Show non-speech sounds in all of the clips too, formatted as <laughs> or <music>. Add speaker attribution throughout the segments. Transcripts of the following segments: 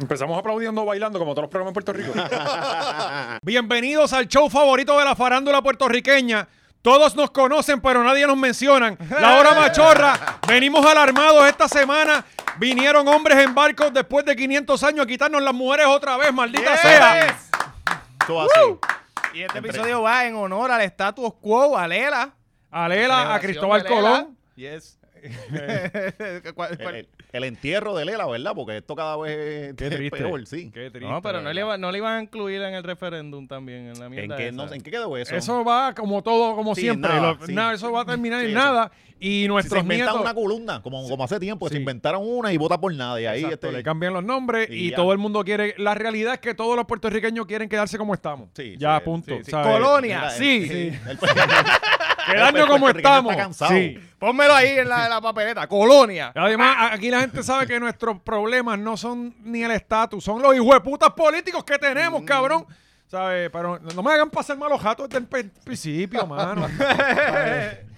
Speaker 1: Empezamos aplaudiendo, bailando, como todos los programas en Puerto
Speaker 2: <laughs>
Speaker 1: Rico.
Speaker 3: Bienvenidos al show favorito de la farándula puertorriqueña. Todos nos conocen, pero nadie nos mencionan. La hora
Speaker 2: <laughs>
Speaker 3: machorra. Venimos alarmados esta semana. Vinieron hombres en barcos después de 500 años a quitarnos las mujeres otra vez, maldita sea.
Speaker 2: Todo así.
Speaker 4: Y este episodio va en honor al status quo, a Lela.
Speaker 3: Alela a
Speaker 4: Revelación
Speaker 3: Cristóbal
Speaker 4: de Lela.
Speaker 3: Colón.
Speaker 4: <laughs> Yes.
Speaker 2: El,
Speaker 4: Eh,
Speaker 2: el- el entierro de Lela, ¿verdad? Porque esto cada vez es,
Speaker 3: Qué
Speaker 2: es
Speaker 3: triste.
Speaker 2: peor, sí.
Speaker 3: Qué triste,
Speaker 4: eh, No, pero no
Speaker 3: ¿verdad?
Speaker 4: le, iba- no le iban a incluir en el referéndum también, en la
Speaker 2: ¿En
Speaker 4: mierda.
Speaker 2: qué,
Speaker 4: esa.
Speaker 2: no- en qué quedó eso?
Speaker 3: Eso va como todo, como
Speaker 2: Sí,
Speaker 3: siempre.
Speaker 2: nada,
Speaker 3: Lo-
Speaker 2: sí.
Speaker 3: nada, eso va a terminar en
Speaker 2: Sí, eso.
Speaker 3: nada. Y
Speaker 2: Si se
Speaker 3: nuestros
Speaker 2: inventan
Speaker 3: nietos
Speaker 2: una columna, como, como hace tiempo, que
Speaker 3: Sí.
Speaker 2: se inventaron una y vota por nada. Y ahí
Speaker 3: Exacto,
Speaker 2: este,
Speaker 3: le cambian los nombres y,
Speaker 2: y ya.
Speaker 3: todo el mundo quiere. La realidad es que todos los puertorriqueños quieren quedarse como estamos.
Speaker 2: Sí,
Speaker 3: ya,
Speaker 2: sí,
Speaker 3: punto.
Speaker 2: sí, sí.
Speaker 3: ¿sabes?
Speaker 4: Colonia,
Speaker 2: mira,
Speaker 3: sí.
Speaker 2: el- <laughs>
Speaker 3: Sí. <laughs>
Speaker 2: el- el
Speaker 3: Quedarnos como
Speaker 2: puertorriqueño está
Speaker 3: estamos.
Speaker 2: cansado.
Speaker 3: Sí.
Speaker 4: Pónmelo ahí en la, en la papeleta. Colonia.
Speaker 3: Además, a- aquí la gente sabe que nuestros problemas no son ni el estatus, son los hijueputas políticos que
Speaker 2: Mm.
Speaker 3: tenemos, cabrón. ¿Sabes? Pero no me hagan pasar malos jatos desde el pe-
Speaker 2: <laughs>
Speaker 3: principio, mano.
Speaker 4: <laughs>
Speaker 2: Oh,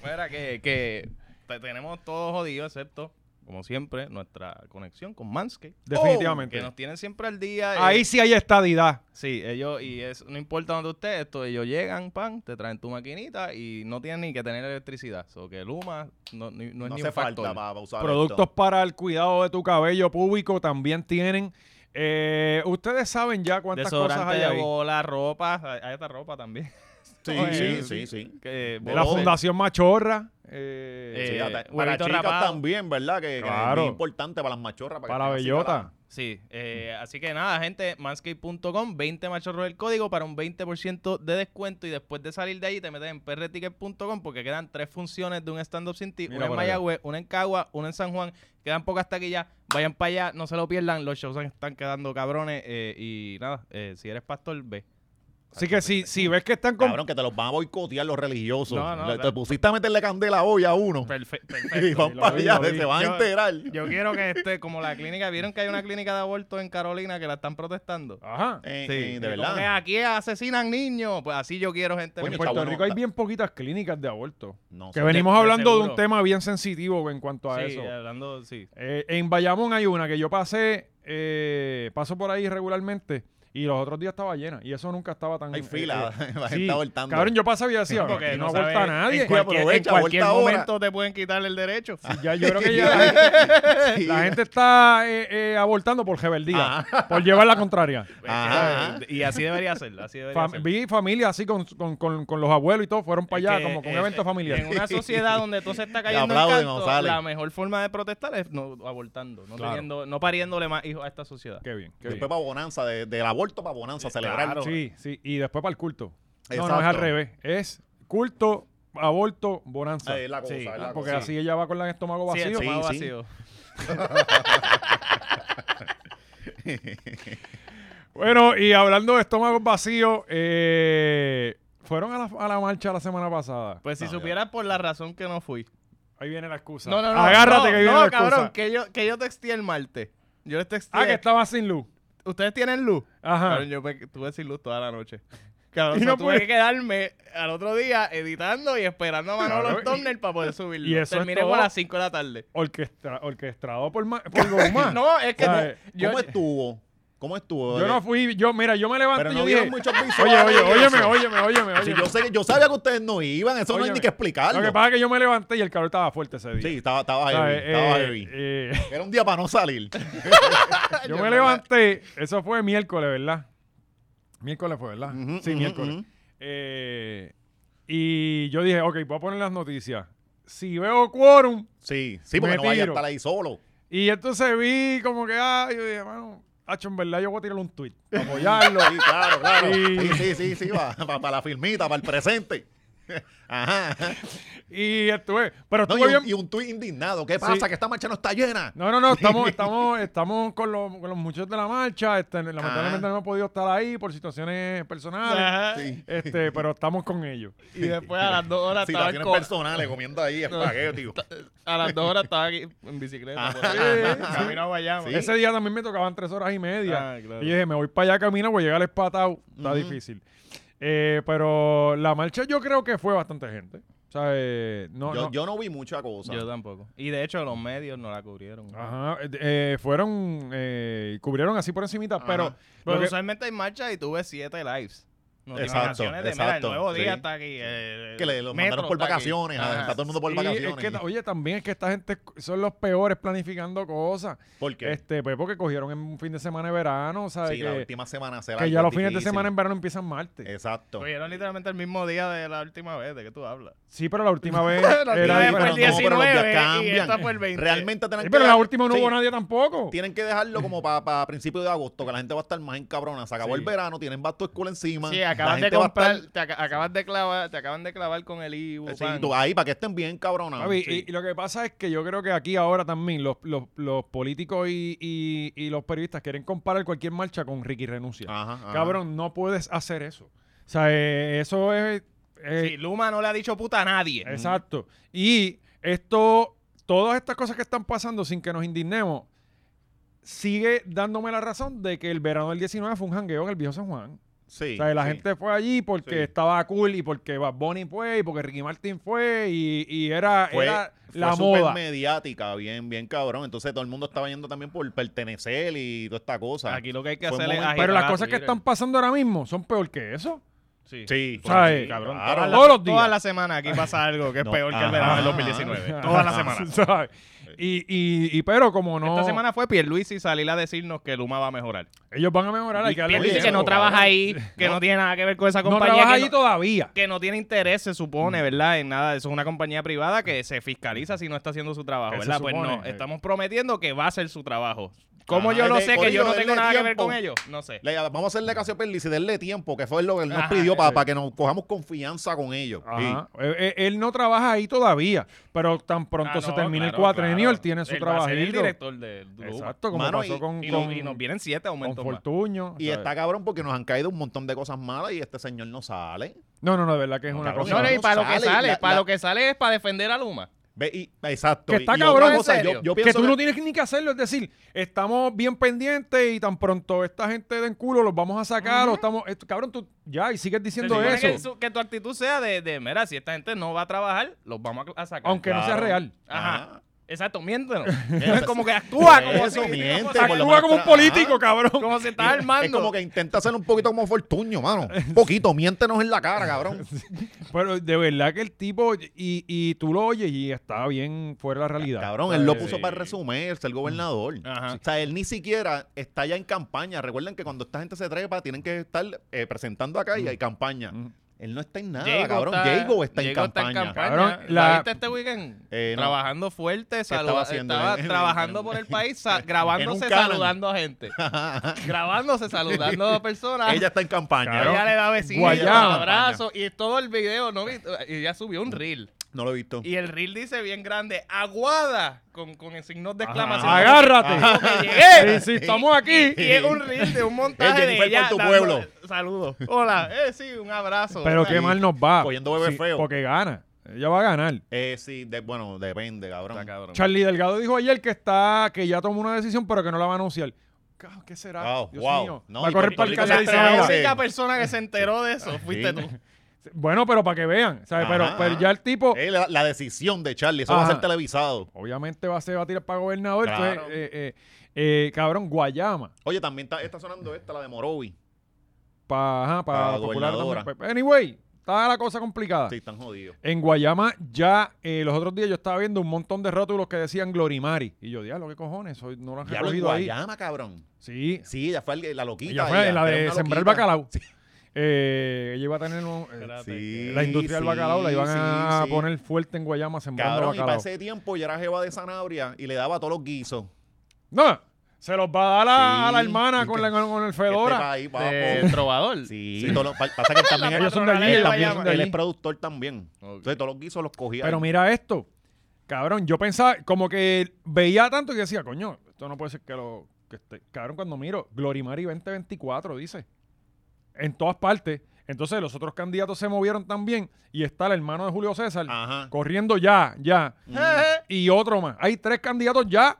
Speaker 4: Fuera que, que te- tenemos todos jodidos, excepto, como siempre, nuestra conexión con Manscape.
Speaker 3: Definitivamente.
Speaker 4: Que nos tienen siempre al día. eh,
Speaker 3: Ahí sí hay estadidad.
Speaker 4: Sí, ellos, y es, no importa donde usted, esto, ellos llegan, pan, te traen tu maquinita y no tienen ni que tener electricidad. O que Luma no, ni- no es
Speaker 2: No
Speaker 4: ni
Speaker 2: hace
Speaker 4: un factor.
Speaker 2: falta para usar
Speaker 3: Productos
Speaker 2: esto.
Speaker 3: para el cuidado de tu cabello público también tienen. Eh, ustedes saben ya cuántas cosas
Speaker 4: Desodorante
Speaker 3: hay
Speaker 4: de
Speaker 3: ahí.
Speaker 4: bola, ropa, hay- hay esta ropa también. <laughs>
Speaker 2: Sí, sí, sí, sí.
Speaker 4: Que,
Speaker 3: De la
Speaker 4: bola-
Speaker 3: Fundación Machorra. eh,
Speaker 2: Sí,
Speaker 4: Eh,
Speaker 2: hasta- para
Speaker 4: huevito
Speaker 2: chicas
Speaker 4: rapado.
Speaker 2: también, ¿verdad? Que, que
Speaker 3: Claro.
Speaker 2: es muy importante para las machorras.
Speaker 3: para la
Speaker 2: que estén así,
Speaker 3: bellota.
Speaker 4: Sí, eh, así que nada, gente, manscape.com, 20 machorros el código para un 20% de descuento y después de salir de ahí te metes en prticket.com porque quedan tres funciones de un stand-up sin ti,
Speaker 3: Mira
Speaker 4: una en
Speaker 3: para allá.
Speaker 4: Mayagüez, una en Cagua, una en San Juan, quedan pocas taquillas, vayan para allá, no se lo pierdan, los shows están quedando cabrones eh, y nada, eh, si eres pastor, ve.
Speaker 3: Así que si, si ves que están
Speaker 2: la-
Speaker 3: con
Speaker 2: Cabrón, que te los van a boicotear los religiosos.
Speaker 4: No, no,
Speaker 2: Le-
Speaker 4: la-
Speaker 2: te pusiste a meterle candela hoy a uno.
Speaker 4: <laughs> Perfe-
Speaker 2: Y
Speaker 4: perfecto.
Speaker 2: van
Speaker 3: Pues, lo
Speaker 2: para
Speaker 3: vi,
Speaker 2: allá,
Speaker 3: lo vi.
Speaker 2: se van a
Speaker 4: Yo-
Speaker 2: enterar. Eh,
Speaker 4: Yo quiero que esté como la clínica, vieron que hay una clínica de aborto en Carolina que la están protestando.
Speaker 3: Ajá.
Speaker 2: Eh,
Speaker 4: Sí,
Speaker 2: eh, de
Speaker 4: como que
Speaker 2: verdad.
Speaker 4: aquí asesinan niños, pues así yo quiero gente.
Speaker 2: Coño,
Speaker 3: En
Speaker 4: en
Speaker 3: Puerto
Speaker 2: está bueno,
Speaker 3: Rico hay
Speaker 2: está-
Speaker 3: bien poquitas clínicas de aborto.
Speaker 2: No
Speaker 3: Que
Speaker 2: sé.
Speaker 3: venimos
Speaker 4: de
Speaker 3: hablando de, un
Speaker 4: seguro.
Speaker 3: tema bien sensitivo en cuanto a
Speaker 4: Sí,
Speaker 3: eso.
Speaker 4: hablando, sí.
Speaker 3: Eh, en Bayamón hay una que yo pasé, eh, paso por ahí regularmente y los otros días estaba llena y eso nunca estaba tan...
Speaker 2: Hay
Speaker 3: eh,
Speaker 2: fila,
Speaker 3: eh,
Speaker 2: <laughs> la gente
Speaker 3: sí.
Speaker 2: abortando.
Speaker 3: Cabrón, yo pasaba y yo decía,
Speaker 4: Porque
Speaker 3: "Aquí no,
Speaker 4: no
Speaker 3: aborta
Speaker 4: sabe-
Speaker 3: nadie.
Speaker 2: en cual-
Speaker 4: Cualquier-
Speaker 2: aprovecha,
Speaker 4: en cualquier
Speaker 2: aborta ahora.
Speaker 4: momento te pueden quitar el derecho.
Speaker 2: Ah.
Speaker 3: Ya, yo creo que ya la, <laughs> gente- la gente está eh, eh, abortando por rebeldía,
Speaker 4: Ah.
Speaker 3: por llevar la
Speaker 4: <laughs>
Speaker 3: contraria.
Speaker 2: Ajá.
Speaker 4: Eh, Y así debería ser, así debería
Speaker 3: Fam-
Speaker 4: ser.
Speaker 3: vi familia así con, con- con- con los abuelos y todo, fueron
Speaker 4: Es
Speaker 3: para allá
Speaker 4: que,
Speaker 3: como con
Speaker 4: eh,
Speaker 3: un evento
Speaker 4: eh,
Speaker 3: familiar. <laughs>
Speaker 4: En una sociedad donde todo se está cayendo en
Speaker 2: aplauden,
Speaker 4: canto,
Speaker 2: no sale.
Speaker 4: la mejor forma de protestar es no abortando, no,
Speaker 3: Claro.
Speaker 4: teniendo- no pariéndole más hijos a esta sociedad.
Speaker 3: Qué bien, qué bien.
Speaker 2: Después para Bonanza, de- del aborto para Bonanza, celebrar.
Speaker 3: Sí, sí, y después para el culto. No, no,
Speaker 2: Exacto.
Speaker 3: es al revés. Es culto, aborto, bonanza.
Speaker 2: Eh, la cosa,
Speaker 4: Sí,
Speaker 2: es la
Speaker 3: Ah, porque
Speaker 2: cosa.
Speaker 3: así ella va con el estómago
Speaker 4: Sí,
Speaker 3: vacío.
Speaker 4: el estómago
Speaker 2: Sí, sí.
Speaker 4: vacío.
Speaker 3: Bueno, y hablando de estómagos vacíos, eh, fueron a la, a la marcha la semana pasada.
Speaker 4: Pues si
Speaker 2: No, ya.
Speaker 4: supieras por la razón que no fui.
Speaker 3: Ahí viene la excusa.
Speaker 4: No, no, no.
Speaker 3: Agárrate
Speaker 4: no,
Speaker 3: que viene
Speaker 4: no,
Speaker 3: la excusa.
Speaker 4: cabrón, que yo, que yo texté el martes. Yo les texté.
Speaker 3: Ah, que estaba sin luz.
Speaker 4: ¿Ustedes tienen luz?
Speaker 3: Ajá.
Speaker 4: Cabrón, yo me- tuve sin luz toda la noche. <laughs> Cabrón,
Speaker 3: Y
Speaker 4: o sea,
Speaker 3: no
Speaker 4: tuve
Speaker 3: pude-
Speaker 4: que quedarme al otro día editando y esperando a Manolo
Speaker 3: Cabrón,
Speaker 4: los thumbnails para poder subirlo.
Speaker 3: y eso es
Speaker 4: Terminé
Speaker 3: todo.
Speaker 4: como a las 5 de la tarde.
Speaker 3: Orquestra- orquestrado por, ma- por <laughs> Guzmán.
Speaker 4: No, es que
Speaker 3: ¿Sabes?
Speaker 4: yo,
Speaker 2: ¿Cómo estuvo? ¿Cómo estuvo? Eh,
Speaker 3: Yo no fui, yo, mira, yo me levanté
Speaker 2: Pero
Speaker 3: y
Speaker 2: no
Speaker 3: yo
Speaker 2: vieron
Speaker 3: dije,
Speaker 2: muchos visuales.
Speaker 3: oye, oye,
Speaker 2: de
Speaker 3: óyeme,
Speaker 2: eso.
Speaker 3: óyeme, óyeme,
Speaker 2: Sí,
Speaker 3: óyeme.
Speaker 2: yo, sé, que- yo sabía que ustedes no iban, eso no hay ni
Speaker 3: Óyeme.
Speaker 2: que explicarlo.
Speaker 3: Lo que pasa es que yo me levanté y el calor estaba fuerte ese día.
Speaker 2: Sí, estaba, estaba heavy.
Speaker 3: ¿Sabes?
Speaker 2: estaba
Speaker 3: Eh,
Speaker 2: heavy. <laughs>
Speaker 3: eh,
Speaker 2: Era un día para no salir.
Speaker 3: Yo me levanté, eso fue miércoles, ¿verdad? Miércoles fue, ¿verdad?
Speaker 2: Ujú,
Speaker 3: sí,
Speaker 2: ujú,
Speaker 3: miércoles.
Speaker 2: ujú.
Speaker 3: Eh, y yo dije, ok, voy a poner las noticias. Si veo quórum,
Speaker 2: Sí, sí,
Speaker 3: Me
Speaker 2: porque no vaya a
Speaker 3: tiro.
Speaker 2: estar ahí solo.
Speaker 3: y entonces vi como que, ah, yo dije, mano, hacho, en verdad yo voy a tirar un tweet, para apoyarlo.
Speaker 2: <laughs> Sí, claro, claro.
Speaker 3: Y-
Speaker 2: Sí, sí, sí, sí, va- <laughs> va- para la filmita, para el presente. <laughs> Ajá. ajá.
Speaker 3: y estuve, pero
Speaker 2: No,
Speaker 3: estuve
Speaker 2: y, un,
Speaker 3: bien.
Speaker 2: y un tuit indignado. ¿Qué pasa? Que esta marcha no está llena.
Speaker 3: No, no, no,
Speaker 2: <laughs>
Speaker 3: estamos, estamos, estamos con los, con los muchachos de la marcha. Este,
Speaker 2: Ah.
Speaker 3: lamentablemente no he podido estar ahí por situaciones personales.
Speaker 4: Ajá.
Speaker 2: Sí.
Speaker 3: Este, pero estamos con
Speaker 2: <laughs>
Speaker 3: ellos.
Speaker 4: Y después a las 2 horas estaba en
Speaker 2: Situaciones
Speaker 4: co-
Speaker 2: personales,
Speaker 3: <laughs>
Speaker 2: comiendo ahí espagueti.
Speaker 4: A las 2 horas estaba aquí en bicicleta. por ahí, Camino a Guayama.
Speaker 2: Ah. Sí.
Speaker 3: Ese día también me tocaban tres horas y media.
Speaker 4: Ah, claro.
Speaker 3: Y yo dije, me voy para allá camino, voy a llegar espatado. Está difícil. Eh, pero la marcha yo creo que fue bastante gente. O sea, eh, no,
Speaker 2: yo,
Speaker 3: no.
Speaker 2: yo no vi mucha cosa.
Speaker 4: Yo tampoco. Y de hecho los medios no la cubrieron.
Speaker 3: Ajá, eh, eh, fueron, eh, cubrieron así por encimita,
Speaker 2: Ajá.
Speaker 3: pero...
Speaker 4: Pero
Speaker 3: lo que-
Speaker 4: usualmente hay marcha y tuve siete lives.
Speaker 2: Exacto,
Speaker 4: Notificaciones de mira, el
Speaker 2: exacto,
Speaker 4: nuevo día
Speaker 2: sí.
Speaker 4: está aquí. eh,
Speaker 2: que le,
Speaker 4: metro
Speaker 2: lo mandaron por
Speaker 4: está aquí.
Speaker 2: vacaciones.
Speaker 4: Ajá.
Speaker 2: Está todo el mundo por
Speaker 3: Sí,
Speaker 2: vacaciones.
Speaker 3: es que, ta- oye, también es que esta gente son los peores planificando cosas.
Speaker 2: ¿Por qué?
Speaker 3: Este, pues porque cogieron en un fin de semana de verano, o sea,
Speaker 2: sí, la
Speaker 3: que,
Speaker 2: última semana será.
Speaker 3: que ya
Speaker 2: algo
Speaker 3: los fines de
Speaker 2: difícil. Eh,
Speaker 3: semana en verano empiezan martes.
Speaker 2: Exacto.
Speaker 4: Cogieron literalmente el mismo día de la última vez de que tú <laughs> hablas.
Speaker 3: sí, pero la
Speaker 2: <laughs>
Speaker 3: última vez
Speaker 4: La
Speaker 3: era
Speaker 4: última vez fue el
Speaker 3: diferente.
Speaker 2: no, pero los
Speaker 4: 19
Speaker 2: días
Speaker 4: y
Speaker 2: cambian.
Speaker 4: esta fue el 20.
Speaker 2: Realmente tienen
Speaker 3: Sí,
Speaker 2: que
Speaker 3: eh, pero la
Speaker 2: dar-
Speaker 3: última no
Speaker 2: sí,
Speaker 3: hubo nadie tampoco.
Speaker 2: Tienen que
Speaker 3: <laughs>
Speaker 2: dejarlo como para principios de agosto, que la gente va a estar más encabrona. Se acabó el verano, tienen Back to School encima.
Speaker 4: Sí,
Speaker 2: la
Speaker 4: acabas de
Speaker 2: gente va a
Speaker 4: comprar,
Speaker 2: estar-
Speaker 4: te aca- acabas de clavar, te acaban de clavar con el Ibu.
Speaker 2: Sí,
Speaker 4: pan.
Speaker 2: tú- ahí, para que estén bien cabronas.
Speaker 3: Papi, y- y, lo que pasa es que yo creo que aquí ahora también los, los- los políticos y, y- y los periodistas quieren comparar cualquier marcha con Ricky Renuncia.
Speaker 2: Ajá, ajá.
Speaker 3: Cabrón, no puedes hacer eso. O sea, eh, eso es... eh,
Speaker 4: Sí, Luma no le ha dicho puta a nadie.
Speaker 3: Exacto. Y esto, todas estas cosas que están pasando sin que nos indignemos, sigue dándome la razón de que el verano del 19 fue un jangueo en el viejo San Juan.
Speaker 2: Sí,
Speaker 3: o sea, la
Speaker 2: sí.
Speaker 3: gente fue allí porque
Speaker 2: Sí.
Speaker 3: estaba cool y porque Bad Bunny fue y porque Ricky Martin fue y, y era,
Speaker 2: fue,
Speaker 3: era
Speaker 2: fue
Speaker 3: la
Speaker 2: súper
Speaker 3: moda.
Speaker 2: mediática, bien, bien cabrón. Entonces todo el mundo estaba yendo también por pertenecer y toda esta cosa.
Speaker 4: Aquí lo que hay que
Speaker 2: Fue un
Speaker 4: hacer es
Speaker 2: momento-
Speaker 4: agitar
Speaker 3: Pero las
Speaker 4: a
Speaker 3: cosas que
Speaker 4: Twitter.
Speaker 3: están pasando ahora mismo son peor que eso.
Speaker 4: Sí.
Speaker 2: sí,
Speaker 3: O sea,
Speaker 2: sí,
Speaker 3: eh,
Speaker 2: cabrón.
Speaker 4: Todas
Speaker 2: claro.
Speaker 4: las-
Speaker 3: Todos los días.
Speaker 4: Toda la semana aquí pasa algo que es
Speaker 2: No,
Speaker 4: peor que el
Speaker 2: ajá,
Speaker 4: verano del
Speaker 3: <laughs>
Speaker 4: <laughs>
Speaker 2: ajá.
Speaker 4: 2019. Toda la semana.
Speaker 3: ¿Sabes? Y, y- y pero como no,
Speaker 4: Esta semana fue Pierluisi salir a decirnos que Luma va a mejorar.
Speaker 3: ellos van a mejorar. Hay que darle
Speaker 4: Pierluisi
Speaker 2: bien,
Speaker 4: que no
Speaker 3: tiempo,
Speaker 4: trabaja
Speaker 3: cabrón.
Speaker 4: ahí, que no. tiene nada que ver con esa
Speaker 3: No
Speaker 4: compañía.
Speaker 3: trabaja
Speaker 4: que,
Speaker 3: ahí
Speaker 4: no,
Speaker 3: todavía.
Speaker 4: que no tiene interés, se
Speaker 3: Mm.
Speaker 4: supone, ¿verdad? En nada. Eso es una compañía privada que se fiscaliza si no está haciendo su trabajo,
Speaker 3: Que se
Speaker 4: ¿verdad? Pues
Speaker 3: supone,
Speaker 4: no,
Speaker 3: eh.
Speaker 4: estamos prometiendo que va a hacer su trabajo. ¿Cómo
Speaker 2: Ajá,
Speaker 4: yo lo
Speaker 2: de-
Speaker 4: sé que yo
Speaker 2: corillo,
Speaker 4: no tengo
Speaker 2: denle
Speaker 4: nada que ver
Speaker 2: tiempo.
Speaker 4: con ellos? No sé.
Speaker 2: Le- vamos a hacerle caso a Perlis y denle tiempo, que fue lo que él nos
Speaker 4: Ajá,
Speaker 2: pidió
Speaker 4: sí.
Speaker 2: para que nos cojamos confianza con ellos.
Speaker 3: Ajá. Eh, eh, Él, no trabaja ahí todavía, pero tan pronto
Speaker 4: Ah,
Speaker 3: se
Speaker 4: no,
Speaker 3: termina el
Speaker 4: claro,
Speaker 3: cuatrenio,
Speaker 4: claro.
Speaker 3: él tiene su
Speaker 4: Él va a
Speaker 3: trabajito.
Speaker 4: ser el director de Luma.
Speaker 3: Exacto, como
Speaker 2: Mano,
Speaker 3: pasó
Speaker 2: y-
Speaker 3: con,
Speaker 4: Y,
Speaker 3: con,
Speaker 4: no- y nos vienen siete
Speaker 3: con
Speaker 4: aumentos más.
Speaker 3: Fortuño.
Speaker 2: Y
Speaker 3: ¿sabes?
Speaker 2: está cabrón porque nos han caído un montón de cosas malas y este señor no sale.
Speaker 3: No, no, no, de verdad que es una
Speaker 2: cabrón,
Speaker 3: cosa.
Speaker 4: Señores, y para lo que
Speaker 2: Sale,
Speaker 4: sale,
Speaker 2: la-
Speaker 4: para
Speaker 2: la-
Speaker 4: lo que sale es para defender a Luma.
Speaker 2: Ve, y- exacto.
Speaker 3: Que
Speaker 2: y-
Speaker 3: está
Speaker 2: y otra
Speaker 3: cabrón,
Speaker 2: cosa,
Speaker 4: ¿en
Speaker 2: yo,
Speaker 4: serio?
Speaker 2: yo
Speaker 3: que
Speaker 2: pienso
Speaker 3: tú no tienes ni que hacerlo, es decir, estamos bien pendientes y tan pronto esta gente den culo, los vamos a sacar, o estamos. esto- cabrón, tú ya, y sigues
Speaker 4: Se
Speaker 3: diciendo
Speaker 4: supone
Speaker 3: eso,
Speaker 4: Que, su- que tu actitud sea de, de, mira, si esta gente no va a trabajar, los vamos a, a sacar.
Speaker 3: aunque no sea
Speaker 2: Claro.
Speaker 3: real.
Speaker 4: Ajá.
Speaker 2: Ah.
Speaker 4: Exacto,
Speaker 2: <laughs>
Speaker 4: miéntenos. es
Speaker 2: Eso-
Speaker 4: como que actúa como
Speaker 2: Eso,
Speaker 4: si-
Speaker 2: miente,
Speaker 4: como si-
Speaker 2: por lo
Speaker 3: Actúa
Speaker 2: menos
Speaker 3: como un
Speaker 2: tra-
Speaker 3: político,
Speaker 2: Ajá.
Speaker 3: cabrón.
Speaker 4: <laughs> como se está
Speaker 2: Es
Speaker 4: armando.
Speaker 2: como que intenta hacer un poquito como
Speaker 3: <laughs>
Speaker 2: Fortuño, mano. Un poquito, miéntenos en la cara, cabrón.
Speaker 3: Pero de verdad que el tipo, y, y tú lo oyes y está bien fuera de la realidad.
Speaker 2: Cabrón, él lo
Speaker 3: ¿sabes?
Speaker 2: puso para resumirse, el gobernador.
Speaker 3: Mm.
Speaker 4: Ajá.
Speaker 2: O sea, él ni siquiera está ya en campaña. Recuerden que cuando esta gente se trepa, tienen que estar eh, presentando acá y hay campaña.
Speaker 3: Mm.
Speaker 2: Él no está en nada,
Speaker 4: Jago
Speaker 2: cabrón.
Speaker 4: está-
Speaker 2: Jago está, en
Speaker 4: Jago
Speaker 2: campaña.
Speaker 3: Cabrón,
Speaker 4: ¿La
Speaker 3: la-
Speaker 4: viste este weekend?
Speaker 2: Eh, no.
Speaker 4: Trabajando fuerte, saluda-
Speaker 2: estaba
Speaker 4: estaba,
Speaker 2: haciendo en- en-
Speaker 4: trabajando
Speaker 2: en- <laughs>
Speaker 4: por el país, sa-
Speaker 2: en
Speaker 4: grabándose,
Speaker 2: un Canon.
Speaker 4: saludando a
Speaker 2: <laughs>
Speaker 4: gente. grabándose, saludando a personas.
Speaker 2: Ella está en campaña.
Speaker 4: Ella le da besitos,
Speaker 3: Guayaba.
Speaker 4: abrazos y todo el video, ¿no? viste? Y ella subió un reel.
Speaker 2: No lo he visto.
Speaker 4: Y el reel dice bien grande, aguada, con, con el signo de exclamación.
Speaker 3: Agárrate.
Speaker 4: Como que
Speaker 3: <laughs> Sí,
Speaker 4: llegué.
Speaker 3: sí, estamos aquí.
Speaker 4: Y es un reel de un montaje
Speaker 2: Eh, Jennifer,
Speaker 4: de ella
Speaker 2: por tu
Speaker 4: dando-
Speaker 2: pueblo.
Speaker 4: Saludos. Hola, eh, sí, un abrazo.
Speaker 3: Pero
Speaker 4: O sea,
Speaker 3: qué
Speaker 2: Sí.
Speaker 3: mal nos va.
Speaker 2: Cogiendo bebé
Speaker 3: Sí,
Speaker 2: feo.
Speaker 3: Porque gana. Ella va a ganar.
Speaker 2: Eh, sí, de- bueno, depende, cabrón.
Speaker 4: está cabrón.
Speaker 3: Charlie Delgado dijo ayer que está, que ya tomó una decisión, pero que no la va a anunciar. Cabrón, ¿Qué será?
Speaker 2: Wow,
Speaker 3: Dios
Speaker 2: wow.
Speaker 3: mío.
Speaker 2: No,
Speaker 3: va a
Speaker 2: y
Speaker 3: correr
Speaker 2: Puerto
Speaker 3: para el
Speaker 2: Rico
Speaker 4: O sea,
Speaker 3: alcalde
Speaker 2: se
Speaker 3: y dice,
Speaker 4: la
Speaker 2: atrevó.
Speaker 3: "Mira,
Speaker 4: única persona que se enteró de eso fuiste
Speaker 2: Sí.
Speaker 4: tú.
Speaker 3: Bueno, pero para que vean. ¿sabes? Pero,
Speaker 2: Ajá,
Speaker 3: pero
Speaker 2: ajá.
Speaker 3: ya el tipo,
Speaker 2: Eh, la, la decisión de Charlie, eso va
Speaker 3: Ajá.
Speaker 2: a ser televisado.
Speaker 3: obviamente va a, ser, va a tirar para gobernador.
Speaker 2: Claro.
Speaker 3: entonces, eh, eh, eh, cabrón, Guayama.
Speaker 2: Oye, también está, está sonando esta, la de Morovi.
Speaker 3: Para ajá, pa
Speaker 2: Pa'
Speaker 3: popular
Speaker 2: gobernadora.
Speaker 3: también. Pues, Anyway, está la cosa complicada.
Speaker 2: Sí, están jodidos.
Speaker 3: En Guayama ya eh, los otros días yo estaba viendo un montón de rótulos que decían Glorimari. Y yo, diablo, ¿qué cojones? Eso no lo han
Speaker 2: Ya lo en
Speaker 3: recogido ahí.
Speaker 2: Guayama, cabrón.
Speaker 3: Sí.
Speaker 2: Sí, ella fue el- la loquita.
Speaker 3: Ella fue
Speaker 2: ella,
Speaker 3: la
Speaker 2: era
Speaker 3: de
Speaker 2: una
Speaker 3: sembrar
Speaker 2: loquita.
Speaker 3: bacalao. Eh, ella iba a tener un- eh,
Speaker 4: Era-
Speaker 2: Sí,
Speaker 3: la industria del bacalao, la iban
Speaker 2: sí,
Speaker 3: a
Speaker 2: sí.
Speaker 3: poner fuerte en Guayama sembrando
Speaker 2: Cabrón, y para
Speaker 3: bacalao.
Speaker 2: ese tiempo ya era jeva de Sanabria y le daba todos los guisos.
Speaker 3: No, se los va a dar a, a la
Speaker 2: Sí,
Speaker 3: hermana
Speaker 2: y
Speaker 3: con,
Speaker 2: que-
Speaker 3: la, con el
Speaker 2: Este
Speaker 3: Fedora.
Speaker 2: país, papo.
Speaker 4: De
Speaker 3: <laughs>
Speaker 2: <laughs>
Speaker 4: trovador.
Speaker 2: Sí, todos los- pa- pasa que él también
Speaker 3: eh, Ellos son de allí,
Speaker 4: patronales
Speaker 3: él también
Speaker 4: de Guayama.
Speaker 3: son de
Speaker 2: Este él es
Speaker 3: allí.
Speaker 2: productor también.
Speaker 4: Ok.
Speaker 2: Entonces todos los guisos los cogía.
Speaker 3: Pero
Speaker 2: él.
Speaker 3: mira esto. Cabrón, yo pensaba, como que veía tanto y decía, coño, esto no puede ser que lo. Que esté. Cabrón, cuando miro, Glorimari 2024, dice. En todas partes. Entonces los otros candidatos se movieron también. Y está el hermano de
Speaker 2: Ah.
Speaker 3: <laughs> Julio César
Speaker 2: Ajá. Mm.
Speaker 3: corriendo ya, ya.
Speaker 4: Eh, eh.
Speaker 3: Y otro más. Hay tres candidatos ya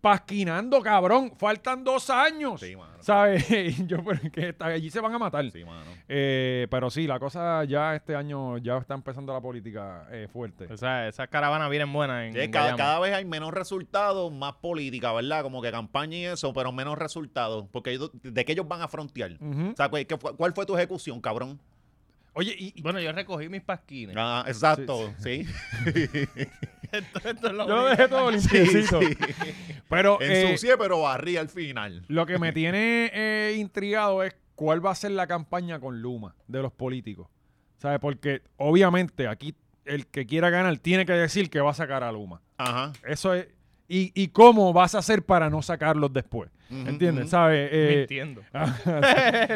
Speaker 3: pasquinando, cabrón. Faltan dos años.
Speaker 2: Sí, mano.
Speaker 3: ¿Sabes? <laughs> Y Yo, pero es que está- allí se van a matar.
Speaker 2: Sí, mano.
Speaker 3: Eh, pero sí, la cosa ya este año ya está empezando la política eh, fuerte.
Speaker 4: O sea, esas caravanas vienen buenas en
Speaker 2: Sí, cada,
Speaker 4: Guayama.
Speaker 2: cada vez hay menos resultados, más política, ¿verdad? Como que campaña y eso, pero menos resultados. Porque ellos- ¿de qué ellos van a frontear?
Speaker 3: Ujú.
Speaker 2: O sea, ¿cuál, qué fue- cuál fue tu ejecución, cabrón?
Speaker 3: Oye, y, y-
Speaker 4: Bueno, yo recogí mis pasquines.
Speaker 2: Ah, exacto, sí.
Speaker 4: Esto- <laughs> esto es
Speaker 3: yo
Speaker 4: lo
Speaker 3: lo
Speaker 4: único.
Speaker 3: dejé <laughs> todo limpiecito. Pero <laughs> eh,
Speaker 2: Ensucié, pero barrí al final.
Speaker 3: lo que me tiene eh, intrigado es cuál va a ser la campaña con Luma de los políticos. ¿Sabes? Porque obviamente aquí el que quiera ganar tiene que decir que va a sacar a Luma.
Speaker 2: Ajá.
Speaker 3: Eso es. Y, y cómo vas a hacer para no sacarlos después.
Speaker 2: Ujú,
Speaker 3: ¿Entiendes?
Speaker 2: ujú.
Speaker 3: ¿Sabes? Eh, <laughs>
Speaker 4: Mintiendo. lo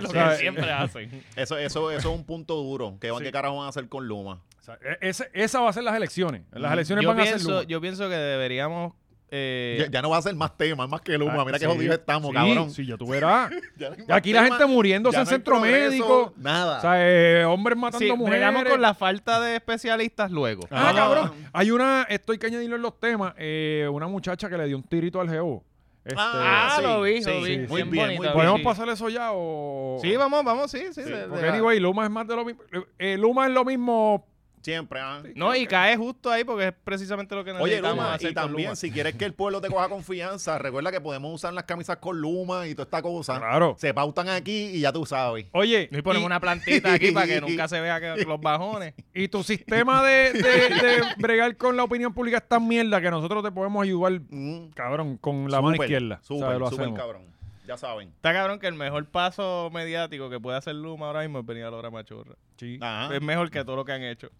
Speaker 4: que
Speaker 3: ¿sabes?
Speaker 4: siempre hacen.
Speaker 2: Eso, eso, eso es un punto duro. ¿Qué,
Speaker 3: Sí.
Speaker 2: ¿Qué carajo van a hacer con Luma?
Speaker 3: O sea, e- ese- esa va a ser las elecciones. Las elecciones
Speaker 4: Yo
Speaker 3: van a ser
Speaker 4: pienso,
Speaker 3: Luma.
Speaker 4: yo pienso que deberíamos... eh,
Speaker 2: Ya, ya no va a ser más temas, más que Luma.
Speaker 3: Ah,
Speaker 2: Mira qué
Speaker 3: sí.
Speaker 2: jodidos estamos,
Speaker 3: Sí,
Speaker 2: cabrón.
Speaker 3: Sí, ya tú verás.
Speaker 2: <laughs> Ya no hay
Speaker 3: Y
Speaker 2: más
Speaker 3: aquí la
Speaker 2: temas,
Speaker 3: gente muriéndose
Speaker 2: ya
Speaker 3: en
Speaker 2: no hay
Speaker 3: centro
Speaker 2: progreso,
Speaker 3: médico.
Speaker 2: Nada.
Speaker 3: O sea, eh, hombres matando
Speaker 4: sí,
Speaker 3: mujeres.
Speaker 4: bregamos con la falta de especialistas luego.
Speaker 3: Ah,
Speaker 2: Ah.
Speaker 3: cabrón. Hay una, esto hay que añadirlo en los temas. eh, una muchacha que le dio un tirito al geo. Este,
Speaker 2: Ah, sí, sí,
Speaker 3: sí,
Speaker 2: muy
Speaker 4: Bien
Speaker 2: bien, muy
Speaker 4: bonito,
Speaker 3: ¿Podemos
Speaker 4: sí.
Speaker 3: pasar eso ya o...?
Speaker 4: Sí, vamos, vamos, sí, sí. de- de
Speaker 3: Porque
Speaker 4: la-
Speaker 3: anyway, Luma es más de lo mismo. eh, Luma es lo mismo...
Speaker 2: Siempre, ah.
Speaker 4: No, y cae justo ahí porque es precisamente lo que
Speaker 2: Oye,
Speaker 4: necesitamos
Speaker 2: Luma,
Speaker 4: hacer
Speaker 2: y
Speaker 4: con
Speaker 2: también,
Speaker 4: Luma.
Speaker 2: si quieres que el pueblo te coja confianza, recuerda que podemos usar las camisas con Luma y toda esta cosa.
Speaker 3: Claro.
Speaker 2: Se pautan aquí y ya tú sabes.
Speaker 3: Oye,
Speaker 4: Y ponemos una plantita aquí para que nunca se vea
Speaker 2: <laughs>
Speaker 4: que los bajones.
Speaker 3: y tu sistema de, de- de bregar con la opinión pública es tan mierda que nosotros te podemos ayudar,
Speaker 2: Mm.
Speaker 3: cabrón, con la mano
Speaker 2: Súper,
Speaker 3: izquierda.
Speaker 2: Súper,
Speaker 3: ¿Sabes? Lo
Speaker 2: súper,
Speaker 3: hacemos.
Speaker 2: cabrón. Ya saben.
Speaker 4: Está cabrón que el mejor paso mediático que puede hacer Luma ahora mismo es venir a la hora machorra.
Speaker 3: Sí. Eh,
Speaker 2: Ajá.
Speaker 4: Es mejor que todo lo que han hecho.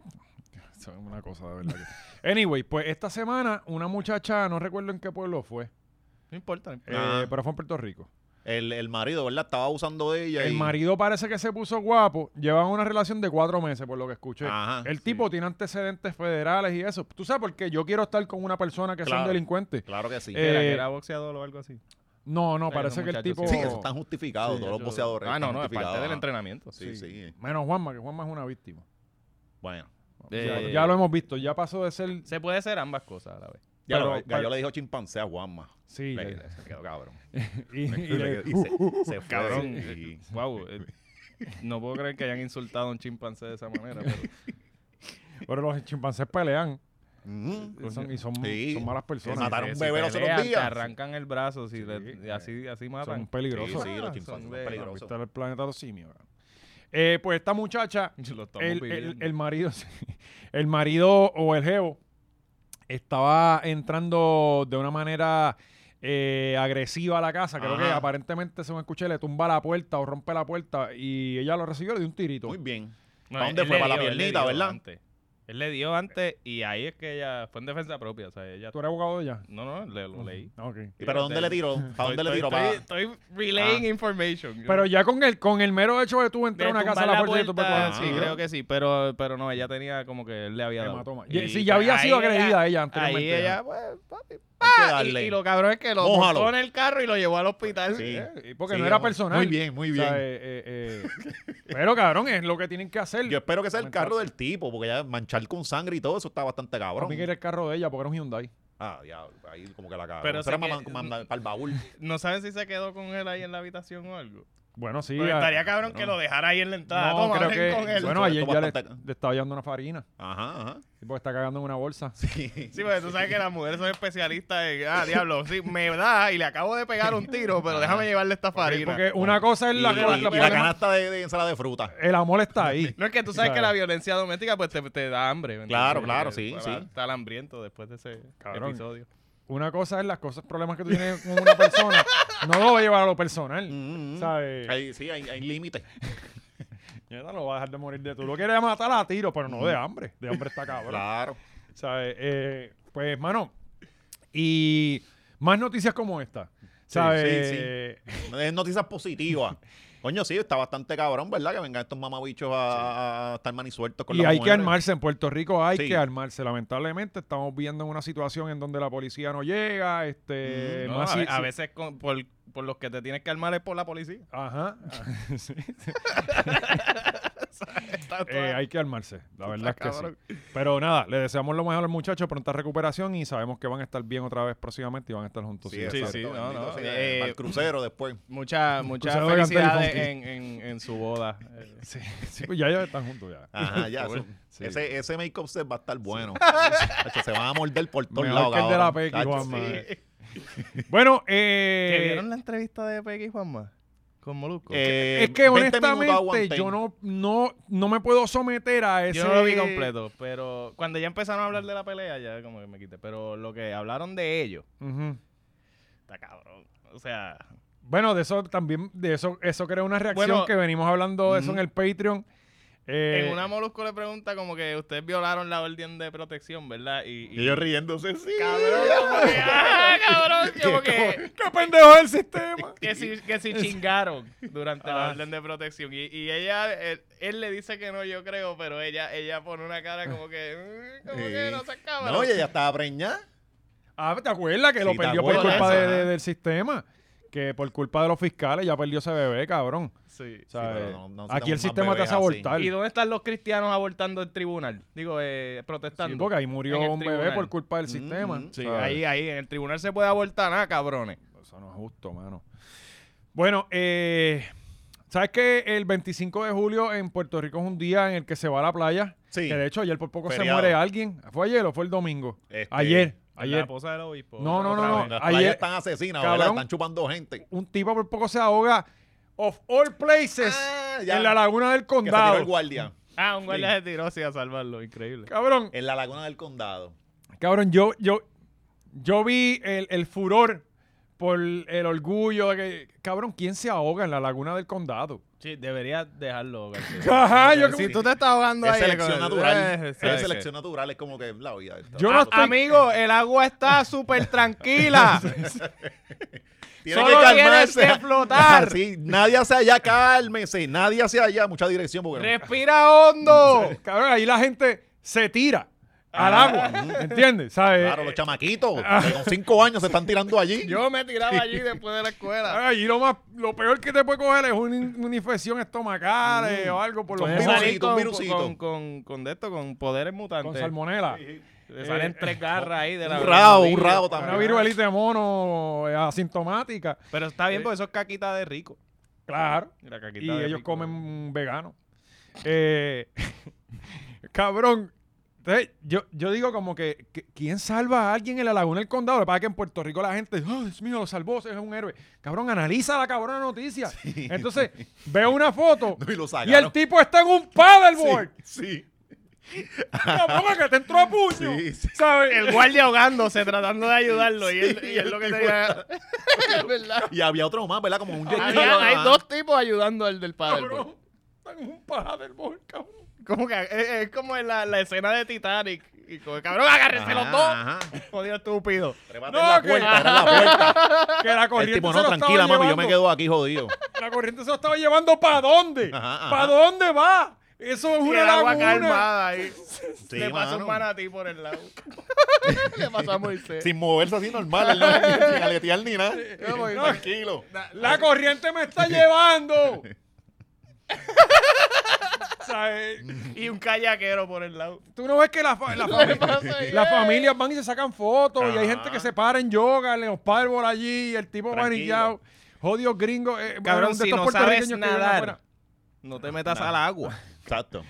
Speaker 3: Eso es una cosa de verdad. que- Anyway, pues esta semana una muchacha, no recuerdo en qué pueblo fue,
Speaker 4: No importa, no importa.
Speaker 3: eh,
Speaker 2: Ajá.
Speaker 3: pero fue en Puerto Rico.
Speaker 2: El, el marido, ¿verdad? Estaba abusando de ella.
Speaker 3: El
Speaker 2: y-
Speaker 3: marido parece que se puso guapo, llevan una relación de cuatro meses, por lo que escuché.
Speaker 2: Ajá,
Speaker 3: el
Speaker 2: Ah, sí.
Speaker 3: tipo tiene antecedentes federales y eso. Tú sabes por qué yo quiero estar con una persona que sea un
Speaker 2: Claro.
Speaker 3: delincuente.
Speaker 2: Claro que sí.
Speaker 3: Eh,
Speaker 4: Era que era boxeador o algo así.
Speaker 3: No, no,
Speaker 4: Ay,
Speaker 3: parece
Speaker 4: no,
Speaker 3: que el
Speaker 4: muchacho,
Speaker 3: tipo...
Speaker 2: sí, eso está justificado.
Speaker 3: Sí,
Speaker 2: todos los
Speaker 4: Yo-
Speaker 2: boceadores.
Speaker 4: Ah, no, no, es parte del entrenamiento.
Speaker 2: Sí, sí.
Speaker 3: Menos Juanma, que Juanma es una víctima.
Speaker 2: Bueno.
Speaker 3: Ya-
Speaker 4: Eh,
Speaker 3: ya lo hemos visto, ya pasó de ser...
Speaker 4: Se puede hacer ambas cosas a la vez.
Speaker 2: Ya
Speaker 3: Pero-
Speaker 2: lo- ya
Speaker 3: pero-
Speaker 2: yo le dijo chimpancé a Juanma.
Speaker 3: Sí,
Speaker 2: Le-
Speaker 3: ya-
Speaker 2: le- Se
Speaker 4: <laughs>
Speaker 2: quedó cabrón.
Speaker 3: <laughs> y- y
Speaker 2: Y
Speaker 3: le-
Speaker 2: se- y se- se fue.
Speaker 4: "Uh, Cabrón.
Speaker 2: Y-
Speaker 4: Wow. eh, no puedo creer que hayan insultado a un chimpancé de esa manera. pero-
Speaker 3: pero los chimpancés pelean
Speaker 2: Mm.
Speaker 3: y son, y son-
Speaker 2: Sí.
Speaker 3: son malas personas.
Speaker 2: Mataron
Speaker 4: Eh,
Speaker 2: un
Speaker 4: si
Speaker 2: bebé los otros
Speaker 4: pelean,
Speaker 2: días.
Speaker 4: Te arrancan el brazo, si le-
Speaker 3: Sí,
Speaker 4: y así, así matan.
Speaker 3: Son peligrosos.
Speaker 2: Sí, sí, los
Speaker 4: Ah,
Speaker 2: chimpancés
Speaker 4: son
Speaker 2: son
Speaker 4: de-
Speaker 3: Ahorita
Speaker 2: peligrosos.
Speaker 3: el planeta de los simios. cabrón. Eh, pues esta
Speaker 4: <laughs>
Speaker 3: muchacha,
Speaker 4: Lo estamos
Speaker 3: el, el-
Speaker 4: viviendo.
Speaker 3: el marido, <laughs> sí, el marido o el jevo estaba entrando de una manera eh, agresiva a la casa. Creo que
Speaker 2: Ajá.
Speaker 3: aparentemente, según escuché, le tumba la puerta o rompe la puerta y ella lo recibió y le dio un tirito.
Speaker 2: Muy bien.
Speaker 4: No,
Speaker 2: ¿Para
Speaker 4: él-
Speaker 2: dónde
Speaker 4: él
Speaker 2: fue?
Speaker 4: le
Speaker 2: Para la
Speaker 4: dio, él le
Speaker 2: piernita,
Speaker 4: dio
Speaker 2: ¿verdad?
Speaker 4: antes. Él le dio antes y ahí es que ella fue en defensa propia. O sea, ella.
Speaker 3: ¿Tú eres abogado de ella?
Speaker 4: No, no, le, lo leí.
Speaker 3: Ah, ok.
Speaker 2: ¿Pero dónde le tiró? ¿Para dónde le tiró?
Speaker 4: Estoy,
Speaker 2: ¿Para-
Speaker 4: estoy- estoy relaying
Speaker 2: Ah.
Speaker 4: information.
Speaker 3: Pero ya con el, con el mero hecho de tú
Speaker 4: De
Speaker 3: entrar a una casa a la
Speaker 4: tumbar
Speaker 3: puerta, y tú puedes
Speaker 4: puerta,
Speaker 3: coger-
Speaker 4: Sí,
Speaker 2: Ah.
Speaker 4: creo que sí. Pero, pero no, ella tenía como que él le había dado.
Speaker 3: Hematoma.
Speaker 4: Y,
Speaker 3: Sí, ya había
Speaker 4: pues,
Speaker 3: sido
Speaker 4: ahí
Speaker 3: agredida ella
Speaker 4: Ahí
Speaker 3: anteriormente.
Speaker 4: ella, pues, papi,
Speaker 2: Hay que
Speaker 4: pa, y-
Speaker 2: darle.
Speaker 4: Y, lo cabrón es que lo
Speaker 2: Mójalo.
Speaker 4: montó en el carro y lo llevó al hospital. <laughs>
Speaker 2: Sí.
Speaker 4: Eh,
Speaker 3: Sí, Porque
Speaker 2: Sí,
Speaker 3: no era
Speaker 2: vamos.
Speaker 3: personal.
Speaker 2: Muy bien, muy
Speaker 3: O
Speaker 2: bien.
Speaker 3: sea, eh, eh, eh, pero cabrón, es lo que tienen que hacer.
Speaker 2: Yo espero que sea el
Speaker 3: Comentaste.
Speaker 2: carro del tipo, porque ya manchar con sangre y todo eso está bastante
Speaker 3: Para
Speaker 2: cabrón.
Speaker 3: mí que era el carro de ella porque era un Hyundai.
Speaker 2: Ah, ya, ahí como que la cagó.
Speaker 4: Pero
Speaker 2: Pero
Speaker 4: sé
Speaker 2: era
Speaker 4: que- <laughs>
Speaker 2: para el baúl.
Speaker 4: No saben si se quedó con él ahí en la habitación o algo.
Speaker 3: Bueno, sí.
Speaker 4: Porque
Speaker 3: ah,
Speaker 4: estaría cabrón que lo dejara ahí en la entrada.
Speaker 3: no,
Speaker 4: Toma,
Speaker 3: creo
Speaker 4: ven
Speaker 3: que-
Speaker 4: con él.
Speaker 3: Bueno, ayer
Speaker 2: Esto
Speaker 3: ya le,
Speaker 2: bastante-
Speaker 3: le estaba llevando una farina.
Speaker 2: Ajá, ajá. <laughs>
Speaker 3: Sí, Porque está cagando en una bolsa. <laughs>
Speaker 2: Sí.
Speaker 4: Sí, porque tú sabes que las mujeres son especialistas en, ah, diablo, sí, me da y le acabo de pegar un tiro, pero déjame llevarle esta
Speaker 3: Porque,
Speaker 4: farina.
Speaker 3: una cosa es
Speaker 2: Y,
Speaker 3: la,
Speaker 2: y-
Speaker 3: la-
Speaker 2: y
Speaker 3: la-
Speaker 2: la canasta de, de ensalada de fruta.
Speaker 3: El amor está ahí.
Speaker 4: No es que tú sabes
Speaker 3: Claro.
Speaker 4: que la violencia doméstica pues te, te da hambre. ¿me
Speaker 2: Claro,
Speaker 4: entiendes?
Speaker 2: claro,
Speaker 4: Eh,
Speaker 2: sí,
Speaker 4: para-
Speaker 2: sí.
Speaker 4: Estar hambriento después de ese
Speaker 3: Cabrón.
Speaker 4: episodio.
Speaker 3: Una cosa es las cosas, problemas que tú tienes con una persona. No lo va a llevar a lo personal.
Speaker 2: Mm, mm, mm.
Speaker 3: ¿Sabes?
Speaker 2: Ahí, sí, hay, hay límites.
Speaker 3: Ya no lo va a dejar de morir de tú. Lo quieres matar a tiro, pero no de
Speaker 4: Mm.
Speaker 3: hambre. De hambre está cabrón.
Speaker 2: Claro.
Speaker 3: ¿Sabes? Eh, pues, hermano, y más noticias como esta. ¿Sabes?
Speaker 2: sí, sí. Es noticias
Speaker 3: <laughs>
Speaker 2: positivas. Coño, sí, está bastante cabrón, ¿verdad? Que vengan estos mamabichos a, a estar manisueltos con
Speaker 3: Y
Speaker 2: las
Speaker 3: hay que
Speaker 2: mujeres.
Speaker 3: armarse, en Puerto Rico hay
Speaker 2: Sí.
Speaker 3: que armarse. Lamentablemente estamos viendo una situación en donde la policía no llega, este...
Speaker 4: Mm, No,
Speaker 3: más
Speaker 4: a,
Speaker 3: si-
Speaker 4: ve- a
Speaker 3: si-
Speaker 4: veces con- por,
Speaker 3: Eh,
Speaker 4: <laughs>
Speaker 3: <laughs>
Speaker 4: por los que te tienes que armar es por la policía.
Speaker 3: Ajá. Sí. Eh, hay que armarse, la verdad es que sí. Pero nada, le deseamos lo mejor al muchacho, pronta recuperación y sabemos que van a estar bien otra vez próximamente y van a estar juntos.
Speaker 2: Sí,
Speaker 4: sí,
Speaker 2: exacto,
Speaker 4: sí, no,
Speaker 2: bendito
Speaker 4: no,
Speaker 2: sea,
Speaker 4: eh,
Speaker 2: para el
Speaker 3: <laughs>
Speaker 2: crucero después.
Speaker 4: Muchas mucha
Speaker 3: Cruzado de Cantel y
Speaker 4: felicidades
Speaker 3: Funky.
Speaker 4: en, en, en su boda. Eh,
Speaker 3: <laughs> Sí, sí, pues ya ellos están juntos
Speaker 4: <laughs>
Speaker 3: ya.
Speaker 2: Ajá, ya.
Speaker 3: Cool.
Speaker 2: eso-
Speaker 3: Sí.
Speaker 2: Ese, ese make-up set va a estar
Speaker 3: <laughs>
Speaker 2: bueno. Chacho, se van a morder por todos
Speaker 3: Mejor
Speaker 2: lados.
Speaker 3: que el de la
Speaker 2: cabrón.
Speaker 3: Pequi,
Speaker 2: Chacho,
Speaker 3: Juanma,
Speaker 2: sí.
Speaker 3: eh.
Speaker 4: <laughs>
Speaker 3: Bueno, eh,
Speaker 4: ¿Que vieron la entrevista de Peggy y Juanma? Con Molusco.
Speaker 2: Eh,
Speaker 3: es que
Speaker 2: 20 minutos
Speaker 3: honestamente
Speaker 2: aguanté.
Speaker 3: yo no, no, no me puedo someter a ese...
Speaker 4: Yo no lo vi completo, pero cuando ya empezaron a hablar de la pelea, ya como que me quité. Pero lo que hablaron de ellos,
Speaker 3: Ujú.
Speaker 4: está cabrón. O sea,
Speaker 3: Bueno, de eso también, de eso, eso crea una reacción
Speaker 4: Bueno,
Speaker 3: que venimos hablando de eso
Speaker 2: ujú.
Speaker 3: en el Patreon. Eh,
Speaker 4: en una Molusco le pregunta como que ustedes violaron la orden de protección, ¿verdad? Y, y-
Speaker 2: Y ellos riéndose, sí.
Speaker 4: cabrón, como que, ah, cabrón, como que,
Speaker 3: <laughs> ¡Qué pendejo es el
Speaker 2: <laughs>
Speaker 3: sistema!
Speaker 4: que, si, que si chingaron durante la orden de protección. Y, y ella, él, él le dice que no, yo creo, pero ella, ella pone una cara como que, "Mm, como que no seas cabrón.
Speaker 2: No, y ella estaba preñada.
Speaker 3: Ah, ¿te acuerdas que lo
Speaker 2: Sí, te
Speaker 3: perdió por
Speaker 4: acuerdas,
Speaker 3: culpa de-
Speaker 2: ajá.
Speaker 3: de- del sistema? Que por culpa de los fiscales ya perdió ese bebé, cabrón.
Speaker 4: <laughs> Sí.
Speaker 3: ¿Sabes?
Speaker 2: pero no- no se
Speaker 3: Aquí
Speaker 2: tenemos
Speaker 3: el
Speaker 2: más
Speaker 3: sistema te
Speaker 2: bebés
Speaker 3: hace
Speaker 2: así.
Speaker 3: abortar.
Speaker 4: ¿Y dónde están los cristianos abortando el tribunal? Digo, eh, protestando.
Speaker 3: Sí, porque ahí murió
Speaker 4: en el
Speaker 3: un bebé
Speaker 4: tribunal.
Speaker 3: por culpa del sistema.
Speaker 2: Ujú.
Speaker 4: Sí,
Speaker 3: ¿sabes?
Speaker 4: ahí, ahí, en el tribunal se puede abortar, nada, cabrones.
Speaker 3: Eso no es justo, mano. Bueno, eh, ¿sabes que el 25 de julio en Puerto Rico es un día en el que se va a la playa?
Speaker 2: Sí.
Speaker 3: Que de hecho ayer por poco
Speaker 2: Feriado.
Speaker 3: se muere alguien. ¿Fue ayer o fue el domingo?
Speaker 2: Este,
Speaker 3: ayer, ayer.
Speaker 4: esposa del obispo.
Speaker 3: No, no,
Speaker 4: Otra
Speaker 3: no,
Speaker 4: vez.
Speaker 3: no.
Speaker 2: Las
Speaker 3: Ayer-
Speaker 2: playas están asesinas, ¿verdad?
Speaker 3: Cabrón.
Speaker 2: Están chupando gente.
Speaker 3: Un tipo por poco se ahoga of all places
Speaker 2: Ah, ya.
Speaker 3: en la laguna del
Speaker 2: Que se tiró el
Speaker 3: condado.
Speaker 2: guardia.
Speaker 4: Ah, un guardia se tiró sí, a salvarlo, increíble.
Speaker 3: Cabrón,
Speaker 2: En la laguna del condado.
Speaker 3: Cabrón, yo, yo, yo vi el, el furor por el orgullo. de que, cabrón, ¿quién se ahoga en la laguna del condado?
Speaker 4: Sí, deberías dejarlo, García.
Speaker 3: <laughs> Ajá, yo,
Speaker 4: Si tú te estás ahogando
Speaker 2: Es
Speaker 4: ahí...
Speaker 2: selección
Speaker 4: con-
Speaker 2: natural.
Speaker 4: eh,
Speaker 2: Es
Speaker 4: ¿sabes
Speaker 2: selección natural, es como que la vida. está-
Speaker 3: Yo
Speaker 4: qué?
Speaker 3: no
Speaker 4: Ah,
Speaker 3: estoy-
Speaker 4: Amigo, el agua está
Speaker 3: <laughs>
Speaker 4: súper tranquila.
Speaker 2: Tiene
Speaker 4: solo
Speaker 2: que
Speaker 4: tienes
Speaker 2: calmarse.
Speaker 4: que
Speaker 2: <laughs>
Speaker 4: flotar.
Speaker 2: Así, nadie hacia allá, cálmese. Nadie hacia allá, mucha dirección. Porque
Speaker 4: Respira hondo.
Speaker 3: Cabrón, ahí la gente se tira al agua. ¿Entiendes? ¿Sabes?
Speaker 2: Claro,
Speaker 3: <laughs>
Speaker 2: los chamaquitos que con cinco años se están tirando allí.
Speaker 4: Yo me tiraba allí después de la escuela.
Speaker 3: Ahí lo, más, lo peor que te puede coger es una, in- una infección estomacal eh, o algo por los
Speaker 2: Puede
Speaker 4: Puedes
Speaker 3: virus,
Speaker 4: salir
Speaker 2: virusito,
Speaker 4: con,
Speaker 2: un virusito.
Speaker 4: con, con, con de esto, con poderes
Speaker 3: con <laughs>
Speaker 4: mutantes.
Speaker 3: salmonela.
Speaker 4: Le salen tres garras ahí de la
Speaker 2: Un rabo,
Speaker 4: rodilla.
Speaker 2: un rabo
Speaker 3: Una
Speaker 2: también.
Speaker 3: viruelita de mono eh, asintomática.
Speaker 4: Pero está bien porque eso es caquita de rico.
Speaker 3: Claro.
Speaker 4: La caquita
Speaker 3: Y
Speaker 4: de
Speaker 3: ellos
Speaker 4: rico.
Speaker 3: comen vegano. Eh, <laughs> cabrón. Entonces, yo, yo digo como que, que- ¿quién salva a alguien en la laguna del condado? Lo que pasa es que en Puerto Rico la gente, oh, Dios mío, lo salvó, ese es un héroe. Cabrón, analiza la cabrona noticia. Entonces, veo una foto
Speaker 2: <laughs> No, <laughs> y lo
Speaker 3: y el
Speaker 2: sacaron.
Speaker 3: tipo está en un paddleboard.
Speaker 2: Sí.
Speaker 3: <laughs> Cabrón, que te entró a puño.
Speaker 2: Sí, sí.
Speaker 3: ¿Sabes?
Speaker 4: El guardia ahogándose, tratando de ayudarlo. y él, y él
Speaker 2: el
Speaker 4: lo que
Speaker 2: tipo
Speaker 4: tenía. Es verdad.
Speaker 2: Y había otro más, ¿verdad? Como un jet ski,
Speaker 4: Había- hay
Speaker 2: ¿verdad?
Speaker 4: dos tipos ayudando al del padre. pues.
Speaker 3: Cabrón, está en un paddleboard, cabrón.
Speaker 4: Como que es, es como en la, la escena de Titanic. Y como, cabrón, agárrense los dos.
Speaker 2: Ajá, ajá.
Speaker 4: Jodido estúpido.
Speaker 2: Trépate
Speaker 3: No,
Speaker 2: en la
Speaker 3: que-
Speaker 2: puerta, era
Speaker 3: <laughs>
Speaker 2: la puerta.
Speaker 3: Que la corriente
Speaker 2: El tipo,
Speaker 3: se
Speaker 2: no,
Speaker 3: lo estaba
Speaker 2: tranquila, mami, yo me
Speaker 3: llevando.
Speaker 2: quedo aquí jodido.
Speaker 3: La corriente se lo estaba llevando para dónde?
Speaker 2: Ajá, ajá.
Speaker 3: ¿Para dónde va? Eso es
Speaker 4: Y
Speaker 3: una
Speaker 4: el agua
Speaker 3: laguna.
Speaker 4: calmada ahí.
Speaker 2: Sí,
Speaker 4: Le pasó
Speaker 2: mano.
Speaker 4: un manatí por el <laughs> lado. Le pasó a Moisés.
Speaker 2: Sin moverse así normal, él no <laughs> ni ni aletear ni nada.
Speaker 4: No.
Speaker 2: Tranquilo.
Speaker 3: La corriente me está
Speaker 2: <laughs>
Speaker 3: llevando. O sea, eh,
Speaker 4: Y un kayaquero por el lado.
Speaker 3: Tú no ves que la,
Speaker 4: <laughs>
Speaker 3: fa- la fami- las familias van y se sacan fotos y hay
Speaker 2: Ajá.
Speaker 3: gente que se para en yoga, en los párvulos allí, y el tipo va
Speaker 2: Tranquilo.
Speaker 3: anillado. Jodido gringo. eh, bueno,
Speaker 4: Cabrón,
Speaker 3: de
Speaker 4: si
Speaker 3: estos
Speaker 4: no
Speaker 3: puertorriqueños
Speaker 4: sabes
Speaker 3: que viven
Speaker 4: nadar.
Speaker 3: afuera.
Speaker 4: No te metas al agua.
Speaker 2: Exacto.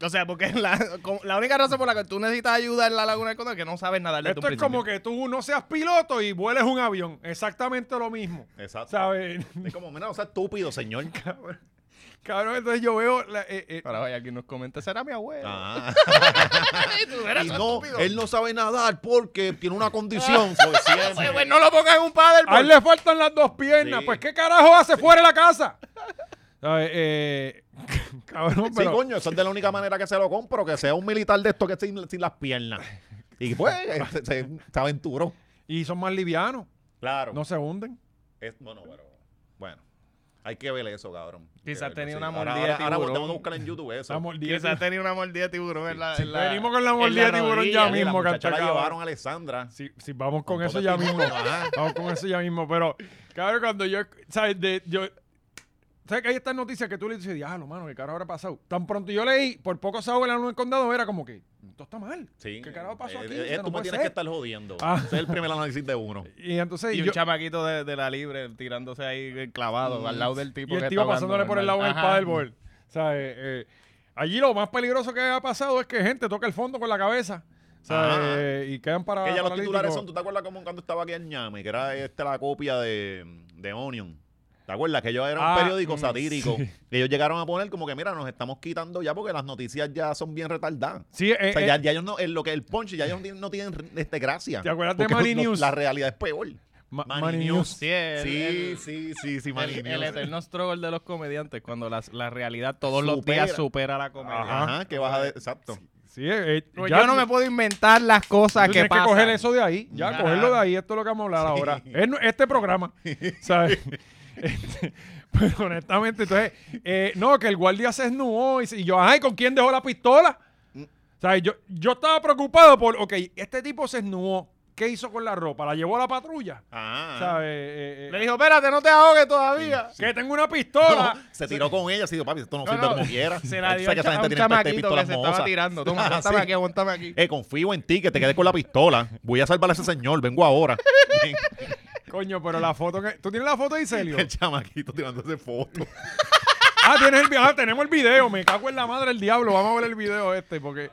Speaker 4: O sea, porque la, como- la única razón por la que tú necesitas ayuda en la laguna del Condor es que no sabes nadar desde
Speaker 3: Esto
Speaker 4: un
Speaker 3: es como
Speaker 4: principio.
Speaker 3: que tú no seas piloto y vueles un avión. Exactamente lo mismo.
Speaker 2: Exacto.
Speaker 3: ¿Sabes? <laughs>
Speaker 2: Es como, mira, o sea, estúpido, señor. <laughs>
Speaker 3: Cabrón, entonces yo veo... la- eh, eh,
Speaker 4: Ahora vaya, aquí nos comenta, será mi abuelo. <laughs>
Speaker 2: Ah.
Speaker 4: Tú eres
Speaker 2: Y
Speaker 4: un
Speaker 2: no,
Speaker 4: estúpido.
Speaker 2: él no sabe nadar porque tiene una condición. <laughs> Soy
Speaker 4: Ese
Speaker 2: siempre.
Speaker 4: güey, Pues, no lo pongas en un
Speaker 2: <laughs>
Speaker 4: paddle. pues.
Speaker 3: A él le faltan las dos piernas.
Speaker 2: Sí.
Speaker 3: Pues, ¿qué carajo hace fuera de la
Speaker 2: <laughs>
Speaker 3: casa? ¿Sabes? Eh, <laughs> cabrón,
Speaker 2: Sí,
Speaker 3: pero...
Speaker 2: coño, esa es de la única manera que se lo compro, que sea un militar de esto que esté sin, sin las piernas. Y <laughs> pues, eh, se, se- se aventuró.
Speaker 3: y son más livianos.
Speaker 2: Claro.
Speaker 3: No se hunden.
Speaker 2: Es- bueno, pero, bueno. Hay que ver eso, cabrón. Hay
Speaker 4: Quizás
Speaker 2: que verlo,
Speaker 4: tenía
Speaker 2: sí.
Speaker 4: una
Speaker 2: Ahora-
Speaker 4: mordida
Speaker 2: Ahora,
Speaker 4: de
Speaker 2: ahora
Speaker 4: tiburón.
Speaker 2: tengo que buscar en YouTube eso.
Speaker 3: Estamos
Speaker 4: Quizás tenía una mordida de tiburón en la, en la-
Speaker 3: Venimos con la
Speaker 4: en
Speaker 3: mordida de tiburón
Speaker 4: rodilla.
Speaker 3: ya
Speaker 2: Sí,
Speaker 3: mismo,
Speaker 2: la muchacha la
Speaker 3: cabrón.
Speaker 2: llevaron a Alessandra.
Speaker 3: Si vamos con,
Speaker 2: Con
Speaker 3: eso
Speaker 2: todo
Speaker 3: ya
Speaker 2: este <laughs>
Speaker 3: mismo.
Speaker 2: mundo, ajá.
Speaker 3: Vamos con eso ya mismo. Pero, cabrón, cuando yo... ¿Sabes? De- yo ¿Sabes que hay estas noticias que tú le dices, diablo, mano, qué carajo habrá pasado? Tan pronto yo leí, por poco se ahoga en la luz del condado, era como que, esto está mal.
Speaker 2: Sí.
Speaker 3: ¿Qué carajo pasó
Speaker 2: Eh,
Speaker 3: aquí?
Speaker 2: eh,
Speaker 3: Esto no
Speaker 2: tú me
Speaker 3: puede
Speaker 2: tienes
Speaker 3: ser.
Speaker 2: que estar jodiendo.
Speaker 3: Ah.
Speaker 2: Ese es el primer análisis de uno.
Speaker 3: Y entonces
Speaker 4: Y un
Speaker 3: yo,
Speaker 4: chamaquito de, de la libre tirándose ahí clavado al lado del tipo
Speaker 3: y el
Speaker 4: que
Speaker 3: tío
Speaker 4: está
Speaker 3: pasándole
Speaker 4: jugando
Speaker 3: por el lado del
Speaker 4: normal. Ajá.
Speaker 3: paddleboard. O sea, eh, eh, allí lo más peligroso que ha pasado es que gente toca el fondo con la cabeza. O sea,
Speaker 2: Ajá.
Speaker 3: eh, y quedan para
Speaker 2: Que ya los titulares
Speaker 3: paralíticos.
Speaker 2: son, ¿tú te acuerdas como cuando estaba aquí el ñame? Que era esta la copia de, de Onion. ¿Te acuerdas? Que ellos eran
Speaker 3: Ah,
Speaker 2: un periódico
Speaker 3: mm,
Speaker 2: satírico. Y ellos llegaron a poner como que, mira, nos estamos quitando ya porque las noticias ya son bien retardadas.
Speaker 3: Sí, eh,
Speaker 2: O sea,
Speaker 3: eh,
Speaker 2: ya, ya ellos no, en lo que es el punch, ya ellos no tienen, no tienen este, gracia.
Speaker 3: ¿Te acuerdas de
Speaker 2: Porque
Speaker 3: Money
Speaker 2: no-
Speaker 3: News?
Speaker 2: La realidad es peor.
Speaker 3: Ma-
Speaker 2: Manny
Speaker 3: Manny
Speaker 2: News.
Speaker 3: News.
Speaker 4: Sí, el-
Speaker 2: Sí,
Speaker 4: el-
Speaker 2: sí, sí, sí, Money
Speaker 4: El, el
Speaker 2: News.
Speaker 4: eterno struggle de los comediantes cuando las- la, realidad todos los
Speaker 2: Supera.
Speaker 4: días supera la comedia.
Speaker 2: Ajá, que vas a... de- Exacto.
Speaker 3: Sí, eh, eh,
Speaker 4: Pues
Speaker 3: ya
Speaker 4: yo no me puedo inventar las cosas
Speaker 3: Tú
Speaker 4: que
Speaker 3: tienes
Speaker 4: pasan.
Speaker 3: que coger eso de ahí, ya,
Speaker 4: Ajá.
Speaker 3: cogerlo de ahí, esto es lo que vamos a hablar ahora. Es nu- este programa, ¿sabes? Este, pero honestamente, entonces, eh, no, que el guardia se esnudó y, se- y yo, ay, ¿con quién dejó la pistola? O sea, yo, yo estaba preocupado por, ok, este tipo se esnudó, ¿qué hizo con la ropa? ¿La llevó a la patrulla?
Speaker 2: Ah.
Speaker 3: ¿Sabes? Eh, eh,
Speaker 4: Le dijo, espérate, no te ahogues todavía.
Speaker 3: que tengo una
Speaker 2: No,
Speaker 3: pistola.
Speaker 2: <laughs> se tiró con ella, así dijo, papi, esto no,
Speaker 4: No,
Speaker 2: sirve
Speaker 4: no,
Speaker 2: como quiera.
Speaker 4: Se la
Speaker 2: Tú
Speaker 4: dio a
Speaker 2: sabes
Speaker 4: un
Speaker 2: esa gente tiene par de
Speaker 4: chamaquito que
Speaker 2: pistolas
Speaker 4: se estaba
Speaker 2: mohosas. <laughs>
Speaker 4: tirando. Toma,
Speaker 2: Ah,
Speaker 4: aguántame
Speaker 2: sí.
Speaker 4: aquí, aguántame aquí.
Speaker 2: Eh, confío en ti, que te quedes con la pistola. Voy a salvar a ese señor, vengo
Speaker 4: <laughs>
Speaker 2: ahora. <laughs>
Speaker 3: Coño, pero la foto que... ¿Tú tienes la foto de Iselio?
Speaker 2: el chamaquito tirándose fotos.
Speaker 3: Ah, tienes el vi- ah, tenemos el video. Me cago en la madre del diablo. Vamos a ver el video este porque.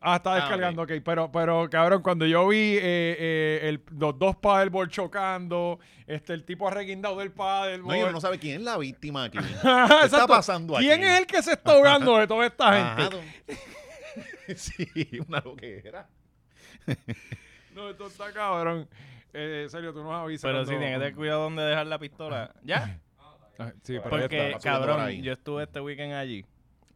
Speaker 3: Ah, está descargando, ok. Pero, pero cabrón, cuando yo vi eh, eh, el- los dos paddleboard chocando, este, el tipo arreguindado del
Speaker 2: No,
Speaker 3: paddleboard.
Speaker 2: y
Speaker 3: <laughs>
Speaker 2: uno no sabe quién es la víctima aquí.
Speaker 3: Ajá,
Speaker 2: ¿Qué está
Speaker 3: exacto.
Speaker 2: pasando aquí?
Speaker 3: ¿Quién es el que se está ahogando de toda esta gente?
Speaker 2: Ajá, don- <laughs> Sí, una loquera.
Speaker 3: No, esto está cabrón. Eh, en serio, tú nos avisas.
Speaker 4: Pero sí,
Speaker 3: cuando-
Speaker 4: tienes que tener cuidado dónde dejar la pistola. ¿Ya?
Speaker 3: Ah, sí, pero
Speaker 2: Por-
Speaker 4: Porque,
Speaker 2: está, está subiendo por
Speaker 4: cabrón,
Speaker 2: ahí.
Speaker 4: yo estuve este weekend allí,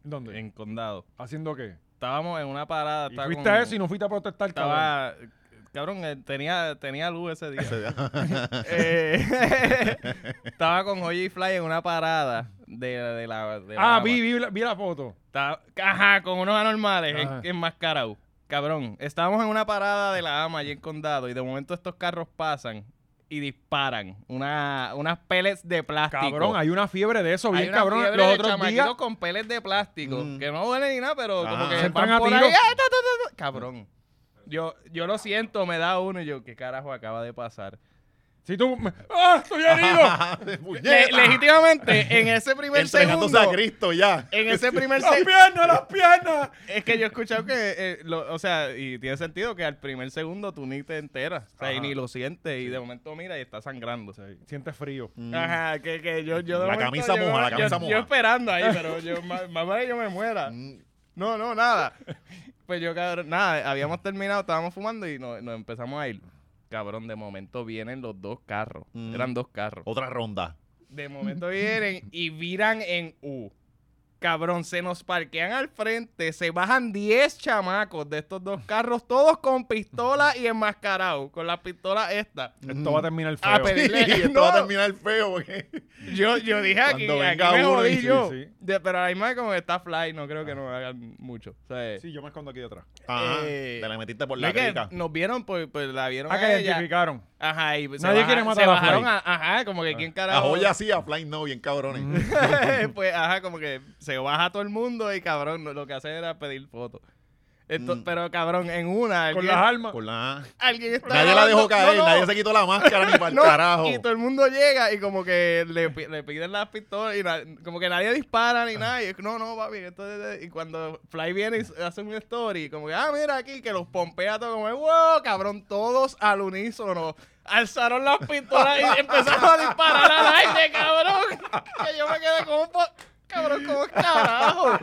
Speaker 3: ¿Dónde?
Speaker 4: en Condado.
Speaker 3: ¿Haciendo qué?
Speaker 4: Estábamos en una parada.
Speaker 3: Y
Speaker 4: estaba
Speaker 3: fuiste
Speaker 4: como-
Speaker 3: a eso y no fuiste a protestar, cabrón.
Speaker 4: Estaba... Cabrón, eh, tenía, tenía luz ese día.
Speaker 2: Ajá.
Speaker 4: <laughs> Eh, <laughs> estaba con Joy y Fly en una parada de, de la. de la
Speaker 3: Ah,
Speaker 4: agua.
Speaker 3: vi, vi, la, vi la foto.
Speaker 4: Estaba- ajá, con unos anormales
Speaker 3: Ajá.
Speaker 4: en, en Mascarau. Cabrón, estábamos en una parada de la AMA allí en Condado y de momento estos carros pasan y disparan una, unas pellets de plástico.
Speaker 3: Cabrón, hay una fiebre de eso,
Speaker 4: Hay
Speaker 3: bien
Speaker 4: una
Speaker 3: cabrón.
Speaker 4: fiebre
Speaker 3: Los
Speaker 4: de
Speaker 3: otros
Speaker 4: chamaquitos
Speaker 3: días
Speaker 4: con pellets de plástico
Speaker 2: Mm.
Speaker 4: que no duelen ni nada, pero como
Speaker 2: Ajá.
Speaker 4: que
Speaker 3: Se
Speaker 4: van
Speaker 3: están a
Speaker 4: por
Speaker 3: tiro.
Speaker 4: ahí. ¡Ah, ta, ta, ta, ta! Cabrón. Yo, yo lo siento, me da uno y yo, ¿qué carajo acaba de pasar?
Speaker 3: Si tú. me- ¡Ah, estoy
Speaker 4: <laughs>
Speaker 3: herido!
Speaker 4: Le-
Speaker 2: Puñeta.
Speaker 4: legítimamente, en ese primer
Speaker 2: Entregándose
Speaker 4: segundo.
Speaker 2: a Cristo ya.
Speaker 4: En ese primer
Speaker 3: ¡Las
Speaker 4: segundo.
Speaker 3: piernas, las piernas!
Speaker 4: Es que yo he escuchado que. eh, lo- o sea, y tiene sentido que al primer segundo tú ni te enteras. O sea, y
Speaker 3: Ajá.
Speaker 4: ni lo sientes. Y de momento mira y está sangrando.
Speaker 3: Sientes frío.
Speaker 4: Ajá, que, que yo, yo de
Speaker 2: Mm. La
Speaker 4: momento
Speaker 2: camisa
Speaker 4: yo-
Speaker 2: moja, la
Speaker 4: yo-
Speaker 2: camisa
Speaker 4: Yo
Speaker 2: moja.
Speaker 4: esperando ahí, pero yo,
Speaker 2: <laughs>
Speaker 4: más, más vale que yo me muera.
Speaker 2: Mm.
Speaker 4: No, no, nada. Pues yo, cabrón, nada, habíamos terminado, estábamos fumando y nos, nos empezamos a ir. Cabrón, de momento vienen los dos carros.
Speaker 2: Mm.
Speaker 4: Eran dos carros.
Speaker 2: Otra ronda.
Speaker 4: De momento vienen y viran en U. Cabrón, se nos parquean al frente, se bajan 10 chamacos de estos dos carros, todos con pistola y enmascarados, con la pistola esta.
Speaker 3: Esto va a terminar feo.
Speaker 4: Ah, pero-
Speaker 2: <laughs> Sí,
Speaker 4: Pedirle-
Speaker 2: esto
Speaker 4: no. Eh,
Speaker 2: va a terminar feo porque...
Speaker 4: Yo, yo dije aquí,
Speaker 2: Cuando
Speaker 4: aquí
Speaker 2: venga
Speaker 4: me
Speaker 2: uno
Speaker 4: jodí
Speaker 2: y- sí,
Speaker 4: yo.
Speaker 3: sí.
Speaker 4: De- pero a la misma vez como que está Fly, no creo que nos hagan mucho. O sea,
Speaker 3: Sí, yo me escondo aquí detrás.
Speaker 2: Ajá,
Speaker 4: Eh,
Speaker 2: te la metiste por
Speaker 4: es
Speaker 2: la
Speaker 4: que
Speaker 2: rica.
Speaker 4: nos vieron, pues, pues la vieron
Speaker 3: Ah,
Speaker 4: a
Speaker 3: que
Speaker 4: ella.
Speaker 3: identificaron.
Speaker 4: Ajá, y se
Speaker 3: Nadie
Speaker 4: baja-
Speaker 3: quiere matar
Speaker 4: se
Speaker 3: a Fly. Ah.
Speaker 4: bajaron ajá, como que quién
Speaker 2: A
Speaker 4: carajo.
Speaker 2: joya sí, a fly no, bien cabrones. <laughs>
Speaker 4: pues, ajá, como que se baja todo el mundo y cabrón, lo- lo que hace era pedir fotos. Esto-
Speaker 2: Mm.
Speaker 4: Pero cabrón, en una.
Speaker 3: Con
Speaker 4: Alguien,
Speaker 3: las armas.
Speaker 2: Con la...
Speaker 4: alguien está
Speaker 2: Nadie la dejó
Speaker 4: grabando-
Speaker 2: caer,
Speaker 4: no, no,
Speaker 2: nadie se quitó la máscara ni para el
Speaker 4: no,
Speaker 2: carajo.
Speaker 4: Y todo el mundo llega y como que le, pi- le piden las pistolas y na- como que nadie dispara
Speaker 3: Ah.
Speaker 4: ni nada. Y es, no, no, papi. esto es de-". y cuando Fly viene y hace un story, como que, ah, mira aquí, que los pompea todo como, wow, cabrón, todos al unísono. Alzaron las pistolas
Speaker 3: <laughs>
Speaker 4: y empezaron a disparar al aire, cabrón. Que yo me quedé como, po- cabrón, como carajo.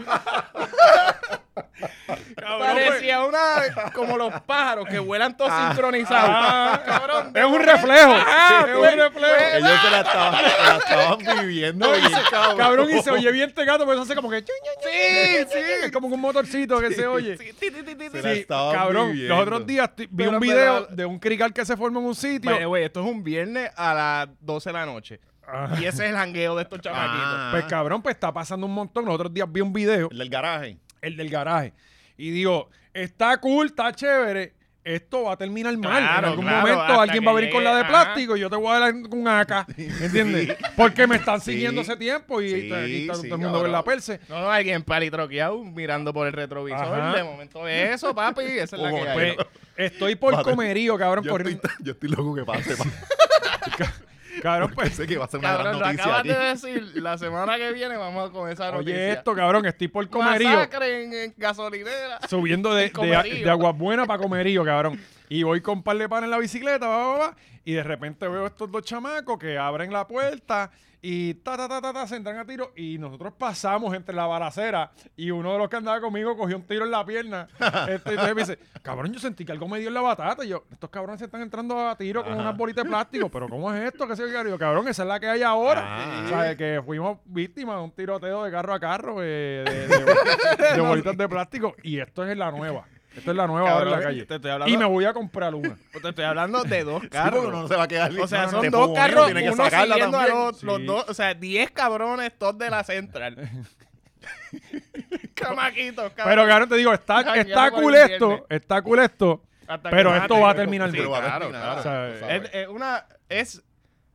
Speaker 3: pues,
Speaker 4: Parecía una, como los pájaros que vuelan todos sincronizados. Cabrón,
Speaker 3: Ah. Es un reflejo.
Speaker 4: Ajá,
Speaker 3: es
Speaker 4: fue-
Speaker 3: un reflejo.
Speaker 2: Ellos se la estaban, se la estaban viviendo. bien, cabrón.
Speaker 3: Cabrón, y se oye bien este gato, pero eso hace como que.
Speaker 4: pues, Sí,
Speaker 3: Es como un motorcito que se oye.
Speaker 4: Sí, ti, ti, ti, ti,
Speaker 2: Se
Speaker 4: ti.
Speaker 2: la
Speaker 3: Sí,
Speaker 2: estaban
Speaker 3: cabrón,
Speaker 2: viviendo.
Speaker 3: los otros días t- vi
Speaker 4: Pero-
Speaker 3: un video
Speaker 4: pero-
Speaker 3: de un crical que se forma en un sitio.
Speaker 4: Vale, güey, esto es un viernes a las 12 de la noche. Y ese es el jangueo de estos chamaquitos.
Speaker 2: Ah,
Speaker 3: Pues cabrón, pues está pasando un montón. Los otros días vi un video
Speaker 2: el del garaje.
Speaker 3: el del garaje. Y digo, está cool, está chévere. esto va a terminar mal.
Speaker 4: Claro,
Speaker 3: en algún
Speaker 4: claro,
Speaker 3: momento
Speaker 4: hasta
Speaker 3: alguien
Speaker 4: que
Speaker 3: va a venir con la de
Speaker 4: llegue,
Speaker 3: plástico y yo te voy a dar un AK. ¿Entiendes? Porque me están siguiendo
Speaker 2: Sí.
Speaker 3: hace tiempo y
Speaker 2: Sí,
Speaker 3: aquí está
Speaker 2: sí,
Speaker 3: todo el mundo en
Speaker 2: cabrón.
Speaker 3: la perse.
Speaker 4: No, no, alguien palitroqueado mirando por el retrovisor.
Speaker 3: Ajá.
Speaker 4: De momento de eso, papi. Esa <laughs> es la que hay.
Speaker 3: Pues, estoy por
Speaker 2: Padre.
Speaker 3: comerío, cabrón.
Speaker 2: Yo
Speaker 3: <laughs> corriendo-
Speaker 2: estoy, <laughs> yo estoy loco que pase. pa.
Speaker 3: Cabrón, pues,
Speaker 2: Pensé que iba a ser una
Speaker 4: Cabrón, lo
Speaker 2: gran noticia
Speaker 4: acabas
Speaker 2: aquí.
Speaker 4: de decir. La semana que viene vamos a comenzar
Speaker 3: oye esto, cabrón, estoy por comerío.
Speaker 4: Masacre en, en gasolinera.
Speaker 3: Subiendo de,
Speaker 4: En
Speaker 3: de, a-
Speaker 4: Comerío.
Speaker 3: de Aguabuena para Comerío, cabrón. Y voy con un par de pan en la bicicleta, va, va, va, y de repente veo estos dos chamacos que abren la puerta y ta, ta, ta, ta, ta, se entran a tiro. Y nosotros pasamos entre la balacera y uno de los que andaba conmigo cogió un tiro en la pierna. Este, y entonces me dice, cabrón, yo sentí que algo me dio en la batata. Y yo, estos cabrones se están entrando a tiro con unas bolitas de plástico. Pero ¿cómo es esto? ¿Qué se yo, cabrón? Esa es la que hay ahora.
Speaker 2: Ah.
Speaker 4: eh,
Speaker 3: O sea, que fuimos víctimas de un tiroteo de carro a carro eh, de,
Speaker 4: <laughs>
Speaker 3: de- de bolitas de plástico. Y esto es la nueva. Esto es la nueva ahora en la
Speaker 4: Cabrón,
Speaker 3: calle.
Speaker 4: te estoy hablando-
Speaker 3: Y me voy a comprar una.
Speaker 4: Pues Te estoy hablando de dos
Speaker 2: Sí,
Speaker 4: carros.
Speaker 2: porque uno no se va a quedar
Speaker 4: O sea,
Speaker 2: no,
Speaker 4: son
Speaker 2: te
Speaker 4: dos
Speaker 2: fumo,
Speaker 4: carros,
Speaker 2: tiene que
Speaker 4: uno
Speaker 2: sacarla
Speaker 4: siguiendo a
Speaker 2: también.
Speaker 4: los, los
Speaker 3: Sí.
Speaker 4: dos, o sea, 10 cabrones, todos de la central. <laughs> Camaquitos,
Speaker 3: Pero,
Speaker 4: cabrón.
Speaker 3: cabrón, te digo, está,
Speaker 4: Ay, ya
Speaker 3: está
Speaker 4: no voy
Speaker 3: cool
Speaker 4: el
Speaker 3: esto.
Speaker 4: viernes.
Speaker 3: Está cool esto.
Speaker 4: Hasta que
Speaker 3: Pero
Speaker 4: mate.
Speaker 3: esto va a terminar
Speaker 4: Sí,
Speaker 3: bien.
Speaker 2: Pero va a
Speaker 4: claro,
Speaker 3: claro.
Speaker 2: terminar, tú
Speaker 3: O sea, eh,
Speaker 2: sabes.
Speaker 4: Es, es una, es,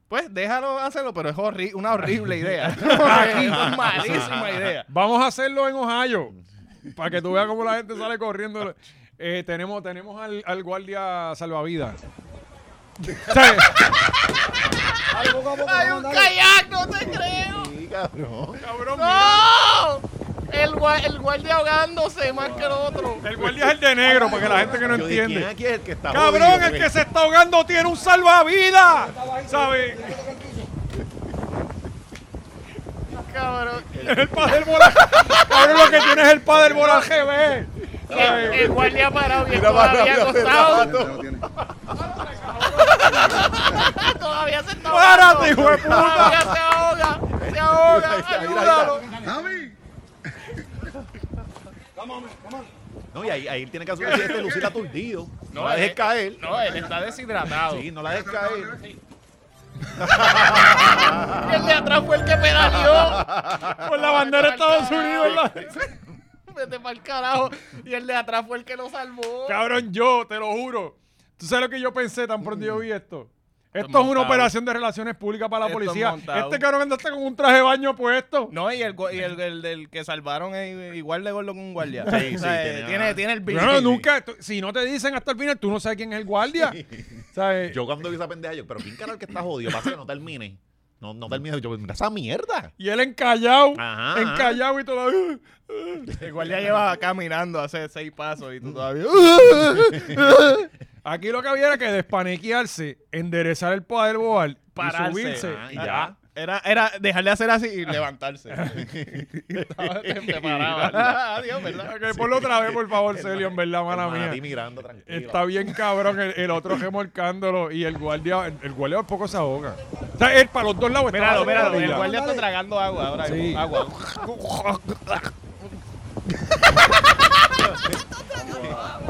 Speaker 4: pues déjalo hacerlo, pero es horri- una horrible idea. <laughs> es una malísima idea.
Speaker 3: Vamos a hacerlo en Ohio. Para que tú veas cómo la gente sale corriendo. Eh, tenemos tenemos al, al guardia salvavidas. <laughs> ¿Sabes?
Speaker 5: Dale, poco a poco,
Speaker 4: ¡Hay
Speaker 5: vamos,
Speaker 4: un
Speaker 5: dale.
Speaker 4: kayak! ¡No te creo!
Speaker 2: Sí, cabrón.
Speaker 3: Cabrón, mira.
Speaker 4: ¡No! El, gua- el guardia ahogándose más que el otro.
Speaker 3: El guardia es el de negro, para que la gente que no
Speaker 2: Yo dije,
Speaker 3: entiende.
Speaker 2: ¿quién aquí es el que está
Speaker 3: Cabrón,
Speaker 2: jodido?
Speaker 3: el que se está ahogando tiene un salvavidas. ¿Sabes?
Speaker 4: Cabrón.
Speaker 3: Es el padre del bola. Cabrón, lo que tiene es el padre del bola GB.
Speaker 4: El, el guardia parado y
Speaker 2: Mira,
Speaker 4: todavía
Speaker 2: mira, mira,
Speaker 4: acostado.
Speaker 5: Ya lo tiene.
Speaker 4: <laughs> Todavía se está
Speaker 3: ¡Párate,
Speaker 4: ahogando.
Speaker 3: hijo de puta!
Speaker 4: Todavía se ahoga, se ahoga,
Speaker 2: Ahí está, ahí está, ahí está.
Speaker 4: ayúdalo.
Speaker 5: Javi. Come on, man, come on.
Speaker 2: No, y ahí, ahí tiene que hacer un siete lucir aturdido. No,
Speaker 4: No,
Speaker 2: la
Speaker 4: él-
Speaker 2: dejes caer.
Speaker 4: No, él está deshidratado.
Speaker 2: Sí, no la dejes caer.
Speaker 4: El de atrás fue el que pedaleó.
Speaker 3: Con la bandera de Estados Unidos. en la-
Speaker 4: Vete para el carajo. Y el de atrás fue el que lo salvó.
Speaker 3: Cabrón, yo, te lo juro. ¿Tú sabes lo que yo pensé tan pronto yo vi esto? Esto es una
Speaker 4: montado.
Speaker 3: operación de relaciones públicas para la
Speaker 4: Esto es
Speaker 3: policía.
Speaker 4: montado.
Speaker 3: Este cabrón anda hasta con un traje de baño puesto.
Speaker 4: No, y el, gu- y el, el del que salvaron es igual de gordo que un guardia.
Speaker 2: Sí,
Speaker 4: O sea,
Speaker 2: sí, tenía-
Speaker 4: tiene, tiene el bicho.
Speaker 3: Claro, nunca. tú- Si no te dicen hasta el final, tú no sabes quién es el guardia. ¿Sabes?
Speaker 2: Yo cuando vi esa pendeja, yo, pero ¿quién carajo que está jodido? Pasa que no termine. No, no termine. Yo, mira esa mierda.
Speaker 3: Y él encallado.
Speaker 2: Ajá,
Speaker 3: Encallado y todavía.
Speaker 4: El guardia lleva caminando hace seis pasos y tú todavía. ¡uh!
Speaker 3: Aquí lo que había era que despaniquearse, enderezar el poder boal
Speaker 4: Pararse.
Speaker 3: y subirse.
Speaker 2: Ah,
Speaker 3: y
Speaker 2: ya.
Speaker 3: ya.
Speaker 4: Era, era dejarle hacer así y levantarse. <laughs> Estaba- te- te paraba. <laughs> Adiós, ¿verdad?
Speaker 3: Que ponlo otra vez, por favor, Celio, en verdad, mala
Speaker 2: Hermana, a ti
Speaker 3: mía.
Speaker 2: mirando, tranquilo.
Speaker 3: Está bien cabrón el, el otro remolcándolo y el guardia, el, el guardia por poco se ahoga. O sea, él para los dos lados estaba
Speaker 4: Míralo, míralo.
Speaker 3: haciendo
Speaker 4: El
Speaker 3: la
Speaker 4: guardia está
Speaker 5: Dale.
Speaker 4: tragando agua ahora. mismo,
Speaker 3: Sí.
Speaker 4: Agua.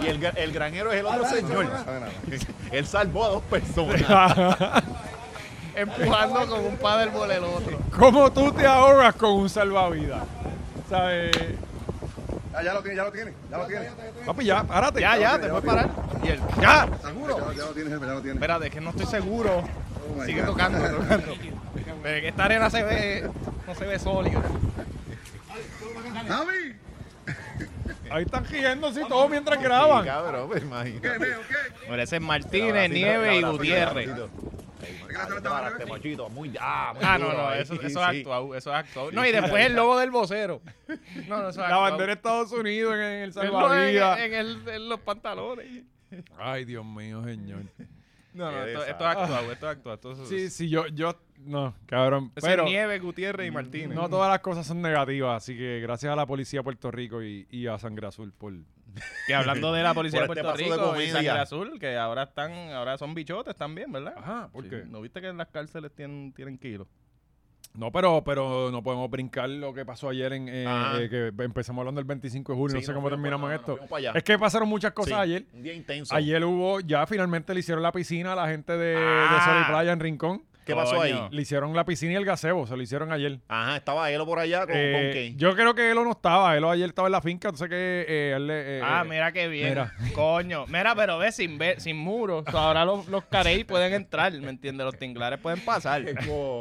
Speaker 2: Y el, gra- el granjero es el otro señor. <laughs> Él salvó a dos personas.
Speaker 3: orilla.
Speaker 4: Empujando con un padre por el otro.
Speaker 3: <laughs> ¿Cómo tú te ahogas con un salvavidas? ¿Sabes?
Speaker 5: Ah, ya lo tiene, ya lo tiene, ya lo tiene.
Speaker 3: Papi, ya, párate.
Speaker 4: Ya, ya,
Speaker 5: ya,
Speaker 4: te
Speaker 5: ya,
Speaker 4: puedes
Speaker 5: ya.
Speaker 4: parar. Y el. ¡Ya!
Speaker 5: Ya, ya lo tiene, jefe, ya lo tiene.
Speaker 4: Espérate, es que no estoy seguro.
Speaker 5: Oh my
Speaker 4: Sigue
Speaker 5: God.
Speaker 4: tocando,
Speaker 5: <laughs>
Speaker 4: tocando. Pero es que esta arena se ve. No se ve sólida.
Speaker 5: Javi.
Speaker 3: Ahí están riéndose y todo mientras graban.
Speaker 2: Cabrón, pues, me imagino.
Speaker 5: ¿Qué, neo, qué?
Speaker 4: Merecen Martínez, Nieves y Gutiérrez.
Speaker 2: Te machito, muy, ah, muy
Speaker 4: Ah, no,
Speaker 2: duro
Speaker 4: no,
Speaker 2: ahí,
Speaker 4: eso, eso es
Speaker 2: sí.
Speaker 4: actuado, eso es actuado. No, y después el logo del vocero. No, no, eso es
Speaker 3: La
Speaker 4: actuado.
Speaker 3: bandera de Estados Unidos en, en el
Speaker 4: El logo en,
Speaker 3: salvavidas.
Speaker 4: en el- en los pantalones.
Speaker 3: Ay, Dios mío, señor.
Speaker 4: No, no,
Speaker 2: Qué
Speaker 4: esto, esto es
Speaker 2: desastre.
Speaker 4: actuado, esto es actuado. Esto es,
Speaker 3: Sí, sí, yo, yo, no, cabrón.
Speaker 4: eso es
Speaker 3: Pero
Speaker 4: Nieves, Gutiérrez y Martínez.
Speaker 3: no todas las cosas son negativas, así que gracias a la policía de Puerto Rico y, y a Sangre Azul por...
Speaker 4: que hablando de la policía de
Speaker 2: Por este
Speaker 4: Puerto
Speaker 2: paso de
Speaker 4: Rico y
Speaker 2: comedia.
Speaker 4: Sangre Azul, que ahora están, ahora son bichotes también, ¿verdad?
Speaker 3: Ajá, ¿por
Speaker 4: Sí,
Speaker 3: qué?
Speaker 4: ¿No viste que en las cárceles tienen, tienen kilos?
Speaker 3: No, pero, pero no podemos brincar lo que pasó ayer en eh,
Speaker 2: Ajá.
Speaker 3: eh, que empezamos hablando el 25 de julio,
Speaker 2: Ah.
Speaker 3: no
Speaker 2: Sí,
Speaker 3: sé
Speaker 2: nos
Speaker 3: cómo
Speaker 2: fuimos
Speaker 3: terminamos
Speaker 2: para-
Speaker 3: en
Speaker 2: nos
Speaker 3: esto.
Speaker 2: fuimos para allá.
Speaker 3: Es que pasaron muchas cosas
Speaker 2: Sí,
Speaker 3: ayer.
Speaker 2: Un día intenso.
Speaker 3: Ayer hubo, ya finalmente le hicieron la piscina a la gente de, de
Speaker 2: Ah.
Speaker 3: Sol y Playa en Rincón.
Speaker 2: ¿Qué pasó ahí?
Speaker 3: Le hicieron la piscina y el gazebo, se lo hicieron ayer.
Speaker 2: Ajá, estaba Elo por allá con,
Speaker 3: Eh,
Speaker 2: con Kane.
Speaker 3: yo creo que Elo no estaba, Elo ayer estaba en la finca, entonces que eh, él le- eh,
Speaker 4: Ah,
Speaker 3: eh, <laughs>
Speaker 4: mira qué bien.
Speaker 3: mira.
Speaker 4: Coño. Mira, pero ves, sin, ve- sin muros. o sea, ahora los, los carey pueden entrar, ¿me entiendes? Los tinglares pueden pasar.
Speaker 3: <laughs>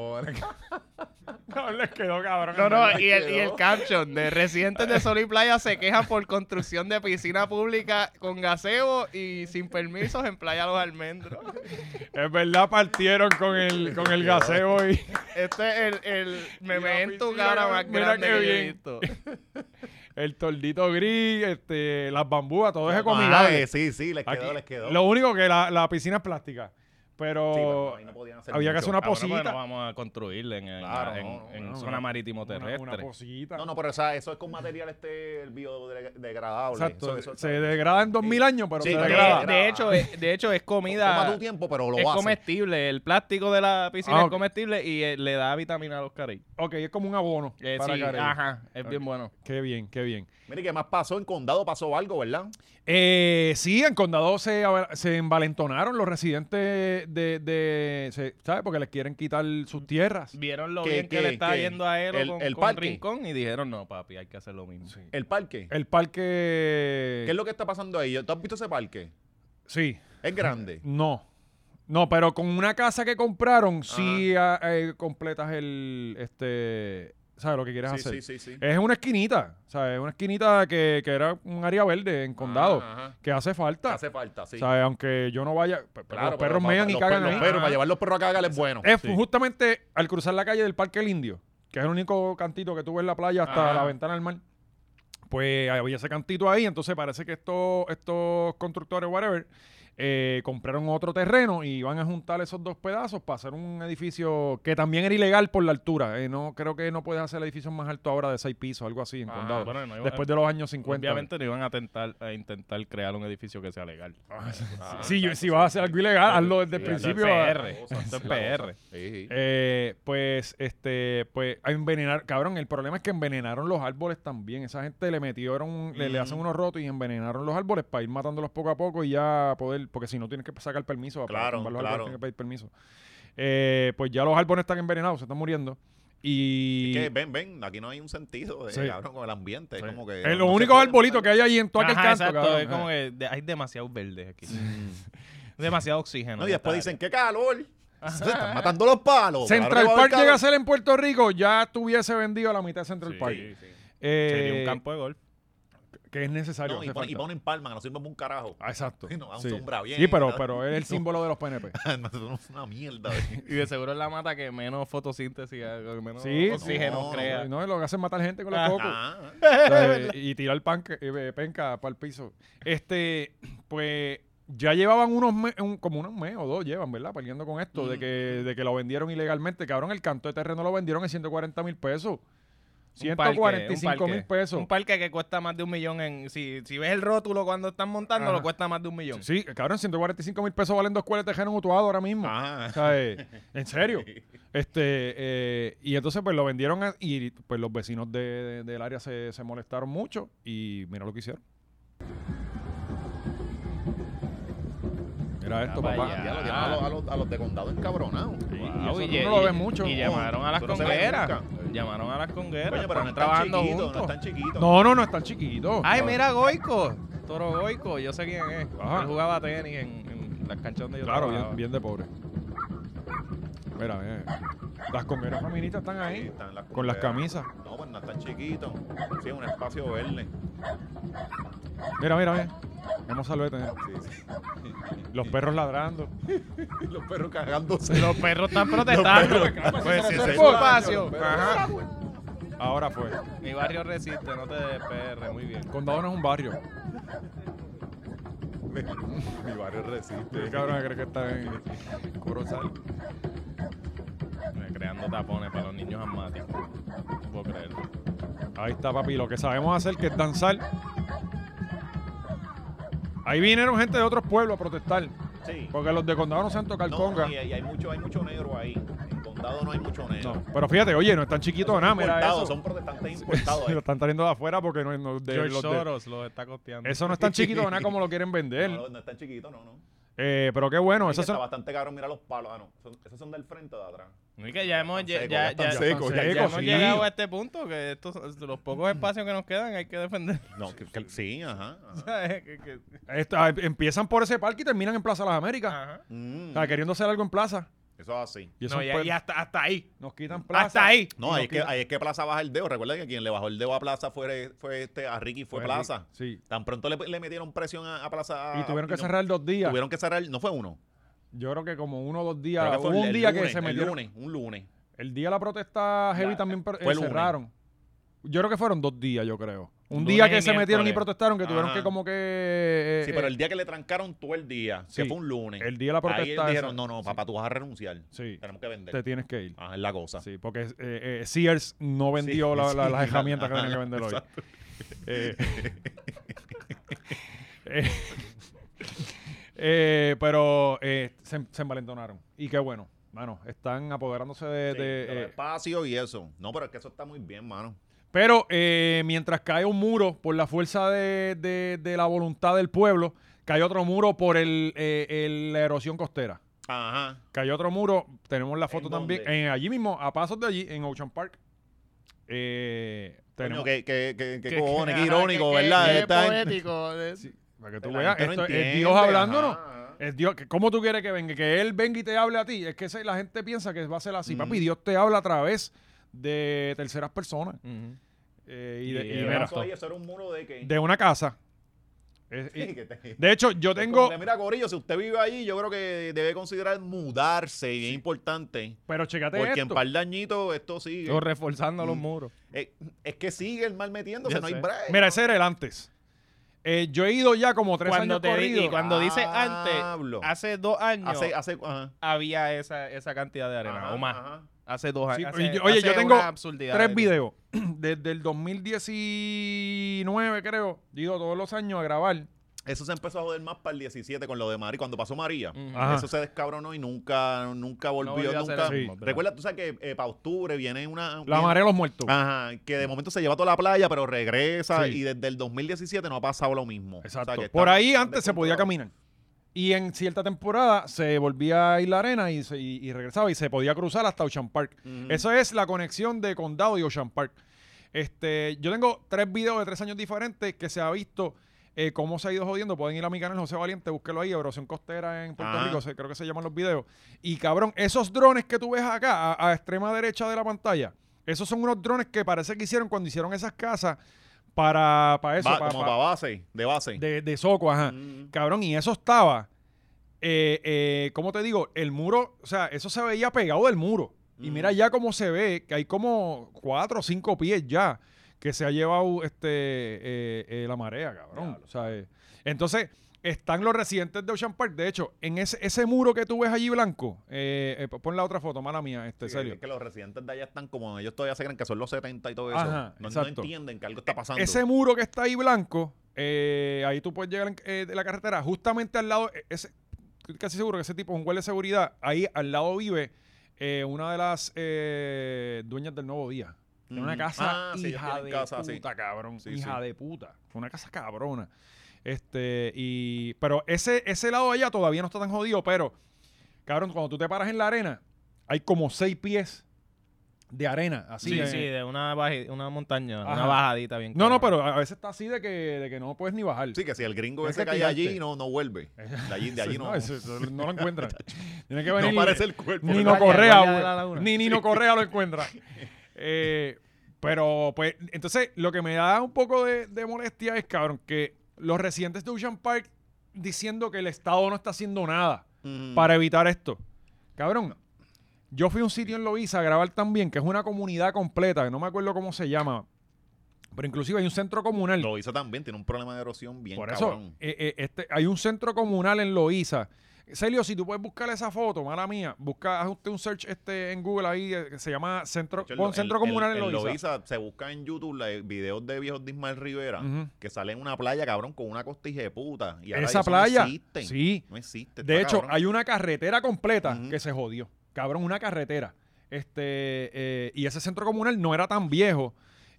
Speaker 3: No, les quedó cabrón.
Speaker 4: No, no, y el, y el caption de residentes de Sol y Playa se quejan por construcción de piscina pública con gaseo y sin permisos en Playa Los Almendros.
Speaker 3: Es verdad, partieron con el, con el gaseo y.
Speaker 4: Este es el, el
Speaker 3: la
Speaker 4: meme en tu
Speaker 3: piscina,
Speaker 4: cara más
Speaker 3: mira
Speaker 4: grande
Speaker 3: qué
Speaker 4: que yo he
Speaker 3: bien.
Speaker 4: visto.
Speaker 3: El tordito gris, este, las bambúas, todo es
Speaker 2: Ajá,
Speaker 3: comida.
Speaker 2: eh, sí, sí, les quedó, les quedó.
Speaker 3: Lo único que la, la piscina es plástica.
Speaker 2: Sí, bueno,
Speaker 3: Pero
Speaker 2: ahí no podían hacer
Speaker 3: había que
Speaker 2: mucho.
Speaker 3: hacer una
Speaker 2: Ah,
Speaker 3: posita.
Speaker 4: vamos a construirle en, en-
Speaker 2: Claro, no, no, no,
Speaker 4: zona marítimo
Speaker 3: una, una posita.
Speaker 2: No, no, pero o sea, eso es con material este biodegradable.
Speaker 3: Exacto.
Speaker 2: Eso- eso-
Speaker 3: se degrada en dos mil años, pero
Speaker 2: Sí,
Speaker 3: se
Speaker 2: no,
Speaker 3: degrada.
Speaker 4: De, de hecho, es- de hecho, es
Speaker 2: Toma
Speaker 4: comida.
Speaker 2: tu tiempo, pero lo
Speaker 4: es
Speaker 2: haces.
Speaker 4: comestible. El plástico de la piscina
Speaker 3: Ah,
Speaker 4: es
Speaker 3: ok.
Speaker 4: comestible y eh, le da vitamina a los carey.
Speaker 3: Ok, es como un abono.
Speaker 4: Eh,
Speaker 3: para
Speaker 4: sí,
Speaker 3: Carey.
Speaker 4: ajá, es bien bueno.
Speaker 3: Qué bien, qué bien.
Speaker 2: Mire, ¿qué más pasó? En Condado pasó algo, ¿verdad?
Speaker 3: Eh, sí, en Condado se, se envalentonaron los residentes de, de se- ¿sabes? Porque les quieren quitar sus tierras.
Speaker 4: Vieron lo
Speaker 2: ¿Qué,
Speaker 4: bien que
Speaker 2: qué,
Speaker 4: le estaba
Speaker 2: qué?
Speaker 4: yendo a Ero
Speaker 2: El-
Speaker 4: con,
Speaker 2: el
Speaker 4: con
Speaker 2: parque.
Speaker 4: Rincón y dijeron, no, papi, hay que hacer lo mismo.
Speaker 2: El parque.
Speaker 3: El parque...
Speaker 2: ¿Qué es lo que está pasando ahí? ¿Tú has visto ese parque?
Speaker 3: Sí, <laughs>
Speaker 2: Es grande.
Speaker 3: no. No, pero con una casa que compraron, sí ah, eh, completas el, este, ¿sabes? Lo que quieres
Speaker 2: Sí,
Speaker 3: hacer.
Speaker 2: sí, sí, sí.
Speaker 3: Es una esquinita, ¿sabes? Una esquinita que, que era un área verde en Condado,
Speaker 2: Ah, ajá.
Speaker 3: que hace falta.
Speaker 2: Hace falta, sí.
Speaker 3: ¿Sabes? Aunque yo no vaya, pe-
Speaker 2: Claro,
Speaker 3: los
Speaker 2: pero
Speaker 3: perros
Speaker 2: pa-
Speaker 3: mean y
Speaker 2: los
Speaker 3: cagan
Speaker 2: perros-
Speaker 3: ahí.
Speaker 2: Los perros, para llevar los perros a cagar es bueno.
Speaker 3: Es
Speaker 2: Sí.
Speaker 3: justamente al cruzar la calle del Parque El Indio, que es el único cantito que tú ves en la playa hasta
Speaker 2: Ajá.
Speaker 3: la ventana del mar. Pues había ese cantito ahí, entonces parece que estos, estos constructores, whatever, eh, compraron otro terreno y van a juntar esos dos pedazos para hacer un edificio que también era ilegal por la altura. eh, no Creo que no puedes hacer edificios más altos ahora de seis pisos, algo así, en
Speaker 4: Ah,
Speaker 3: condado.
Speaker 4: bueno, no iba-
Speaker 3: Después de los años 50.
Speaker 4: Obviamente no iban a, tentar, a intentar crear un edificio que sea legal. Ah,
Speaker 3: Sí, yo- si vas a hacer algo ilegal, hazlo desde el
Speaker 2: Sí, eso es
Speaker 3: principio. a-
Speaker 4: PR. Esto ah. es PR.
Speaker 2: Sí, sí.
Speaker 3: Eh, pues, este, pues, a envenenar, cabrón, el problema es que envenenaron los árboles también. Esa gente le metieron, le, le hacen unos rotos y envenenaron los árboles para ir matándolos poco a poco y ya poder, porque si no tienes que sacar permiso, para
Speaker 2: Claro,
Speaker 3: tumbar los
Speaker 2: claro.
Speaker 3: árboles tienes que pedir permiso. Eh, pues ya los árboles están envenenados, se están muriendo. Y
Speaker 2: Que ven, ven, aquí no hay un sentido de,
Speaker 3: Sí.
Speaker 2: cabrón, con el ambiente. Es como que.
Speaker 3: es
Speaker 2: no
Speaker 3: los
Speaker 2: se
Speaker 3: únicos
Speaker 2: puede
Speaker 3: arbolitos que
Speaker 2: matar.
Speaker 3: hay ahí en todo aquel
Speaker 4: Ajá,
Speaker 3: canto,
Speaker 4: exacto,
Speaker 3: cabrón.
Speaker 4: es como que de- hay demasiados verdes aquí. <laughs> demasiado oxígeno.
Speaker 2: No,
Speaker 4: en
Speaker 2: y después
Speaker 4: esta
Speaker 2: dicen, ¡qué calor! Se están matando los palos.
Speaker 3: Central
Speaker 2: Claro que va a haber
Speaker 3: Park llega a
Speaker 2: calor.
Speaker 3: ser en Puerto Rico, ya tuviese vendido la mitad de Central
Speaker 4: Sí,
Speaker 3: Park.
Speaker 4: sí.
Speaker 3: Eh,
Speaker 4: área. Sería un campo de golf.
Speaker 3: que es necesario.
Speaker 2: No, y,
Speaker 3: hace
Speaker 2: pon- y
Speaker 3: falta.
Speaker 2: ponen palma, que no sirven para un carajo. <laughs>
Speaker 3: Ah, exacto.
Speaker 2: Sí, no, a un
Speaker 3: sí.
Speaker 2: sombra bien,
Speaker 3: Sí, pero,
Speaker 2: ¿sabes?
Speaker 3: pero es el símbolo de los PNP.
Speaker 2: Eso es una mierda. ¿eh?
Speaker 4: Y de seguro es la mata que menos fotosíntesis, que menos
Speaker 3: Sí.
Speaker 4: oxígeno
Speaker 2: no,
Speaker 4: crea.
Speaker 3: Eh, No, lo que hacen es matar gente con los
Speaker 4: Ajá.
Speaker 2: <laughs>
Speaker 3: cocos.
Speaker 2: Ah,
Speaker 3: <laughs> O sea, y tirar panca- eh, penca para el piso. Este, pues ya llevaban unos me- un- como unos mes o dos llevan, ¿verdad? Peleando con esto de, que, de que lo vendieron ilegalmente. Cabrón, el canto de terreno lo vendieron en 140 mil pesos.
Speaker 4: Un parque,
Speaker 3: 145
Speaker 4: un
Speaker 3: mil
Speaker 4: parque.
Speaker 3: pesos.
Speaker 4: Un parque que cuesta más de un millón en... Si, si ves el rótulo cuando están montando,
Speaker 3: Ajá.
Speaker 4: lo cuesta más de un millón.
Speaker 3: Sí, cabrón, 145 mil pesos valen dos escuelas de terreno en Utuado ahora mismo.
Speaker 2: ah.
Speaker 3: O sea,
Speaker 2: <laughs>
Speaker 3: eh, en serio. Este, eh, y entonces pues lo vendieron a- y pues los vecinos de- de- del área se, se molestaron mucho y mira lo que hicieron. Mira esto,
Speaker 4: para
Speaker 3: papá.
Speaker 4: allá.
Speaker 2: Ya lo llevan a los, a los- a los de condado encabronados.
Speaker 4: Wow,
Speaker 3: eso tú no lo ves mucho.
Speaker 4: y llamaron a las
Speaker 2: Eso no se ve
Speaker 4: congueras.
Speaker 2: nunca.
Speaker 4: Llamaron a las congueras.
Speaker 2: Oye, pero no
Speaker 4: están
Speaker 2: están
Speaker 4: trabajando
Speaker 2: chiquitos,
Speaker 4: juntos.
Speaker 2: no están chiquitos.
Speaker 3: No, no, no, están chiquitos.
Speaker 4: Ay, mira Goico. Toro Goico. Yo sé quién es.
Speaker 3: Ajá.
Speaker 4: Él jugaba tenis en, en las canchas donde yo
Speaker 3: Claro,
Speaker 4: trabajaba.
Speaker 3: bien, bien de pobre. Mira, eh, las congueras feminitas están
Speaker 2: Sí,
Speaker 3: ahí
Speaker 2: están
Speaker 3: con las
Speaker 2: congueras.
Speaker 3: camisas.
Speaker 2: No, pues no están chiquitos. Sí, es un espacio verde. <laughs>
Speaker 3: Mira, mira, mira. Vamos a salvete. mira.
Speaker 2: Sí, sí.
Speaker 3: Los perros ladrando.
Speaker 2: Los perros cagándose.
Speaker 4: Los perros están protestando.
Speaker 2: Los perros.
Speaker 4: Pues sí,
Speaker 2: Ese
Speaker 4: es
Speaker 2: es
Speaker 4: su
Speaker 2: el
Speaker 4: espacio.
Speaker 2: barrio,
Speaker 4: Ajá.
Speaker 3: Ahora fue.
Speaker 4: Mi barrio resiste, no te desperres. Muy bien.
Speaker 3: Condado no es un barrio.
Speaker 2: Mi barrio resiste.
Speaker 3: ¿Qué cabrón crees que está en Corozal?
Speaker 4: Creando tapones para los niños asmáticos. No puedo creerlo.
Speaker 3: Ahí está, papi. Lo que sabemos hacer que es danzar. Ahí vinieron gente de otros pueblos a protestar.
Speaker 2: Sí.
Speaker 3: Porque los de condado no se han tocado el
Speaker 2: No,
Speaker 3: conga.
Speaker 2: y, y hay mucho, hay mucho negro ahí. En condado no hay mucho negro.
Speaker 3: No. Pero fíjate, oye, no están chiquitos de nada, mira
Speaker 2: Importados,
Speaker 3: eso.
Speaker 2: Son protestantes
Speaker 3: <laughs>
Speaker 2: importados.
Speaker 3: lo
Speaker 2: eh.
Speaker 3: están trayendo de afuera porque no, no- de,
Speaker 4: George
Speaker 3: los de-
Speaker 4: Soros los está costeando.
Speaker 3: Eso no es tan chiquito de nada como lo quieren vender.
Speaker 2: No, no están chiquitos, no, no.
Speaker 3: Eh, pero qué bueno.
Speaker 2: Eso
Speaker 3: Esas
Speaker 2: está
Speaker 3: son,
Speaker 2: bastante cabrón, mira los palos. Ah, no. son- esos son del frente o de atrás.
Speaker 4: No, y que ya hemos, lle-
Speaker 2: Están secos,
Speaker 4: ya,
Speaker 2: ya están
Speaker 4: ya-
Speaker 2: secos,
Speaker 4: ya
Speaker 3: secos,
Speaker 4: hemos
Speaker 3: sí.
Speaker 4: llegado a este punto, que estos, los pocos espacios que nos quedan hay que defender. <laughs>
Speaker 2: No, que, que- sí, ajá. ajá.
Speaker 4: Que- que-
Speaker 3: esta- ah, empiezan por ese parque y terminan en Plaza Las Américas.
Speaker 4: Ajá.
Speaker 2: Mm.
Speaker 3: O sea, queriendo hacer algo en Plaza.
Speaker 2: Eso es así.
Speaker 3: Y eso
Speaker 4: No, y,
Speaker 3: pues,
Speaker 4: y hasta, hasta ahí.
Speaker 3: nos quitan Plaza.
Speaker 4: Hasta ahí.
Speaker 2: No, ahí es, que, ahí es que Plaza baja el dedo. Recuerda que quien le bajó el dedo a Plaza fue, fue este, a Ricky, fue,
Speaker 3: Fue
Speaker 2: Plaza.
Speaker 3: Ricky, sí.
Speaker 2: Tan pronto le, le metieron presión a, a Plaza.
Speaker 3: Y tuvieron
Speaker 2: a-
Speaker 3: que
Speaker 2: no,
Speaker 3: cerrar dos días.
Speaker 2: Ah, Tuvieron que cerrar, no fue uno.
Speaker 3: Yo creo que como uno o dos días.
Speaker 2: Creo que fue
Speaker 3: hubo
Speaker 2: el-
Speaker 3: un
Speaker 2: el
Speaker 3: día que
Speaker 2: lunes,
Speaker 3: se
Speaker 2: El
Speaker 3: metieron. Eh,
Speaker 2: lunes, un lunes.
Speaker 3: El día de la protesta heavy
Speaker 2: Ya,
Speaker 3: también per-
Speaker 2: fue
Speaker 3: eh,
Speaker 2: el lunes.
Speaker 3: cerraron. Yo creo que fueron dos días, yo creo. Un
Speaker 4: Lunes
Speaker 3: día
Speaker 4: y
Speaker 3: que se metieron y
Speaker 4: miércoles.
Speaker 3: protestaron, que tuvieron
Speaker 2: Ajá.
Speaker 3: que como que... eh,
Speaker 2: Sí,
Speaker 3: eh,
Speaker 2: pero el día que le trancaron todo el día,
Speaker 3: Sí.
Speaker 2: que fue un lunes.
Speaker 3: El día de la
Speaker 2: Ahí
Speaker 3: protesta
Speaker 2: dijeron,
Speaker 3: esa.
Speaker 2: no, no,
Speaker 3: Sí.
Speaker 2: papá, tú vas a renunciar.
Speaker 3: Sí,
Speaker 2: Tenemos que vender.
Speaker 3: te tienes que ir.
Speaker 2: Ajá, es la cosa.
Speaker 3: Sí, porque eh, eh, Sears no vendió
Speaker 2: Sí,
Speaker 3: la- la-
Speaker 2: sí, la- <laughs>
Speaker 3: las herramientas que
Speaker 2: ajá,
Speaker 3: tenía que vender hoy.
Speaker 2: exacto.
Speaker 3: Eh, <laughs> eh, eh, pero eh, se, se envalentonaron. Y qué bueno. Mano, están apoderándose de...
Speaker 2: Sí,
Speaker 3: de,
Speaker 2: los
Speaker 3: eh,
Speaker 2: espacios y eso. No, pero es que eso está muy bien, mano.
Speaker 3: Pero eh, mientras cae un muro por la fuerza de, de- de la voluntad del pueblo, cae otro muro por el, eh, el- la erosión costera.
Speaker 2: Ajá.
Speaker 3: Cayó otro muro, tenemos la foto
Speaker 2: ¿En
Speaker 3: también,
Speaker 2: dónde?
Speaker 3: en allí mismo, a pasos de allí, en Ocean Park. Eh,
Speaker 2: Coño,
Speaker 3: tenemos,
Speaker 2: qué, qué, qué, qué
Speaker 3: <laughs>
Speaker 4: Que-
Speaker 2: cojones, qué
Speaker 4: ajá,
Speaker 2: irónico,
Speaker 4: que- que-
Speaker 2: ¿verdad?
Speaker 4: que
Speaker 2: Esta gente-
Speaker 4: poético. de-
Speaker 3: Sí, para que tú
Speaker 2: la
Speaker 3: veas,
Speaker 2: gente no
Speaker 3: esto es
Speaker 2: entiende,
Speaker 3: Dios hablándonos.
Speaker 2: ajá.
Speaker 3: Es Dios, que- ¿Cómo tú quieres que venga? Que Él venga y te hable a ti. Es que se- la gente piensa que va a ser así. Papi, Dios te habla a través de terceras personas. Eh, y de,
Speaker 4: Y
Speaker 3: y
Speaker 4: el
Speaker 2: Pero
Speaker 3: mira,
Speaker 2: eso ahí, eso era un muro de que... <laughs>
Speaker 3: de una casa. Es- y-
Speaker 2: que <laughs> te-
Speaker 3: De hecho, yo
Speaker 2: Como
Speaker 3: tengo.
Speaker 2: que, mira, Corillo, si usted vive ahí, yo creo que debe considerar mudarse y es importante.
Speaker 3: Pero chécate
Speaker 2: Porque en
Speaker 3: esto.
Speaker 2: par de añitos esto sigue.
Speaker 4: Yo reforzando los muros.
Speaker 2: Eh, es que sigue el mal metiéndose,
Speaker 4: Ya
Speaker 2: no
Speaker 4: sé.
Speaker 2: hay break.
Speaker 3: Mira, ese era el antes. Eh, yo he ido ya como tres
Speaker 4: Cuando
Speaker 3: años
Speaker 4: te di-
Speaker 3: corrido.
Speaker 4: y cuando dice
Speaker 2: Diablo.
Speaker 4: antes, hace dos años
Speaker 2: hace, hace, ajá.
Speaker 4: había esa, esa cantidad de arena
Speaker 2: Ajá,
Speaker 4: o más.
Speaker 2: ajá.
Speaker 4: Hace dos
Speaker 3: Sí,
Speaker 4: años.
Speaker 3: y
Speaker 4: hace-
Speaker 3: yo- oye,
Speaker 4: hace
Speaker 3: yo tengo
Speaker 4: una
Speaker 2: Ah,
Speaker 4: absurdidad
Speaker 3: tres
Speaker 4: de-
Speaker 3: videos. <clears throat> Desde el 2019, creo. He ido todos los años a grabar.
Speaker 2: Eso se empezó a joder más para el 17 con lo de María, cuando pasó María.
Speaker 4: Ujú.
Speaker 3: Ajá.
Speaker 2: Eso se descabronó y nunca, nunca volvió.
Speaker 4: volvió a hacer
Speaker 2: nunca.
Speaker 3: eso. Sí.
Speaker 2: Recuerda, tú sabes que eh, para octubre viene una.
Speaker 3: La
Speaker 2: viene-
Speaker 3: marea de los muertos.
Speaker 2: Ajá, que de momento se lleva toda la playa, pero regresa
Speaker 3: Sí.
Speaker 2: y desde el 2017 no ha pasado lo mismo.
Speaker 3: Exacto.
Speaker 2: O sea, que
Speaker 3: Por
Speaker 2: está-
Speaker 3: ahí
Speaker 2: está
Speaker 3: antes se podía
Speaker 2: descontrolado.
Speaker 3: caminar. Y en cierta temporada se volvía a ir la arena y, se- y- y regresaba y se podía cruzar hasta Ocean Park.
Speaker 2: Ujú.
Speaker 3: Esa es la conexión de Condado y Ocean Park. Este, yo tengo tres videos de tres años diferentes que se ha visto eh, cómo se ha ido jodiendo. Pueden ir a mi canal José Valiente, búsquelo ahí, Erosión Costera en Puerto
Speaker 2: Ajá.
Speaker 3: Rico, se- creo que se llaman los videos. Y cabrón, esos drones que tú ves acá, a, a extrema derecha de la pantalla, esos son unos drones que parece que hicieron cuando hicieron esas casas para, para eso,
Speaker 2: Va-
Speaker 3: para-
Speaker 2: como
Speaker 3: para-
Speaker 2: para base, de base.
Speaker 3: de, de Soco, ajá.
Speaker 2: Mm.
Speaker 3: Cabrón, y eso estaba, eh, eh, ¿cómo te digo? El muro, o sea, eso se veía pegado del muro. Y mira ya cómo se ve, que hay como cuatro o cinco pies ya que se ha llevado este eh, eh, la marea, cabrón. O sea, eh, entonces, están los residentes de Ocean Park. De hecho, en ese, ese muro que tú ves allí blanco, eh, eh, pon la otra foto, mala mía, este,
Speaker 2: Sí,
Speaker 3: serio.
Speaker 2: Es que los residentes de allá están como ellos todavía se creen que son los 70 y todo eso.
Speaker 3: Ajá,
Speaker 2: no, no
Speaker 3: exacto. E,
Speaker 2: entienden que algo está pasando.
Speaker 3: Ese muro que está ahí blanco, eh, ahí tú puedes llegar en- eh, de la carretera, justamente al lado, eh, ese, estoy casi seguro que ese tipo es un guardia de seguridad, ahí al lado vive eh, una de las eh, dueñas del Nuevo Día. En una
Speaker 2: Ujú.
Speaker 3: casa
Speaker 2: Ah, sí, ellos
Speaker 3: hija
Speaker 2: tienen
Speaker 3: de
Speaker 2: casa, sí.
Speaker 3: puta, cabrón.
Speaker 2: Sí,
Speaker 3: hija
Speaker 2: sí.
Speaker 3: de puta. Una casa cabrona. Este, y... Pero ese, ese lado de allá todavía no está tan jodido, pero... Cabrón, cuando tú te paras en la arena, hay como seis pies de arena. Así
Speaker 4: Sí,
Speaker 3: de-
Speaker 4: sí, de una, baji- una montaña,
Speaker 3: Ajá.
Speaker 4: una bajadita bien.
Speaker 3: no, no,
Speaker 4: cabrona.
Speaker 3: pero a a veces está así de que, de que no puedes ni bajar.
Speaker 2: Sí, que si el gringo
Speaker 3: Tienes
Speaker 2: ese
Speaker 3: que
Speaker 2: cae allí,
Speaker 3: tirarte.
Speaker 2: no, no
Speaker 3: <laughs>
Speaker 2: vuelve. De allí, de allí
Speaker 3: Sí,
Speaker 2: no.
Speaker 3: no, eso- eso no lo
Speaker 2: <laughs>
Speaker 3: encuentran. Tiene que
Speaker 2: no
Speaker 3: venir
Speaker 2: parece el cuerpo.
Speaker 3: ni
Speaker 4: el
Speaker 3: Nino
Speaker 4: guardia, el
Speaker 3: Correa,
Speaker 4: guardia de la
Speaker 3: güey.
Speaker 4: laguna.
Speaker 3: ni Nino Correa lo
Speaker 2: <laughs>
Speaker 3: encuentra. Eh, pero, pues, entonces, lo que me da un poco de, de molestia es, cabrón, que los residentes de Ocean Park diciendo que el Estado no está haciendo nada
Speaker 2: Mm.
Speaker 3: para evitar esto. Cabrón, yo fui a un sitio en Loiza a grabar también, que es una comunidad completa, que no me acuerdo cómo se llama, pero inclusive hay un centro comunal.
Speaker 2: Lo hizo también, tiene un problema de erosión bien
Speaker 3: Por eso,
Speaker 2: cabrón.
Speaker 3: eh, eh, este, hay un centro comunal en Loíza. Celio, si tú puedes buscar esa foto, mala mía, busca haz usted un search este, en Google ahí eh, que se llama centro,
Speaker 2: De hecho,
Speaker 3: pon
Speaker 2: el-
Speaker 3: centro
Speaker 2: el-
Speaker 3: comunal
Speaker 2: el-
Speaker 3: en
Speaker 2: el
Speaker 3: Loíza.
Speaker 2: Loíza, Se busca en YouTube la- videos de viejos de Ismael Rivera
Speaker 3: Ujú.
Speaker 2: que salen en una playa, cabrón, con una costilla de puta. Y ahora
Speaker 3: Esa
Speaker 2: eso
Speaker 3: playa,
Speaker 2: No existe.
Speaker 3: sí.
Speaker 2: No existe.
Speaker 3: De
Speaker 2: está
Speaker 3: hecho,
Speaker 2: cabrón.
Speaker 3: hay una carretera completa
Speaker 2: Ujú.
Speaker 3: que se jodió. Cabrón, una carretera. Este, eh, y ese centro comunal no era tan viejo.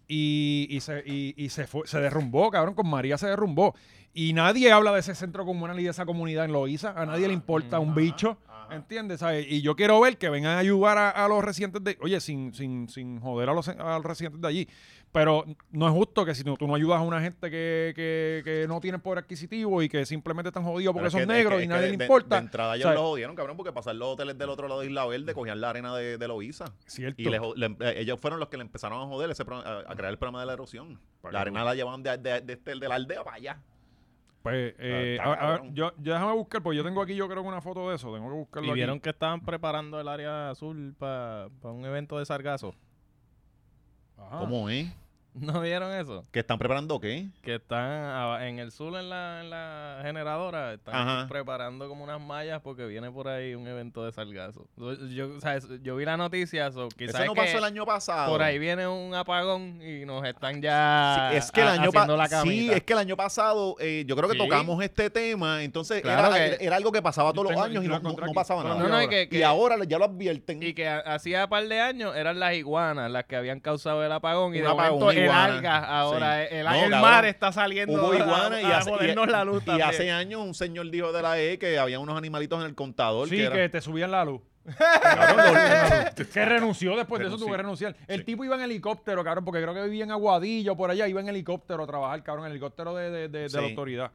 Speaker 3: y, y se, y- y se, fue- se derrumbó, cabrón, con María se derrumbó. Y nadie habla de ese centro comunal y de esa comunidad en Loíza. A nadie le importa un bicho, ¿entiendes? ¿Sabes? Y yo quiero ver que vengan a ayudar a, a los residentes de... Oye, sin, sin, sin joder a los, a los residentes de allí. Pero no es justo que si no- tú no ayudas a una gente que, que, que no tiene poder adquisitivo y que simplemente están jodidos porque
Speaker 2: Pero es
Speaker 3: son
Speaker 2: que- es
Speaker 3: negros
Speaker 2: que-
Speaker 3: y
Speaker 2: es que
Speaker 3: nadie
Speaker 2: de-
Speaker 3: le
Speaker 2: de-
Speaker 3: importa.
Speaker 2: De, entrada ellos
Speaker 3: ¿sabes?
Speaker 2: lo jodieron, cabrón, porque pasar los hoteles del otro lado de Isla Verde, cogían la arena de, de Loiza.
Speaker 3: Cierto.
Speaker 2: Y le jo- le- eh, ellos fueron los que le empezaron a joder ese pro- a, a crear el problema de la erosión.
Speaker 4: Pues
Speaker 2: La arena la llevaban de, de- de este- de la aldea para allá.
Speaker 3: Pues, eh,
Speaker 2: Ah,
Speaker 3: a- a-
Speaker 2: cabrón.
Speaker 3: yo, yo déjame buscar, porque yo tengo aquí, yo creo que una foto de eso. Tengo que buscarlo
Speaker 4: Y
Speaker 3: aquí.
Speaker 4: vieron que estaban preparando el área azul para un evento de sargazo. <laughs>
Speaker 3: Ajá.
Speaker 2: ¿Cómo es?
Speaker 4: ¿No vieron eso?
Speaker 2: ¿Que están preparando qué?
Speaker 4: Que están a- en el sur, en la, en la generadora, están
Speaker 2: Ajá.
Speaker 4: preparando como unas mallas porque viene por ahí un evento de sargazo. Yo, yo- o sea, yo vi la noticia, so, quizás
Speaker 2: Eso no
Speaker 4: es que
Speaker 2: pasó el año pasado.
Speaker 4: por ahí viene un apagón y nos están ya
Speaker 2: Sí, es que el
Speaker 4: ha-
Speaker 2: año
Speaker 4: haciendo la
Speaker 2: pasado. Sí,
Speaker 4: camita.
Speaker 2: es que el año pasado eh, yo creo que
Speaker 4: Sí.
Speaker 2: tocamos este tema. Entonces
Speaker 4: Claro
Speaker 2: era,
Speaker 4: que-
Speaker 2: era algo que pasaba
Speaker 3: Yo
Speaker 2: todos
Speaker 3: tengo-
Speaker 2: los años y
Speaker 3: yo lo
Speaker 2: no, no-
Speaker 3: encontré
Speaker 2: no
Speaker 3: aquí.
Speaker 2: pasaba
Speaker 4: No,
Speaker 2: nada.
Speaker 4: no, y que-
Speaker 2: y
Speaker 4: que-
Speaker 2: ahora ya lo advierten.
Speaker 4: Y que ha- hacía par de años eran las iguanas las que habían causado el apagón y
Speaker 2: Un
Speaker 4: de
Speaker 2: apagón,
Speaker 4: momento el
Speaker 2: iguana.
Speaker 4: alga ahora
Speaker 2: Sí.
Speaker 4: el, el
Speaker 2: No, cabrón.
Speaker 4: mar está saliendo
Speaker 2: Hubo
Speaker 4: a-
Speaker 2: iguana y
Speaker 4: a,
Speaker 2: hace- y-
Speaker 4: jodernos la luz
Speaker 2: Y
Speaker 4: también. Pues
Speaker 2: hace años un señor dijo de la E que había unos animalitos en el contador.
Speaker 3: Sí, que,
Speaker 2: que eran-
Speaker 3: te subían la luz.
Speaker 2: <laughs> cabrón, los-
Speaker 3: <laughs> que renunció después de eso,
Speaker 2: Renuncié.
Speaker 3: tuve que renunciar. El
Speaker 2: Sí.
Speaker 3: tipo iba en helicóptero, cabrón, porque creo que vivía en Aguadillo, por allá, iba en helicóptero a trabajar, cabrón, en helicóptero de, de- de- de la
Speaker 2: Sí.
Speaker 3: autoridad.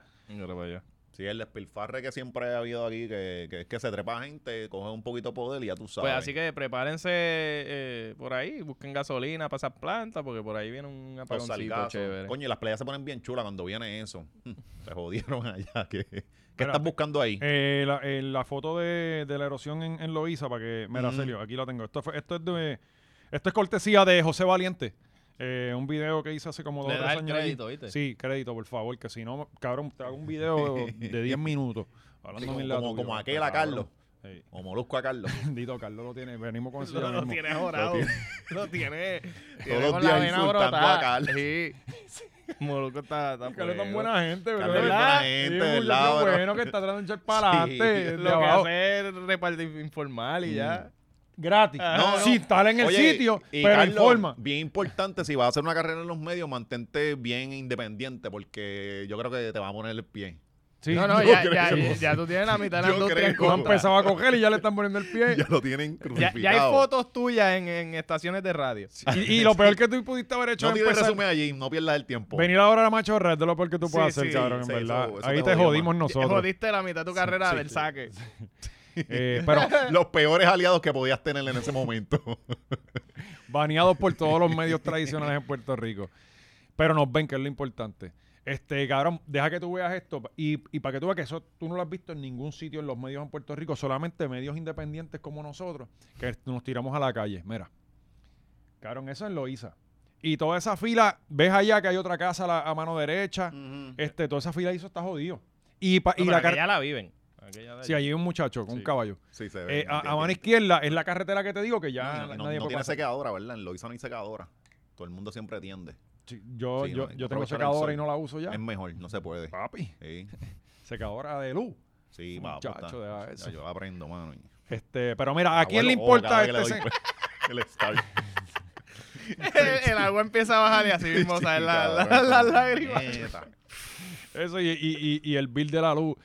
Speaker 2: Sí, el despilfarre que siempre ha habido aquí, que, que es que se trepa gente, coge un poquito de poder y ya tú sabes.
Speaker 4: Pues así que prepárense eh, por ahí, busquen gasolina para esas plantas porque por ahí viene un
Speaker 2: Los
Speaker 4: apagoncito
Speaker 2: salgazos.
Speaker 4: chévere.
Speaker 2: Coño, y las playas se ponen bien chulas cuando viene eso. <laughs> Mm, Te jodieron allá. ¿Qué, qué
Speaker 3: Espérate.
Speaker 2: estás buscando ahí?
Speaker 3: Eh, la, eh, la foto de, de la erosión en, en Loíza, para que. Mira,
Speaker 2: Ujú.
Speaker 3: Celio, aquí la tengo. Esto, fue- esto es de. Esto es cortesía de José Valiente. Eh, un video que hice hace como dos
Speaker 4: Le
Speaker 3: o
Speaker 4: da
Speaker 3: tres
Speaker 4: el
Speaker 3: años. allí.
Speaker 4: crédito, ¿viste?
Speaker 3: Sí, crédito, por favor, que si no, cabrón, te hago un
Speaker 2: <laughs>
Speaker 3: video de 10 minutos. Hablando
Speaker 2: Sí, como-
Speaker 3: mierda
Speaker 2: como-
Speaker 3: tuya,
Speaker 2: como
Speaker 3: cabrón.
Speaker 2: aquel a Carlos.
Speaker 3: Sí.
Speaker 2: O molusco a Carlos.
Speaker 3: <laughs> Bendito, Carlos lo tiene. Venimos con eso. ya
Speaker 4: Lo, lo
Speaker 3: mismo.
Speaker 4: tiene jorado.
Speaker 2: tiene-
Speaker 4: <laughs> Lo
Speaker 2: <laughs>
Speaker 4: tiene.
Speaker 2: Todos
Speaker 4: tiene
Speaker 2: los
Speaker 4: con
Speaker 2: días
Speaker 4: la vena
Speaker 2: insultando a
Speaker 4: brotada.
Speaker 2: Carlos. <laughs>
Speaker 4: Sí. <laughs> Moluco está, está
Speaker 3: Carlos es tan
Speaker 4: fuego. <laughs>
Speaker 3: buena gente,
Speaker 2: Carlos
Speaker 3: ¿verdad? Sí,
Speaker 2: es buena gente,
Speaker 3: es un
Speaker 2: ¿verdad,
Speaker 3: loco
Speaker 2: bro?
Speaker 3: bueno que está tratando de echar para
Speaker 2: <laughs> Sí,
Speaker 3: adelante. de
Speaker 4: Lo que
Speaker 3: abajo.
Speaker 4: hace es repartir informal y ya.
Speaker 2: Mm.
Speaker 3: Gratis.
Speaker 2: No, no.
Speaker 3: Sin estar Ah, en el
Speaker 2: Oye,
Speaker 3: sitio,
Speaker 2: y
Speaker 3: pero
Speaker 2: Carlos,
Speaker 3: informa.
Speaker 2: Bien importante, si vas a hacer una carrera en los medios, mantente bien independiente, porque yo creo que te va a poner el pie.
Speaker 3: Sí.
Speaker 4: no, no,
Speaker 2: yo
Speaker 4: ya,
Speaker 2: creo
Speaker 4: ya,
Speaker 2: que-
Speaker 4: ya tú tienes la mitad de la
Speaker 2: Yo
Speaker 4: industria
Speaker 2: creo
Speaker 4: en
Speaker 2: que-
Speaker 3: No
Speaker 4: contra.
Speaker 3: empezaba a coger y ya le están poniendo el pie.
Speaker 2: <laughs> Ya lo tienen
Speaker 4: Ya,
Speaker 2: crucificado.
Speaker 4: ya hay fotos tuyas en, en estaciones de radio.
Speaker 3: Y, y lo peor que tú pudiste haber hecho
Speaker 2: No
Speaker 3: es
Speaker 2: tiene
Speaker 3: empezar-
Speaker 2: resumen allí, no pierdas el tiempo.
Speaker 3: venir ahora a la machorra, es de lo peor que tú
Speaker 4: Sí,
Speaker 3: puedes hacer,
Speaker 4: sí,
Speaker 3: cabrón, en
Speaker 2: sí,
Speaker 3: verdad.
Speaker 2: eso- eso
Speaker 3: Ahí
Speaker 2: <laughs> te
Speaker 3: te
Speaker 2: jodió
Speaker 3: jodimos nosotros.
Speaker 4: Jodiste la mitad de tu carrera del saque.
Speaker 3: Eh, pero
Speaker 2: <laughs> Los peores aliados que podías tener en ese momento. <laughs>
Speaker 3: baneados por todos los medios tradicionales en Puerto Rico. Pero nos ven, que es lo importante. Este, cabrón, deja que tú veas esto. Y, y para que tú veas que eso tú no lo has visto en ningún sitio en los medios en Puerto Rico, solamente medios independientes como nosotros, que nos tiramos a la calle. Mira, cabrón, eso es Loíza. Y toda esa fila, ves allá que hay otra casa a, la- a mano derecha. Este, toda esa fila ahí, eso está jodido. Y, pa- y la
Speaker 4: ya
Speaker 3: carretera.
Speaker 4: la viven. Aquella de
Speaker 3: Si
Speaker 4: allí.
Speaker 3: hay un muchacho con un
Speaker 4: Sí.
Speaker 3: caballo.
Speaker 2: Sí, se ve.
Speaker 3: Eh,
Speaker 2: no
Speaker 3: a, a
Speaker 2: tiene-
Speaker 3: mano izquierda es la carretera que te digo que ya
Speaker 2: No, no,
Speaker 3: la-
Speaker 2: no-
Speaker 3: nadie
Speaker 2: no
Speaker 3: puede
Speaker 2: tiene
Speaker 3: pasar.
Speaker 2: secadora, ¿verdad? En Loiza no hay secadora. Todo el mundo siempre tiende.
Speaker 3: Sí, yo
Speaker 2: Sí,
Speaker 3: yo,
Speaker 2: no, hay que
Speaker 3: yo tengo
Speaker 2: aprovechar el sol.
Speaker 3: secadora y no la uso ya. Ah.
Speaker 2: Es mejor, no se puede.
Speaker 3: Papi,
Speaker 2: Sí,
Speaker 3: secadora de luz. <laughs>
Speaker 2: sí, va,
Speaker 3: Muchacho,
Speaker 2: puta.
Speaker 3: deja
Speaker 2: Ya,
Speaker 3: eso.
Speaker 2: Yo aprendo, mano.
Speaker 3: Este, pero mira, ¿a quién le
Speaker 2: Abuelo, oh,
Speaker 3: importa
Speaker 2: cada vez que
Speaker 3: este
Speaker 2: le doy- <laughs> El start.
Speaker 4: <laughs> el, el agua empieza a bajar y así mismo
Speaker 2: Sí,
Speaker 4: salen la- la-
Speaker 2: cabrón.
Speaker 4: las lágrimas.
Speaker 2: Neta.
Speaker 3: se- eso y, y- y- y el bill de la luz?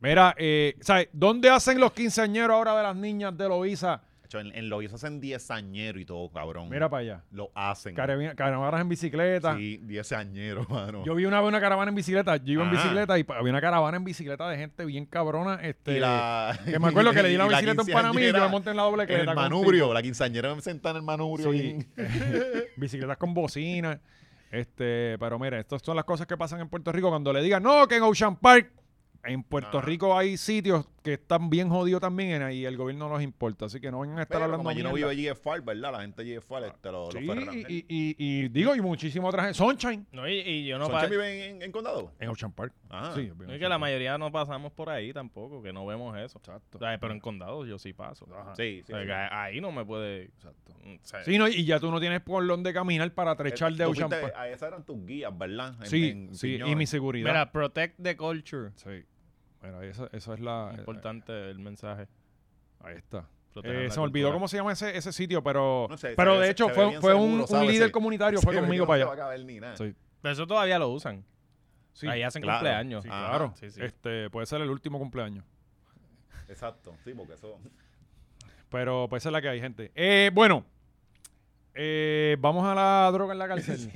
Speaker 3: Mira, eh, ¿sabes? ¿Dónde hacen los quinceañeros ahora de las niñas de Loiza?
Speaker 2: Chacho, En, en Loiza hacen 10 añeros y todo, cabrón.
Speaker 3: Mira para allá.
Speaker 2: Lo hacen.
Speaker 3: Carabina- Caravanas en bicicleta.
Speaker 2: Sí, 10 añeros, mano.
Speaker 3: Yo vi una vez una caravana en bicicleta. Yo iba en
Speaker 2: Ajá.
Speaker 3: bicicleta y pa- había una caravana en bicicleta de gente bien cabrona. Este,
Speaker 2: Y la-
Speaker 3: Que me acuerdo que
Speaker 2: <laughs>
Speaker 3: le di la
Speaker 2: y
Speaker 3: bicicleta a un pana mío y yo
Speaker 2: quinceañera
Speaker 3: me monté en la doble
Speaker 2: en
Speaker 3: cleta
Speaker 2: el
Speaker 3: con un
Speaker 2: manubrio. La quinceañera me senté en el manubrio.
Speaker 3: Sí.
Speaker 2: bien.
Speaker 3: <laughs> bicicletas con bocina. Este, pero mira, estas son las cosas que pasan en Puerto Rico. Cuando le digan, no, que en Ocean Park, en Puerto
Speaker 2: Ajá.
Speaker 3: Rico hay sitios que están bien jodidos también y el gobierno no los importa. Así que no vengan a estar
Speaker 2: <laughs> Pero
Speaker 3: hablando
Speaker 2: como allí no
Speaker 3: mierda.
Speaker 2: vive GFR, ¿verdad? La gente de GFR, este, los,
Speaker 3: Sí,
Speaker 2: los Ferrarangel.
Speaker 3: y, y- y- y digo, y muchísimo otra gente. Sunshine.
Speaker 4: No, y, y yo no
Speaker 2: ¿Son
Speaker 4: pa-
Speaker 2: que viven en, en condado?
Speaker 3: En Ocean Park.
Speaker 2: Ah.
Speaker 3: Sí, en
Speaker 4: no, y
Speaker 3: Ocean
Speaker 4: que la
Speaker 3: Park.
Speaker 4: mayoría no pasamos por ahí tampoco, que no vemos eso.
Speaker 3: Exacto.
Speaker 4: O sea, pero en condados yo sí paso.
Speaker 2: Sí,
Speaker 4: O sea, que a- ahí no me puede. Mm, o sea,
Speaker 3: Sí, no, y ya tú no tienes por dónde caminar para trechar de
Speaker 2: Eh, Tú
Speaker 3: Ocean
Speaker 2: fuiste-
Speaker 3: Park.
Speaker 2: a Esas eran tus guías, ¿verdad? En-
Speaker 3: Sí,
Speaker 2: en
Speaker 3: sí, y
Speaker 2: Piñones.
Speaker 3: mi seguridad.
Speaker 4: Mira, protect the culture.
Speaker 3: sí. Mira, esa, esa es la. eh.
Speaker 4: Importante el mensaje.
Speaker 3: Ahí está. Eh, se me olvidó cómo se llama ese, ese sitio, pero,
Speaker 2: No sé, se
Speaker 3: pero
Speaker 2: ve-
Speaker 3: de
Speaker 2: se-
Speaker 3: hecho
Speaker 2: se ve
Speaker 3: fue,
Speaker 2: bien
Speaker 3: fue un,
Speaker 2: seguro,
Speaker 3: un
Speaker 2: ¿sabes?
Speaker 3: líder
Speaker 2: <laughs> Sí.
Speaker 3: comunitario, fue conmigo para
Speaker 2: No
Speaker 3: allá.
Speaker 2: va a caber ni nada.
Speaker 3: Sí.
Speaker 4: Pero eso todavía lo usan.
Speaker 3: Sí,
Speaker 4: Ahí hacen
Speaker 2: claro.
Speaker 4: cumpleaños.
Speaker 3: sí,
Speaker 2: Ah,
Speaker 3: claro.
Speaker 4: sí, sí.
Speaker 3: Este, puede ser el último cumpleaños.
Speaker 2: Exacto. Sí, porque eso. <laughs>
Speaker 3: Pero pues esa es la que hay, gente. Eh, bueno, eh, vamos a la droga en la
Speaker 2: <laughs>
Speaker 3: cárcel.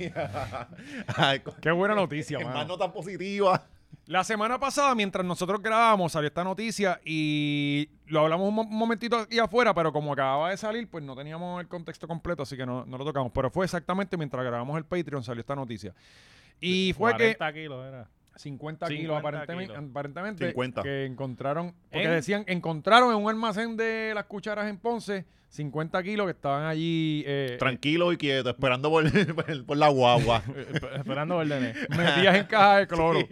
Speaker 2: Ay, co-
Speaker 3: Qué buena noticia,
Speaker 2: <laughs> en
Speaker 3: mano.
Speaker 2: más notas positivas.
Speaker 3: La semana pasada, mientras nosotros grabábamos, salió esta noticia y lo hablamos un, mo- un momentito aquí afuera, pero como acababa de salir, pues no teníamos el contexto completo, así que no, no lo tocamos. Pero fue exactamente mientras grabamos el Patreon, salió esta noticia. Y fue que
Speaker 4: 40 kilos era.
Speaker 3: 50 kilos
Speaker 4: 50
Speaker 3: aparentemente,
Speaker 4: kilos.
Speaker 3: aparentemente
Speaker 2: 50.
Speaker 3: que encontraron, porque
Speaker 4: En-
Speaker 3: decían, encontraron en un almacén de las cucharas en Ponce 50 kilos que estaban allí eh,
Speaker 2: Tranquilo y quieto, esperando por, <laughs> por- por
Speaker 3: <laughs>
Speaker 2: la guagua.
Speaker 4: eh, Esperando órdenes.
Speaker 3: metidas en caja de cloro.
Speaker 2: <laughs>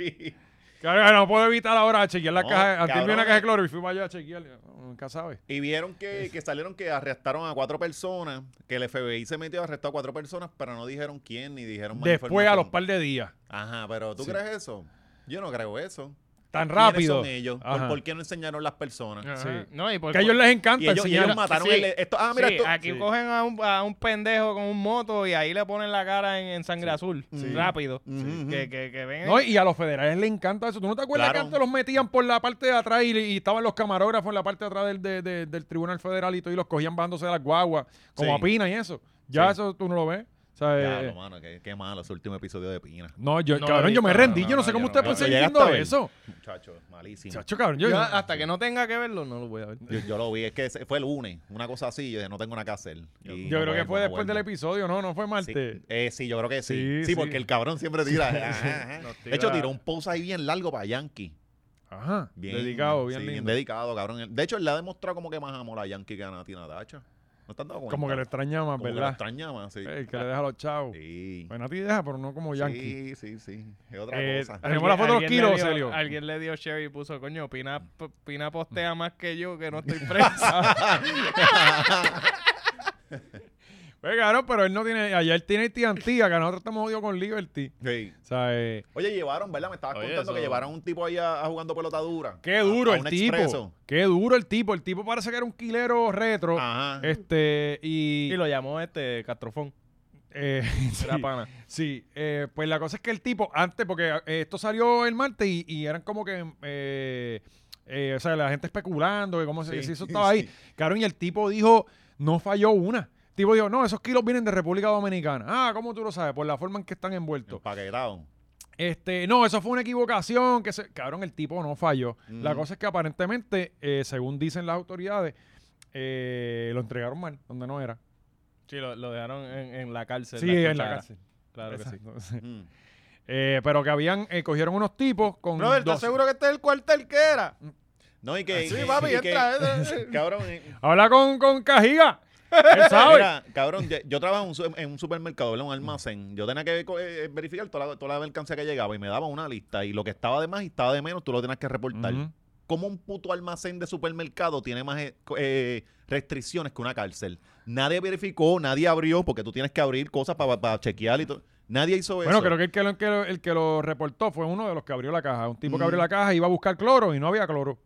Speaker 2: Sí.
Speaker 3: Claro, no puedo evitar ahora chequear la
Speaker 2: No,
Speaker 3: caja. Antes vi
Speaker 2: cabrón. eh.
Speaker 3: una caja de cloro y fui para allá a chequear. Nunca sabes.
Speaker 2: Y vieron que, que salieron que arrestaron a cuatro personas, que el FBI se metió a arrestar a cuatro personas, pero no dijeron quién ni dijeron más
Speaker 3: Después a los
Speaker 2: información.
Speaker 3: par de días.
Speaker 2: Ajá, pero ¿tú
Speaker 3: Sí.
Speaker 2: crees eso? Yo no creo eso.
Speaker 3: Tan
Speaker 2: ¿Quiénes
Speaker 3: rápido.
Speaker 2: son ellos? ¿Por,
Speaker 3: Ajá. Ah.
Speaker 2: por qué no enseñaron las personas?
Speaker 3: Sí.
Speaker 4: Ah, No, y por
Speaker 3: Que a ellos les encanta
Speaker 2: Y ellos, y ellos
Speaker 3: enseñar-
Speaker 2: mataron
Speaker 4: sí.
Speaker 2: el... Esto, ah, mira,
Speaker 4: Sí,
Speaker 2: esto-
Speaker 4: aquí
Speaker 3: sí.
Speaker 4: cogen a un, a un pendejo con un moto y ahí le ponen la cara en, en sangre azul. mm,
Speaker 2: Sí.
Speaker 4: Rápido.
Speaker 2: Ujú, ujú.
Speaker 4: Que, que, que ven.
Speaker 3: No, y a los federales les encanta eso. ¿Tú no te acuerdas que
Speaker 2: Claro.
Speaker 3: antes los metían por la parte de atrás y, y estaban los camarógrafos en la parte de atrás del, de- de- del Tribunal Federal y todo, y los cogían bajándose de las guaguas, como
Speaker 2: Sí.
Speaker 3: a Pina y eso? Ya
Speaker 2: Sí.
Speaker 3: eso tú no lo ves. O sea, eh,
Speaker 2: Diablo, mano, qué, qué malo ese último episodio de Pina.
Speaker 3: no, yo,
Speaker 4: No lo
Speaker 3: cabrón,
Speaker 4: he
Speaker 3: yo me
Speaker 4: visto,
Speaker 3: rendí.
Speaker 4: no,
Speaker 3: yo no
Speaker 4: no,
Speaker 3: sé cómo
Speaker 4: yo
Speaker 3: usted
Speaker 4: no.
Speaker 3: puede
Speaker 4: Lo
Speaker 3: seguir
Speaker 2: llegaste
Speaker 3: viendo
Speaker 2: a ver.
Speaker 3: eso.
Speaker 2: Muchacho, malísimo.
Speaker 3: Chacho, cabrón, yo,
Speaker 4: Yo hasta que no tenga que verlo, no lo voy a ver.
Speaker 2: Yo, yo lo vi, es que ese- fue el lunes, una cosa así, yo dije, no tengo nada que hacer. Y
Speaker 3: yo
Speaker 2: no
Speaker 3: creo que
Speaker 2: vuelvo,
Speaker 3: fue
Speaker 2: no
Speaker 3: después del
Speaker 2: vuelvo.
Speaker 3: episodio, ¿no? No fue martes.
Speaker 2: Sí, eh, sí, yo creo que sí.
Speaker 3: Sí,
Speaker 2: Sí,
Speaker 3: sí.
Speaker 2: porque el cabrón siempre
Speaker 3: <laughs>
Speaker 2: tira. ajá, ajá.
Speaker 4: Nos tira-
Speaker 2: De hecho, tiró un post ahí bien largo para Yankee.
Speaker 3: Ajá.
Speaker 2: Bien,
Speaker 3: dedicado, bien
Speaker 2: sí,
Speaker 3: lindo.
Speaker 2: dedicado, cabrón. De hecho, él le ha demostrado como que más amor a Yankee que a Natina Dacha. ¿No están dando cuenta?
Speaker 3: como que le extraña más,
Speaker 2: Como que lo
Speaker 3: ¿verdad?
Speaker 2: extraña más, sí.
Speaker 3: El que le deja a los chavos.
Speaker 2: Sí.
Speaker 3: Bueno, a ti deja, pero no como Yankee.
Speaker 2: Sí, sí, sí. Es otra
Speaker 3: Eh,
Speaker 2: cosa.
Speaker 3: Tenemos la foto de los
Speaker 4: Alguien
Speaker 3: kilos,
Speaker 4: le dio-
Speaker 3: Celio.
Speaker 4: Alguien le dio share y puso, coño, Pina, p- Pina postea más que yo, que no <laughs> estoy presa.
Speaker 3: Pues, cabrón, pero él no tiene. Allá él tiene AT&T, acá nosotros estamos jodidos con Liberty.
Speaker 2: Sí.
Speaker 3: O sea, eh,
Speaker 2: Oye, llevaron, ¿verdad? Me estabas
Speaker 4: Oye,
Speaker 2: contando que
Speaker 4: eso-
Speaker 2: llevaron un tipo ahí a, a jugando pelota dura.
Speaker 3: qué
Speaker 2: A-
Speaker 3: duro
Speaker 2: a
Speaker 3: el
Speaker 2: un
Speaker 3: tipo.
Speaker 2: expreso. Ah.
Speaker 3: Qué duro el tipo. El tipo parece que era un quilero retro.
Speaker 2: Ajá.
Speaker 3: Este, y.
Speaker 4: y lo llamó este Castrofón. <laughs>
Speaker 3: eh, <laughs> sí,
Speaker 4: Era pana.
Speaker 3: sí, eh, pues la cosa es que el tipo, antes, porque eh, esto salió el martes y, y eran como que. eh, eh, o sea, la gente especulando, que cómo se.
Speaker 4: <laughs>
Speaker 2: Sí,
Speaker 3: si eso estaba ahí.
Speaker 2: sí.
Speaker 3: Cabrón, y el tipo dijo, no falló una. El tipo dijo, no, esos kilos vienen de República Dominicana. Ah, ¿cómo tú lo sabes? Por la forma en que están envueltos.
Speaker 2: Empaquetado.
Speaker 3: Este, no, eso fue una equivocación. Que se, cabrón, el tipo no falló. La
Speaker 2: Ujú.
Speaker 3: cosa es que aparentemente, eh, según dicen las autoridades, eh, lo entregaron mal, donde no era.
Speaker 4: Sí, lo, lo dejaron en, en la cárcel.
Speaker 3: Sí,
Speaker 4: las
Speaker 3: en la
Speaker 4: cucharas.
Speaker 3: cárcel.
Speaker 4: Claro que sí.
Speaker 3: Exacto, <laughs> sí.
Speaker 2: Mm.
Speaker 3: Eh, pero que habían, eh, cogieron unos tipos con.
Speaker 4: Brother, ¿estás
Speaker 3: dos-
Speaker 4: seguro que este es el cuartel que era?
Speaker 2: No, y que.
Speaker 4: Sí,
Speaker 2: y-
Speaker 4: papi,
Speaker 2: y que-
Speaker 4: entra. eh, eh.
Speaker 2: <laughs> Cabrón, eh,
Speaker 3: Habla con, con Cajiga.
Speaker 2: <laughs>
Speaker 3: Él sabe.
Speaker 2: Mira, cabrón, yo, yo trabajo en un, su- en un supermercado, ¿verdad? un almacén. Yo tenía que co- eh, verificar toda la, toda la mercancía que llegaba y me daba una lista. Y lo que estaba de más y estaba de menos, tú lo tenías que reportar.
Speaker 3: Ujú.
Speaker 2: ¿Cómo un puto almacén de supermercado tiene más eh, co- eh, restricciones que una cárcel? Nadie verificó, nadie abrió, porque tú tienes que abrir cosas para chequear y todo. Nadie hizo eso.
Speaker 3: Bueno, creo que el que, lo, el que lo- el que lo reportó fue uno de los que abrió la caja. Un tipo que
Speaker 2: Mm.
Speaker 3: abrió la caja iba a buscar cloro y no había cloro.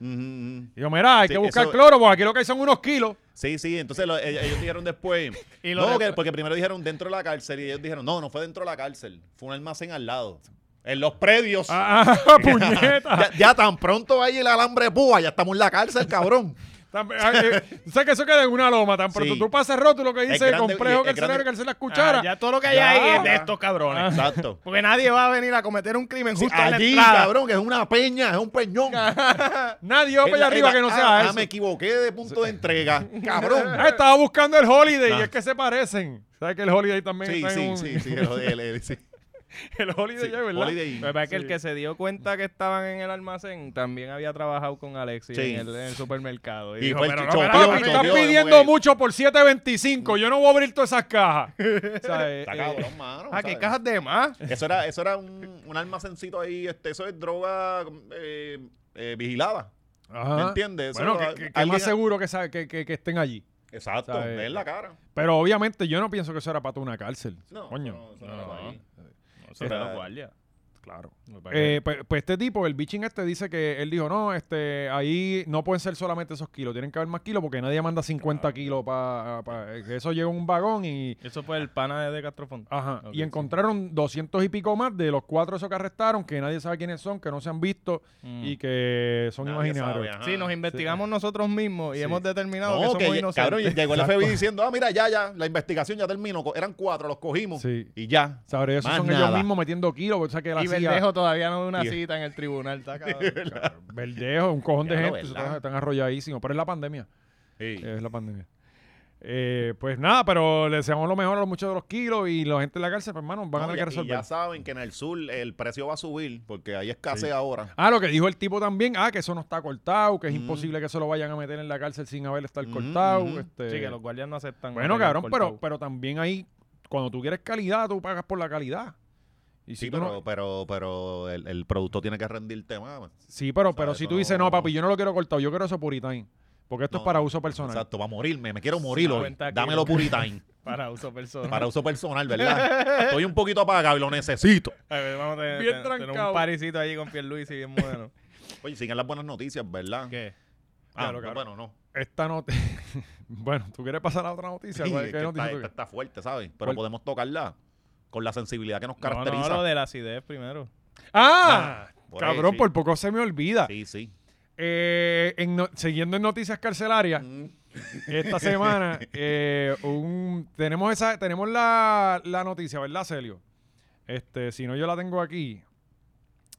Speaker 2: Ujú, ujú.
Speaker 3: Y yo, mira, hay
Speaker 2: Sí,
Speaker 3: que buscar
Speaker 2: eso-
Speaker 3: cloro, porque aquí lo que hay son unos
Speaker 2: <laughs>
Speaker 3: kilos.
Speaker 2: Sí, sí, entonces lo- ellos, ellos
Speaker 3: <laughs>
Speaker 2: dijeron después.
Speaker 4: Y lo
Speaker 2: no,
Speaker 4: de-
Speaker 2: que- porque primero dijeron dentro de la cárcel y ellos dijeron, no, no fue dentro de la cárcel, fue un almacén al lado. En los predios.
Speaker 3: Ah, puñeta.
Speaker 2: ya, ya tan pronto hay el alambre de púa, ya estamos en la cárcel, cabrón.
Speaker 3: Tan- ah, eh, Tú sabes que eso queda en una loma, tan pronto
Speaker 2: Sí.
Speaker 3: tú pasas roto lo que
Speaker 2: Es
Speaker 3: dice el
Speaker 2: grande-
Speaker 3: complejo
Speaker 2: es
Speaker 3: carcelario,
Speaker 2: grande-
Speaker 3: cárcel las
Speaker 4: Ah,
Speaker 3: cucharas.
Speaker 4: ya todo lo que hay
Speaker 3: Ya. Ah,
Speaker 4: ahí es de estos cabrones.
Speaker 2: Exacto.
Speaker 4: Porque nadie va a venir a cometer un crimen justo en la
Speaker 2: Allí,
Speaker 4: entrada.
Speaker 2: cabrón, que es una peña, es un peñón.
Speaker 3: Nadie va para
Speaker 2: Es
Speaker 3: allá
Speaker 2: la-
Speaker 3: arriba
Speaker 2: es la-
Speaker 3: que no
Speaker 2: ah,
Speaker 3: sea
Speaker 2: ah,
Speaker 3: eso.
Speaker 2: me equivoqué de punto de entrega,
Speaker 3: Ah,
Speaker 2: cabrón.
Speaker 3: estaba buscando el Holiday y
Speaker 2: Nah.
Speaker 3: es que se parecen. ¿Sabes que el Holiday también
Speaker 2: Sí,
Speaker 3: está en
Speaker 2: sí,
Speaker 3: un- <laughs>
Speaker 2: sí, sí, el, el- el- sí.
Speaker 3: El Holiday
Speaker 2: Sí,
Speaker 3: ya, ¿verdad?
Speaker 2: Holiday Inn.
Speaker 4: Lo que pasa es que
Speaker 3: Sí.
Speaker 4: el que se dio cuenta que estaban en el almacén también había trabajado con Alexis
Speaker 2: Sí.
Speaker 4: en, el, en el supermercado. Y
Speaker 2: Y
Speaker 4: dijo,
Speaker 2: fue el
Speaker 4: pero no,
Speaker 2: chichón.
Speaker 4: espera,
Speaker 3: Papi,
Speaker 2: Tío,
Speaker 3: estás
Speaker 2: tío,
Speaker 3: pidiendo
Speaker 2: güey.
Speaker 3: mucho por 7.25. Yo no voy a abrir todas esas <laughs> cajas. O sea, eh,
Speaker 2: Está
Speaker 3: eh,
Speaker 2: cabrón, mano.
Speaker 4: ah, que
Speaker 2: ¿sabes?
Speaker 4: cajas de más.
Speaker 2: Eso era, eso era un, un almacencito ahí, este, eso es droga eh, eh, vigilada.
Speaker 3: ajá.
Speaker 2: ¿Me entiendes? Eso
Speaker 3: Bueno,
Speaker 2: lo-
Speaker 3: que, que- que
Speaker 2: alguien-
Speaker 3: más seguro que, sa- que- que- que estén allí.
Speaker 2: Exacto,
Speaker 3: o sea, eh,
Speaker 2: es la cara.
Speaker 3: Pero obviamente yo no pienso que eso era para toda una cárcel. Coño.
Speaker 2: no, eso no era para ahí.
Speaker 4: Eso
Speaker 2: era-
Speaker 4: era guardia.
Speaker 3: Claro.
Speaker 4: Muy
Speaker 3: Eh, pues, pues este tipo, el bitching este, dice que él dijo, no, este, ahí no pueden ser solamente esos kilos, tienen que haber más kilos porque nadie manda 50 kilos para... eso llega en un vagón y...
Speaker 4: Eso fue el pana de Castrofón.
Speaker 3: Ajá.
Speaker 4: Ok,
Speaker 3: y
Speaker 4: sí.
Speaker 3: encontraron 200 y pico más de los cuatro esos que arrestaron, que nadie sabe quiénes son, que no se han visto
Speaker 4: Mm.
Speaker 3: y que son
Speaker 2: Nadie
Speaker 3: imaginarios.
Speaker 2: sabe, ajá.
Speaker 4: Sí, nos investigamos nosotros mismos y hemos determinado
Speaker 2: No,
Speaker 4: que somos
Speaker 2: que,
Speaker 4: inocentes.
Speaker 2: cabrón, llegó el FBI diciendo, ah, mira, ya, ya, la investigación ya terminó. Co- Eran cuatro, los cogimos.
Speaker 3: Sí.
Speaker 2: Y ya.
Speaker 3: Sabré, esos
Speaker 2: Más
Speaker 3: son ellos
Speaker 2: nada.
Speaker 3: mismos metiendo kilos, o sea que la
Speaker 4: <laughs> y
Speaker 3: CIA
Speaker 4: Verdejo todavía no ve una
Speaker 2: Y-
Speaker 4: cita en el tribunal, está cabrón.
Speaker 3: Verdejo, un cojón de
Speaker 2: Ya lo
Speaker 3: gente,
Speaker 2: verdad.
Speaker 3: están, están arrolladísimos, pero es la pandemia.
Speaker 2: Sí.
Speaker 3: Es la pandemia. Eh, pues nada, pero le deseamos lo mejor a los muchos de los kilos y la gente en la cárcel, pues, hermano, van
Speaker 2: No,
Speaker 3: a
Speaker 2: y-
Speaker 3: tener que
Speaker 2: y ya
Speaker 3: resolver.
Speaker 2: saben que en el sur el precio va a subir porque hay escasez ahora.
Speaker 3: Ah, lo que dijo el tipo también, ah, que eso no está cortado, que es
Speaker 2: Mm.
Speaker 3: imposible que se lo vayan a meter en la cárcel sin haber estar
Speaker 2: Ujú,
Speaker 3: cortado.
Speaker 2: ujú.
Speaker 3: este,
Speaker 4: Sí, que los guardias no aceptan.
Speaker 3: bueno,
Speaker 4: que hayan
Speaker 3: cabrón, pero, pues,
Speaker 4: cortado.
Speaker 3: pero también ahí, cuando tú quieres calidad, tú pagas por la calidad. Y si
Speaker 2: Sí,
Speaker 3: tú
Speaker 2: pero,
Speaker 3: no-
Speaker 2: pero, pero el, el producto tiene que rendirte más. man.
Speaker 3: sí, pero, pero
Speaker 2: sabes,
Speaker 3: si
Speaker 2: eso
Speaker 3: tú dices,
Speaker 2: no-
Speaker 3: no, papi, yo no lo quiero cortado, yo quiero eso puritán. Porque esto
Speaker 2: No,
Speaker 3: es para uso personal.
Speaker 2: Exacto, va a morirme, me quiero morir hoy.
Speaker 4: 50
Speaker 2: Dámelo
Speaker 4: kilos.
Speaker 3: <laughs>
Speaker 2: puritime
Speaker 4: Para uso personal.
Speaker 2: para uso personal, ¿verdad? Estoy un poquito apagado y lo necesito.
Speaker 4: <laughs> A ver, vamos a tener,
Speaker 3: Bien
Speaker 4: ten- tener
Speaker 3: trancado.
Speaker 4: un parisito allí con Pierluisi bien bueno.
Speaker 2: Oye, siguen las buenas noticias, ¿verdad?
Speaker 4: ¿Qué?
Speaker 2: Ah,
Speaker 3: Claro,
Speaker 2: no,
Speaker 3: claro.
Speaker 2: bueno, no.
Speaker 3: Esta noticia. <laughs> bueno, ¿tú quieres pasar a otra noticia?
Speaker 2: <laughs> Sí,
Speaker 3: ¿Cuál-
Speaker 2: es
Speaker 3: qué
Speaker 2: que
Speaker 3: noticia
Speaker 2: está,
Speaker 3: tú
Speaker 2: esta
Speaker 3: quieres?
Speaker 2: está fuerte, ¿sabes? Pero
Speaker 3: ¿Cuál?
Speaker 2: podemos tocarla con la sensibilidad que nos
Speaker 4: No,
Speaker 2: caracteriza.
Speaker 4: no, lo de la acidez primero.
Speaker 3: ¡Ah!
Speaker 2: por ahí,
Speaker 3: cabrón,
Speaker 2: sí.
Speaker 3: por poco se me olvida.
Speaker 2: Sí, sí.
Speaker 3: Eh, en no- siguiendo en noticias carcelarias, esta semana eh, un- tenemos esa tenemos la, la noticia, ¿verdad, Celio? Este, si no yo la tengo aquí.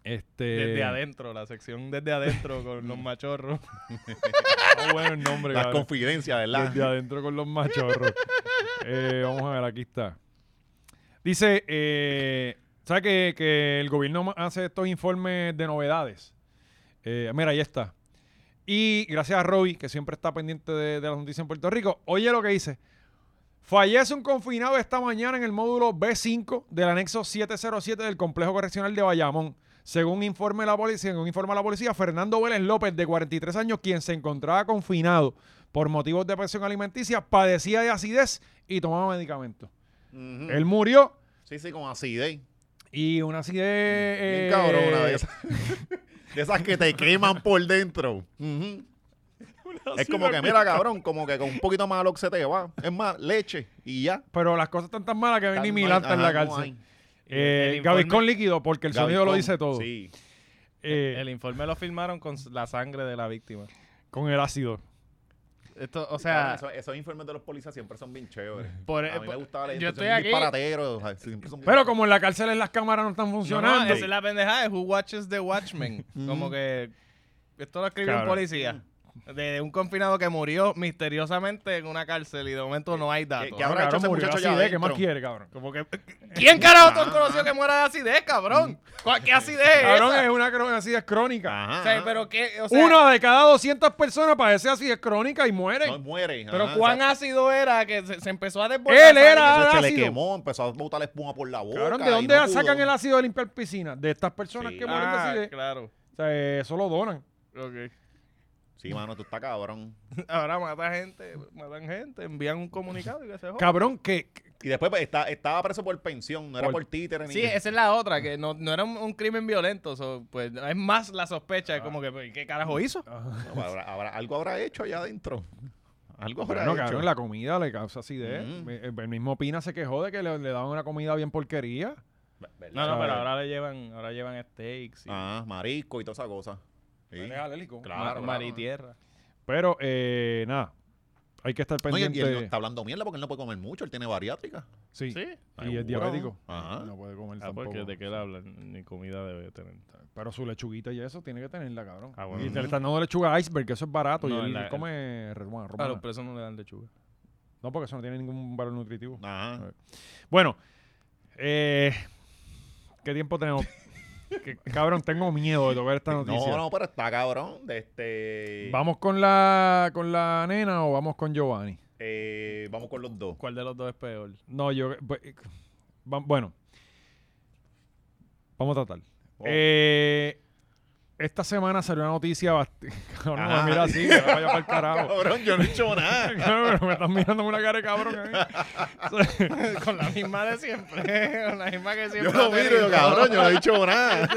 Speaker 3: Este
Speaker 4: Desde adentro, la sección desde <laughs> adentro con los machorros.
Speaker 3: <laughs> Oh, bueno el nombre,
Speaker 2: Las
Speaker 3: cabrón.
Speaker 2: confidencias, ¿verdad?
Speaker 3: Desde adentro con los machorros. Eh, vamos a ver, aquí está. Dice, eh, ¿sabes que, que el gobierno ma- hace estos informes de novedades? Eh, mira, ahí está. Y gracias a Roby, que siempre está pendiente de, de las noticias en Puerto Rico. Oye lo que dice. Fallece un confinado esta mañana en el módulo B5 del anexo 707 del Complejo Correccional de Bayamón. Según, informe la policía, según informa la policía, Fernando Vélez López, de 43 años, quien se encontraba confinado por motivos de presión alimenticia, padecía de acidez y tomaba medicamentos.
Speaker 2: Ujú.
Speaker 3: Él murió
Speaker 2: Sí, sí, con acidez.
Speaker 3: y una acidez...
Speaker 2: Bien
Speaker 3: eh,
Speaker 2: cabrona de esas. <laughs> De esas que te queman por dentro. Ujú. Es como que, mira, cabrón, como que con un poquito más alox se te va. Es más, leche y ya.
Speaker 3: Pero las cosas están tan malas que ven ni
Speaker 2: Tan
Speaker 3: mi
Speaker 2: mal,
Speaker 3: lata en
Speaker 2: ajá,
Speaker 3: la
Speaker 2: no hay.
Speaker 3: cárcel.
Speaker 4: El
Speaker 3: Eh,
Speaker 4: informe-
Speaker 3: Gaviscón líquido, porque el sonido lo
Speaker 2: Gaviscon,
Speaker 3: dice todo.
Speaker 2: Sí.
Speaker 3: Eh,
Speaker 4: El informe lo firmaron con s- la sangre de la víctima.
Speaker 3: con el ácido.
Speaker 4: Esto, o
Speaker 2: Cabrón, e-
Speaker 4: sea,
Speaker 2: eso- esos informes de los policías siempre son bien chéveres.
Speaker 4: Por-
Speaker 2: a mí me
Speaker 4: por-
Speaker 2: gustaba leer.
Speaker 4: yo
Speaker 2: son
Speaker 4: estoy
Speaker 2: bien
Speaker 4: aquí.
Speaker 2: disparateros, o sea, siempre son bien-
Speaker 3: Pero como en la cárcel las cámaras no están
Speaker 4: no, no,
Speaker 3: funcionando.
Speaker 4: esa es la pendejada de Who Watches the <laughs> Watchmen. como que esto lo escribió
Speaker 3: Cabrón.
Speaker 4: un policía. De un confinado que murió misteriosamente en una cárcel y de momento no hay datos.
Speaker 2: ¿Qué- qué
Speaker 4: ¿no?
Speaker 2: habrá hecho
Speaker 3: Cabrón,
Speaker 2: ese
Speaker 3: murió de
Speaker 2: muchacho allá
Speaker 3: acidez, ¿Qué más
Speaker 2: adentro?
Speaker 3: quiere, cabrón?
Speaker 4: Como que. ¿Quién carajo tú conoció que muera de acidez, cabrón? ¿Cuál- ¿Qué acidez es
Speaker 3: Cabrón,
Speaker 4: esa?
Speaker 3: es una cro- acidez crónica.
Speaker 2: Ajá,
Speaker 4: O sea,
Speaker 2: ajá.
Speaker 4: pero qué. O sea,
Speaker 3: Una de cada 200 personas padece acidez crónica y muere.
Speaker 2: No muere.
Speaker 4: Pero
Speaker 2: ajá,
Speaker 4: cuán
Speaker 2: exacto.
Speaker 4: ácido era que se, se empezó a desbordar.
Speaker 3: Él era
Speaker 2: Entonces se le
Speaker 3: ácido.
Speaker 2: quemó, empezó a botar la espuma por la boca.
Speaker 3: Cabrón, ¿de
Speaker 2: y
Speaker 3: dónde
Speaker 2: no
Speaker 3: sacan
Speaker 2: pudo.
Speaker 3: el ácido de limpiar piscinas? De estas personas
Speaker 2: Sí.
Speaker 3: que mueren de
Speaker 4: Ah,
Speaker 3: acidez.
Speaker 4: claro.
Speaker 3: O sea, eh, eso lo donan.
Speaker 4: Ok.
Speaker 2: Sí, mano, tú estás cabrón.
Speaker 4: <laughs> Ahora mata gente, matan gente, envían un comunicado y que se joda.
Speaker 3: Cabrón, que que-
Speaker 2: Y después pues, está, estaba preso por pensión, no era
Speaker 3: Por-
Speaker 2: por títere ni.
Speaker 4: Sí, esa es la otra, que no, no era un, un crimen violento, so, pues es más la sospecha, como que, pues, ¿qué carajo hizo?
Speaker 2: No, habrá- habrá- algo habrá hecho allá adentro. Algo habrá
Speaker 3: bueno,
Speaker 2: hecho.
Speaker 3: cabrón, la comida le causa acidez.
Speaker 2: Mm.
Speaker 3: El, el mismo Pina se quejó de que le, le daban una comida bien porquería.
Speaker 2: ¿Verdad?
Speaker 4: No, no,
Speaker 3: Sabe.
Speaker 4: pero ahora le llevan, ahora llevan steaks y
Speaker 2: Ah, marisco y toda esa cosa. Sí.
Speaker 3: Eres alérgico.
Speaker 4: mar,
Speaker 2: Claro.
Speaker 4: mar y tierra.
Speaker 3: Pero, eh, nada. Hay que estar
Speaker 2: No, y él-
Speaker 3: pendiente.
Speaker 2: y él no está hablando mierda porque él no puede comer mucho, él tiene bariátrica.
Speaker 3: Sí.
Speaker 4: Sí.
Speaker 3: Y es
Speaker 2: Seguro.
Speaker 3: diabético.
Speaker 2: Ajá.
Speaker 3: No puede comer
Speaker 4: Ah,
Speaker 3: tampoco.
Speaker 4: porque de qué le hablan, ni comida debe tener.
Speaker 3: Pero su lechuguita y eso tiene que tenerla, cabrón.
Speaker 4: Ah, bueno.
Speaker 3: Y le están dando lechuga iceberg, que eso es barato.
Speaker 4: No,
Speaker 3: y él
Speaker 4: la-
Speaker 3: come romana,
Speaker 4: A
Speaker 3: romana.
Speaker 4: Ah, los presos no le dan lechuga.
Speaker 3: No, porque eso no tiene ningún valor nutritivo.
Speaker 2: Ajá.
Speaker 3: Bueno, eh, ¿qué tiempo tenemos? <laughs> Que- cabrón, tengo miedo de tocar esta noticia.
Speaker 2: No, no, pero está cabrón. De este,
Speaker 3: ¿Vamos con la, con la nena o vamos con Giovanni?
Speaker 2: eh, vamos con los dos.
Speaker 4: ¿Cuál de los dos es peor?
Speaker 3: No, yo... pues, eh, va- Bueno, vamos a tratar.
Speaker 2: Oh.
Speaker 3: Eh, Esta semana salió una noticia bastante. <laughs> Cabrón,
Speaker 2: Ah.
Speaker 3: me mira así, me vaya para el carajo.
Speaker 2: Cabrón, yo no he
Speaker 3: <laughs>
Speaker 2: hecho nada.
Speaker 3: Cabrón, pero me estás mirando con una cara de cabrón. ¿eh? ahí.
Speaker 4: Con la <laughs> misma de siempre. Con <laughs> la misma que
Speaker 2: Yo
Speaker 4: siempre.
Speaker 2: lo
Speaker 4: ha
Speaker 2: miro, y
Speaker 4: tenido.
Speaker 2: yo, cabrón, yo no he
Speaker 3: <laughs>
Speaker 2: dicho nada.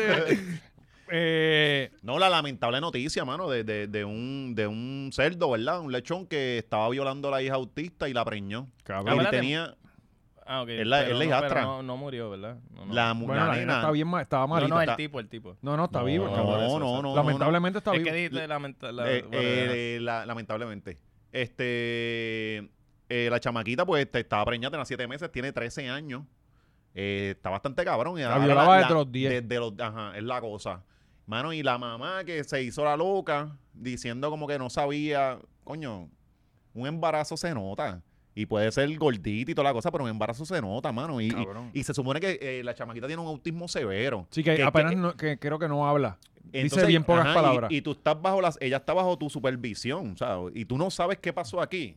Speaker 3: Eh,
Speaker 2: No, la lamentable noticia, mano, de, de, de un, de un cerdo, ¿verdad? Un lechón que estaba violando a la hija autista y la preñó.
Speaker 3: Cabrón.
Speaker 2: Y tenía
Speaker 4: Ah, ok.
Speaker 2: Es la-
Speaker 4: Pero
Speaker 2: es
Speaker 4: no-
Speaker 2: la hijastra.
Speaker 4: pero No, no murió, ¿verdad? No, no.
Speaker 2: la, mu-
Speaker 3: bueno,
Speaker 2: la
Speaker 3: la nena
Speaker 2: nena.
Speaker 3: está bien, ma- estaba
Speaker 4: No,
Speaker 3: malita.
Speaker 4: no, el
Speaker 2: está-
Speaker 4: tipo, el tipo.
Speaker 3: No, no, está vivo.
Speaker 2: No,
Speaker 3: cabrón.
Speaker 2: no, no, no.
Speaker 3: Lamentablemente está
Speaker 4: Es
Speaker 3: vivo.
Speaker 4: que dijiste lamenta- la-
Speaker 2: Eh,
Speaker 4: bueno,
Speaker 2: eh, la- lamentablemente. Este, eh, la chamaquita, pues, te- estaba preñada, tenía 7 meses, tiene 13 años. Eh, está bastante cabrón. Y
Speaker 3: La
Speaker 2: ahora
Speaker 3: violaba desde los 10.
Speaker 2: Desde los, ajá, es la cosa. Mano, y la mamá que se hizo la loca, diciendo como que no sabía, coño, un embarazo se nota. Y puede ser gordita y toda la cosa, pero un embarazo se nota, mano. Y, y-
Speaker 3: Cabrón.
Speaker 2: y se supone que eh, la chamaquita tiene un autismo severo.
Speaker 3: Sí, que,
Speaker 2: Que- este,
Speaker 3: apenas
Speaker 2: que-
Speaker 3: no- que creo que no habla. Dice
Speaker 2: entonces,
Speaker 3: bien pocas
Speaker 2: ajá, y-
Speaker 3: palabras.
Speaker 2: Y, tú estás bajo las, ella está bajo tu supervisión, ¿sabes? Y tú no sabes qué pasó aquí.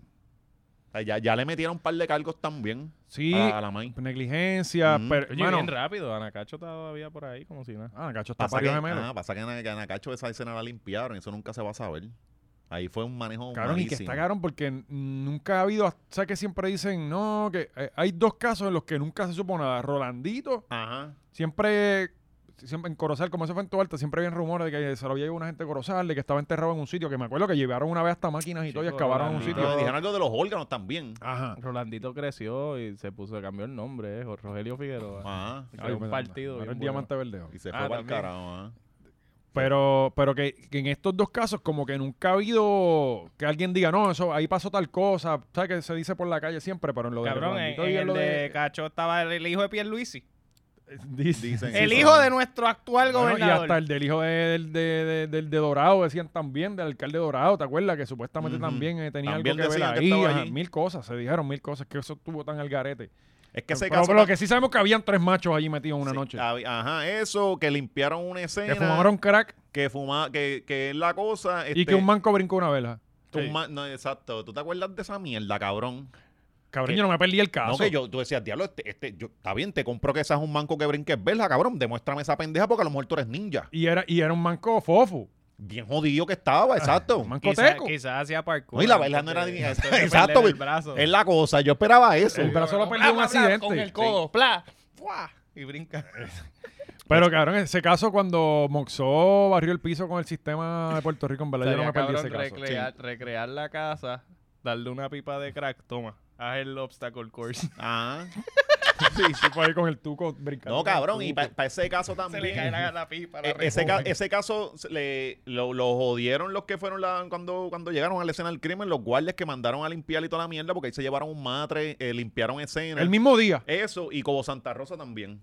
Speaker 2: O sea, ya, ya le metieron un par de cargos también
Speaker 3: Sí,
Speaker 2: a, a la main.
Speaker 3: negligencia,
Speaker 2: Mm.
Speaker 3: pero.
Speaker 4: Oye,
Speaker 3: mano,
Speaker 4: bien rápido. Anacacho todavía por ahí como si nada.
Speaker 3: ah, Cacho está
Speaker 2: Pasa que,
Speaker 3: parido gemelo.
Speaker 2: ah, pasa que a que a Nakacho esa escena la limpiaron, eso nunca se va a saber. Ahí fue un manejo
Speaker 3: Cabrón, y que
Speaker 2: malísimo.
Speaker 3: está cabrón porque n- nunca ha habido, o sea que siempre dicen, no, que eh, hay dos casos en los que nunca se supo nada. Rolandito,
Speaker 2: Ajá.
Speaker 3: siempre, siempre en Corozal, como se fue en Tualta, siempre habían rumores de que se lo había llevado una gente a Corozal, de que estaba enterrado en un sitio, que me acuerdo que llevaron una vez hasta máquinas y todo y
Speaker 4: Chico,
Speaker 3: excavaron en un
Speaker 2: Y
Speaker 4: Rolandito.
Speaker 3: sitio.
Speaker 2: que dijeron algo de los órganos también.
Speaker 3: Ajá.
Speaker 4: Rolandito creció y se puso, cambió el nombre, eh, Rogelio Figueroa.
Speaker 2: Ajá.
Speaker 4: Se
Speaker 3: Ay,
Speaker 4: creó un
Speaker 3: me-
Speaker 4: partido.
Speaker 3: me-
Speaker 4: bien
Speaker 3: el
Speaker 4: bueno.
Speaker 3: diamante verdeo.
Speaker 2: Y se
Speaker 4: Ah,
Speaker 2: fue para el
Speaker 4: también.
Speaker 2: carajo. ajá.
Speaker 3: Pero, pero que, que en estos dos casos, como que nunca ha habido que alguien diga, no, eso ahí pasó tal cosa. ¿Sabes que se dice por la calle siempre? Pero en lo de
Speaker 4: Cabrón, en,
Speaker 3: Rolandito y
Speaker 4: en
Speaker 3: en
Speaker 4: el
Speaker 3: lo
Speaker 4: de Cacho estaba el, el hijo de Pierluisi.
Speaker 3: <laughs> Dicen.
Speaker 2: Dicen-
Speaker 4: el
Speaker 2: sí,
Speaker 4: hijo
Speaker 2: sí.
Speaker 4: de nuestro actual
Speaker 3: Bueno, y
Speaker 4: gobernador.
Speaker 3: hasta el del hijo de- del de, de- del de Dorado decían también, del alcalde Dorado, ¿te acuerdas? Que supuestamente
Speaker 2: Ujú.
Speaker 3: también eh, tenía
Speaker 2: También
Speaker 3: algo que ver
Speaker 2: decían que
Speaker 3: ahí.
Speaker 2: estaba
Speaker 3: ajá,
Speaker 2: allí.
Speaker 3: mil cosas, se dijeron mil cosas, que eso estuvo tan al garete.
Speaker 2: Es que ese
Speaker 3: pero,
Speaker 2: caso.
Speaker 3: pero lo que sí sabemos que habían tres machos allí metidos una
Speaker 2: sí, ah,
Speaker 3: noche.
Speaker 2: hab- Ajá, eso, que limpiaron una escena.
Speaker 3: Que fumaron crack
Speaker 2: Que, fuma, que, que es la cosa.
Speaker 3: y que
Speaker 2: este,
Speaker 3: un manco brincó una vela.
Speaker 2: Tú
Speaker 3: Sí.
Speaker 2: ma- no, exacto. ¿Tú te acuerdas de esa mierda, cabrón?
Speaker 3: Cabrón,
Speaker 2: que-
Speaker 3: yo no me perdí el caso.
Speaker 2: No, que yo, tú decías, diablo, este, este, yo, está bien, te compro que seas un manco que brinques verja, cabrón. Demuéstrame esa pendeja porque a lo mejor tú eres ninja.
Speaker 3: Y era, y era un manco fofo.
Speaker 2: Bien jodido que estaba, exacto.
Speaker 3: Un manco
Speaker 4: Quizás
Speaker 3: teco.
Speaker 4: quizá hacía parkour.
Speaker 2: No, y la
Speaker 4: antes
Speaker 2: verja no era
Speaker 4: de-
Speaker 2: ni.
Speaker 4: antes
Speaker 2: <laughs>
Speaker 4: de
Speaker 2: Exacto,
Speaker 4: perder
Speaker 2: güey.
Speaker 4: el brazo.
Speaker 2: es la cosa, yo esperaba eso.
Speaker 3: El brazo lo perdió en un
Speaker 4: Bla, bla, bla,
Speaker 3: accidente.
Speaker 4: Con el codo, pla, ¡fua! y brinca.
Speaker 3: Pero cabrón, ese caso cuando Moxó barrió el piso con el sistema de Puerto Rico, en verdad yo no
Speaker 4: Estaría
Speaker 3: me perdí
Speaker 4: cabrón
Speaker 3: ese caso.
Speaker 4: recrear, recrear la casa, darle una pipa de crack, toma, haz el obstacle course.
Speaker 2: <laughs> Ah.
Speaker 3: <laughs> Sí, sí, fue ahí con el tuco brincando.
Speaker 2: No, cabrón, y
Speaker 3: Tuco.
Speaker 2: para ese caso también.
Speaker 4: la pipa.
Speaker 2: E- Ese, ca- ese caso se le, lo, lo jodieron los que fueron la- cuando, cuando llegaron a la escena del crimen, los guardias que mandaron a limpiar y toda la mierda, porque ahí se llevaron un matre, eh, limpiaron escena.
Speaker 3: El mismo día,
Speaker 2: Eso, y Cobo Santa Rosa también.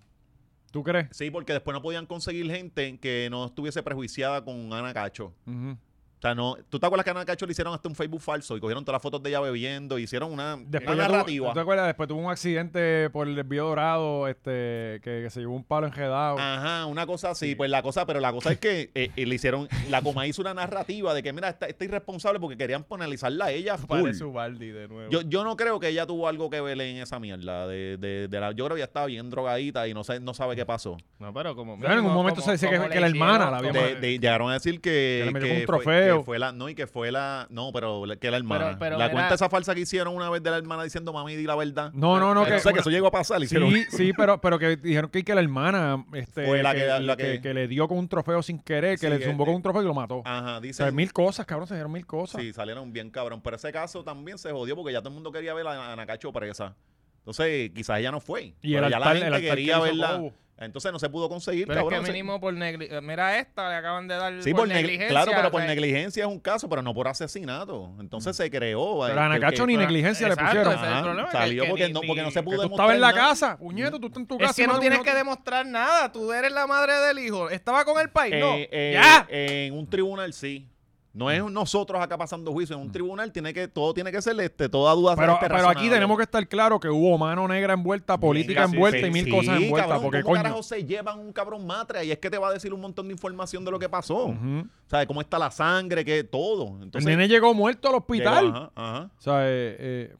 Speaker 3: ¿tú crees?
Speaker 2: Sí, porque después no podían conseguir gente que no estuviese prejuiciada con Ana Cacho. O
Speaker 3: Ujú.
Speaker 2: sea, no, ¿tú te acuerdas que a Ana Cacho le hicieron hasta un Facebook falso y cogieron todas las fotos de ella bebiendo y hicieron una,
Speaker 3: Después
Speaker 2: una
Speaker 3: ya tuvo-
Speaker 2: narrativa?
Speaker 3: ¿Tú te acuerdas? Después tuvo un accidente por el desvío dorado, este, que, que se llevó un palo enredado.
Speaker 2: Ajá, una cosa así, pues la cosa, pero la cosa es que eh, eh, le hicieron, la coma hizo una narrativa de que, mira, está, está irresponsable porque querían penalizarla a ella. full.
Speaker 4: Parece Ubaldi de nuevo.
Speaker 2: Yo, yo no creo que ella tuvo algo que ver en esa mierda. De, de, de la, yo creo que ella estaba bien drogadita y no, sé, no sabe qué pasó.
Speaker 4: no, pero como.
Speaker 3: Claro, en un
Speaker 4: como-
Speaker 3: momento
Speaker 4: como-
Speaker 3: se dice que-
Speaker 4: como
Speaker 3: que
Speaker 4: le
Speaker 3: la hermana
Speaker 4: hicieron,
Speaker 3: la había
Speaker 4: como-
Speaker 2: De, de- llegaron a decir que,
Speaker 3: Que le metió
Speaker 2: que
Speaker 3: un
Speaker 2: fue-
Speaker 3: trofeo.
Speaker 2: que fue la no y que fue la no pero la- que la hermana
Speaker 4: Pero- pero
Speaker 2: la
Speaker 4: era-
Speaker 2: cuenta esa falsa que hicieron una vez de la hermana diciendo mami di la verdad
Speaker 3: No, no, no.
Speaker 2: o
Speaker 3: Que,
Speaker 2: sea que eso llegó a pasar le hicieron
Speaker 3: sí, sí, pero, pero que dijeron que, que la hermana este,
Speaker 2: Fue la que- la que-
Speaker 3: que le dio con un trofeo sin querer, que
Speaker 2: Sí,
Speaker 3: le zumbó
Speaker 2: este-
Speaker 3: con un trofeo y lo mató. O
Speaker 2: ajá
Speaker 3: sea,
Speaker 2: dicen
Speaker 3: mil cosas, cabrón, se dijeron mil cosas.
Speaker 2: sí salieron bien cabrón pero ese caso también se jodió porque ya todo el mundo quería ver a Anacacho presa entonces quizás ella no fue
Speaker 3: Y
Speaker 2: pero
Speaker 3: el
Speaker 2: ya
Speaker 3: altar-
Speaker 2: la gente
Speaker 3: el altar que
Speaker 2: quería
Speaker 3: hizo
Speaker 2: verla
Speaker 3: Cobo.
Speaker 2: entonces no se pudo conseguir
Speaker 4: Pero
Speaker 2: cabrón
Speaker 4: es
Speaker 2: Se-
Speaker 4: que mínimo por negligencia. Mira esta, le acaban de dar.
Speaker 2: Sí, por negli-
Speaker 4: negligencia.
Speaker 2: claro, pero por
Speaker 4: o sea,
Speaker 2: negligencia es un caso, pero no por asesinato. Entonces se creó.
Speaker 3: Mm. Pero
Speaker 2: eh,
Speaker 3: a Anacacho
Speaker 2: que-
Speaker 3: ni
Speaker 4: pero-
Speaker 3: negligencia le
Speaker 4: exacto,
Speaker 3: pusieron.
Speaker 4: ese es el
Speaker 2: Ajá,
Speaker 4: problema, que-
Speaker 2: salió
Speaker 4: que
Speaker 2: porque,
Speaker 4: ni-
Speaker 2: no, porque no
Speaker 4: ni-
Speaker 2: se
Speaker 3: Que
Speaker 2: pudo
Speaker 3: tú estabas en la
Speaker 2: demostrar nada.
Speaker 3: casa, puñeto, tú estás en tu casa.
Speaker 4: Es que
Speaker 3: y
Speaker 4: no
Speaker 3: mata
Speaker 4: tienes
Speaker 3: un
Speaker 4: que
Speaker 3: otro.
Speaker 4: demostrar nada. Tú eres la madre del hijo. Estaba con el país. no.
Speaker 2: Eh, eh,
Speaker 4: ya.
Speaker 2: En un tribunal sí. No es nosotros acá pasando juicio, en un tribunal tiene que todo tiene que ser este, toda duda
Speaker 3: Pero,
Speaker 2: este,
Speaker 3: pero aquí
Speaker 2: razonable.
Speaker 3: tenemos que estar claro que hubo mano negra envuelta, política
Speaker 2: Sí,
Speaker 3: envuelta
Speaker 2: sí,
Speaker 3: y mil
Speaker 2: sí,
Speaker 3: cosas envueltas.
Speaker 2: cabrón,
Speaker 3: porque
Speaker 2: ¿cómo
Speaker 3: coño.
Speaker 2: carajo se llevan un cabrón matre y es que te va a decir un montón de información de lo que pasó.
Speaker 3: Ujú.
Speaker 2: O sea, de cómo está la sangre, que todo.
Speaker 3: El
Speaker 2: Entonces,
Speaker 3: nene llegó muerto al
Speaker 2: llegó,
Speaker 3: hospital.
Speaker 2: ajá, ajá.
Speaker 3: O sea, eh, eh,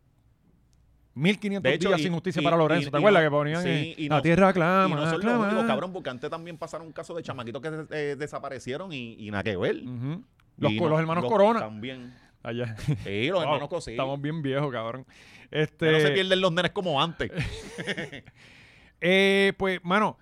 Speaker 3: 1500
Speaker 2: De hecho,
Speaker 3: días
Speaker 2: y-
Speaker 3: sin justicia
Speaker 2: y-
Speaker 3: para Lorenzo.
Speaker 2: y-
Speaker 3: ¿Te
Speaker 2: y
Speaker 3: acuerdas
Speaker 2: no-
Speaker 3: que ponían
Speaker 2: sí,
Speaker 3: eh,
Speaker 2: y
Speaker 3: la
Speaker 2: no-
Speaker 3: tierra
Speaker 2: Y
Speaker 3: clama?
Speaker 2: no son los
Speaker 3: clama"?
Speaker 2: únicos, cabrón, porque antes también pasaron un caso de chamaquitos que eh, desaparecieron y, y nada que ver.
Speaker 3: Ujú. Mm. Los,
Speaker 2: Y
Speaker 3: co-
Speaker 2: no-
Speaker 3: los hermanos Corona.
Speaker 2: También.
Speaker 3: Allá.
Speaker 2: Sí, los hermanos
Speaker 3: Wow,
Speaker 2: Cosí.
Speaker 3: Estamos bien viejos, cabrón.
Speaker 2: Ya
Speaker 3: Este,
Speaker 2: No se pierden los nenes como antes.
Speaker 3: Eh, pues, mano,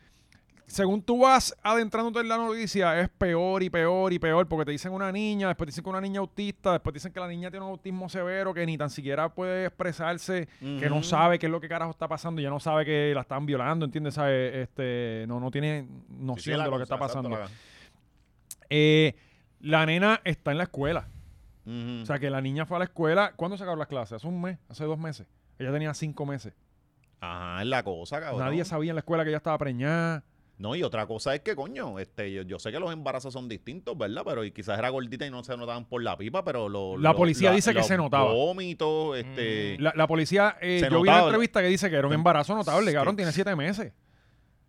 Speaker 3: según tú vas adentrándote en la noticia, es peor y peor y peor, porque te dicen una niña, después te dicen que una niña autista, después te dicen que la niña tiene un autismo severo, que ni tan siquiera puede expresarse, que no
Speaker 2: Ujú.
Speaker 3: sabe qué es lo que carajo está pasando, ya no sabe que la están violando, ¿entiendes? ¿Sabe? Este, no, no tiene noción
Speaker 2: Sí, sí, la
Speaker 3: de lo que está
Speaker 2: cosa, exacto,
Speaker 3: pasando.
Speaker 2: la-
Speaker 3: Eh, la nena está en la escuela.
Speaker 2: Ujú.
Speaker 3: O sea, que la niña fue a la escuela. ¿Cuándo se acabaron las clases? ¿Hace un mes? ¿Hace dos meses? Ella tenía cinco meses.
Speaker 2: Ajá, es la cosa, cabrón.
Speaker 3: Nadie sabía en la escuela que ella estaba preñada.
Speaker 2: No, y otra cosa es que, coño, este, yo, yo sé que los embarazos son distintos, ¿verdad? Pero y quizás era gordita y no se notaban por la pipa, pero lo,
Speaker 3: La
Speaker 2: lo-
Speaker 3: policía dice que se notaba.
Speaker 2: Vómitos, este.
Speaker 3: La, la policía, eh,
Speaker 2: Se
Speaker 3: yo vi una
Speaker 2: notaba.
Speaker 3: entrevista que dice que era un embarazo notable,
Speaker 2: Sí.
Speaker 3: cabrón, tiene siete meses.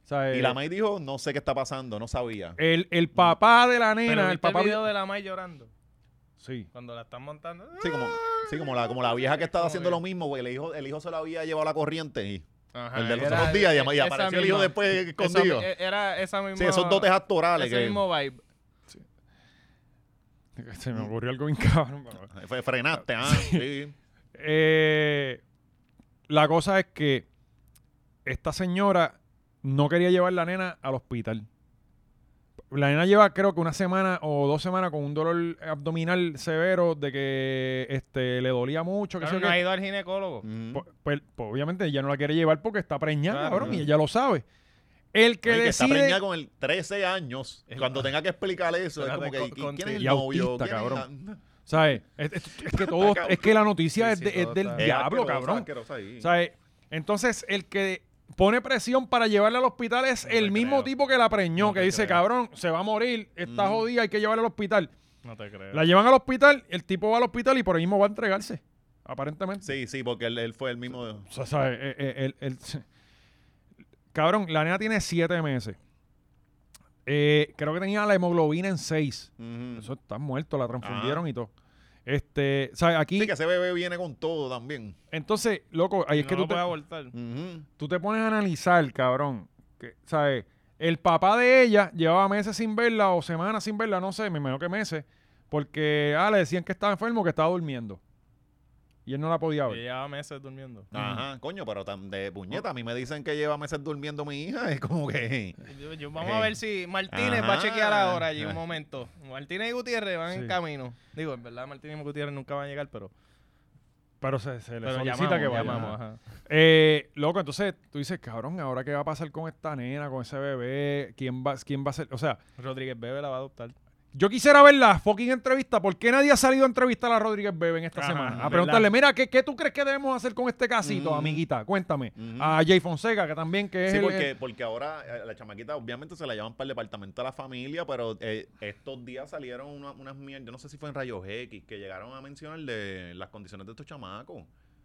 Speaker 3: O sea,
Speaker 2: y
Speaker 3: eh,
Speaker 2: la May dijo, no sé qué está pasando, no sabía.
Speaker 3: el, el papá de la nena,
Speaker 4: Pero
Speaker 3: el
Speaker 4: ¿viste el
Speaker 3: papá...
Speaker 4: video de la May llorando
Speaker 3: Sí. <laughs>
Speaker 4: cuando la están montando.
Speaker 2: Sí, como, sí, como, la, como la vieja que estaba
Speaker 4: Como
Speaker 2: haciendo
Speaker 4: que-
Speaker 2: lo mismo, güey. El hijo, el hijo se lo había llevado a la corriente y
Speaker 4: Ajá,
Speaker 3: Ah,
Speaker 2: el de los
Speaker 4: era
Speaker 2: otros días y, ama- y
Speaker 4: esa
Speaker 2: apareció el hijo
Speaker 4: misma-
Speaker 2: después
Speaker 4: esa mi-
Speaker 2: escondido.
Speaker 3: eh,
Speaker 4: e- Era esa misma.
Speaker 2: Sí, esos dotes actorales.
Speaker 4: Ese
Speaker 2: que-
Speaker 4: mismo vibe.
Speaker 3: Se me ocurrió algo bien cabrón. cabrón.
Speaker 2: Fre- Frenaste, ah, sí.
Speaker 3: Eh, la cosa es que esta señora no quería llevar la nena al hospital. La nena lleva creo que una semana o dos semanas con un dolor abdominal severo de que este, le dolía mucho. Que
Speaker 4: Claro,
Speaker 3: sé yo
Speaker 4: no
Speaker 3: qué.
Speaker 4: ha ido al ginecólogo.
Speaker 2: Mm.
Speaker 3: Pues, pues, pues, obviamente ella no la quiere llevar porque está preñada,
Speaker 4: Claro.
Speaker 3: cabrón, y ella lo sabe. El que
Speaker 2: Oye, que está
Speaker 3: decide... ah,
Speaker 2: preñada con el 13 años. Cuando tenga que explicar eso, es
Speaker 4: Espérate,
Speaker 2: como que,
Speaker 4: con-
Speaker 2: ¿y
Speaker 4: con-
Speaker 2: ¿quién es el
Speaker 3: y
Speaker 2: novio?
Speaker 3: autista,
Speaker 2: ¿Quién es
Speaker 3: cabrón. <laughs>
Speaker 2: la-
Speaker 3: ¿sabes? Es,
Speaker 4: <laughs>
Speaker 3: es- es que todo...
Speaker 2: cabrón.
Speaker 3: es que la noticia es,
Speaker 4: sí,
Speaker 3: de- es
Speaker 4: todo
Speaker 3: del
Speaker 4: está-
Speaker 2: Es
Speaker 3: diablo,
Speaker 2: asquerosa,
Speaker 3: cabrón.
Speaker 2: asquerosa ahí.
Speaker 3: ¿Sabes? Entonces, el que pone presión para llevarla al hospital es
Speaker 4: No te
Speaker 3: el mismo
Speaker 4: creo.
Speaker 3: tipo que la preñó,
Speaker 4: No
Speaker 3: que
Speaker 4: te
Speaker 3: dice,
Speaker 4: creo.
Speaker 3: cabrón, se va a morir, está
Speaker 2: Mm.
Speaker 3: jodida, hay que llevarla al hospital.
Speaker 4: No te creo.
Speaker 3: La llevan al hospital, el tipo va al hospital y por ahí mismo va a entregarse, aparentemente.
Speaker 2: Sí, sí, porque él, él fue el mismo.
Speaker 3: O sea, ¿sabes? Eh, eh, el- el- Cabrón, la nena tiene siete meses. Eh, creo que tenía la hemoglobina en seis.
Speaker 2: Ujú.
Speaker 3: Eso está muerto, la transfundieron y todo. Este, ¿sabes? Aquí,
Speaker 2: Sí, que ese bebé viene con todo también.
Speaker 3: entonces, loco, ahí es
Speaker 4: no
Speaker 3: que
Speaker 4: lo
Speaker 3: tú te,
Speaker 4: puede abortar.
Speaker 2: Ujú.
Speaker 3: tú te pones a analizar, cabrón. Que, ¿Sabes? El papá de ella llevaba meses sin verla o semanas sin verla, no sé, me imagino que meses, porque ah, le decían que estaba enfermo, que estaba durmiendo. Y él no la podía
Speaker 4: Y
Speaker 3: ver.
Speaker 4: lleva meses durmiendo.
Speaker 3: Mm.
Speaker 2: Ajá, coño, pero tan de puñeta. A mí me dicen que lleva meses durmiendo mi hija. Es como que.
Speaker 4: Yo- yo- vamos a ver si Martínez
Speaker 2: Ajá.
Speaker 4: va a chequear ahora allí un momento. Martínez y Gutiérrez van
Speaker 3: Sí.
Speaker 4: en camino. Digo, en verdad Martínez y Gutiérrez nunca van a llegar, pero,
Speaker 3: Pero se, se le
Speaker 4: pero
Speaker 3: solicita
Speaker 4: llamamos,
Speaker 3: que vaya.
Speaker 4: llamamos, ajá.
Speaker 3: Eh, loco, entonces tú dices, cabrón, ¿ahora qué va a pasar con esta nena, con ese bebé? ¿Quién va, quién va a ser? O sea,
Speaker 4: Rodríguez Bebe la va a adoptar.
Speaker 3: yo quisiera ver la fucking entrevista. ¿Por qué nadie ha salido a entrevistar a Rodríguez Bebe en esta
Speaker 4: Ajá,
Speaker 3: semana? A
Speaker 4: ¿verdad?
Speaker 3: preguntarle, mira, ¿qué, qué tú crees que debemos hacer con este casito,
Speaker 2: Ujú.
Speaker 3: amiguita? Cuéntame.
Speaker 2: Ujú.
Speaker 3: A Jay Fonseca, que también que es
Speaker 2: Mm. Sí,
Speaker 3: el-
Speaker 2: porque, porque ahora eh, la chamaquita obviamente se la llevan para el departamento de la familia, pero eh, estos días salieron una- unas mierdas, yo no sé si fue en Rayos X, que llegaron a mencionar de las condiciones de estos chamacos.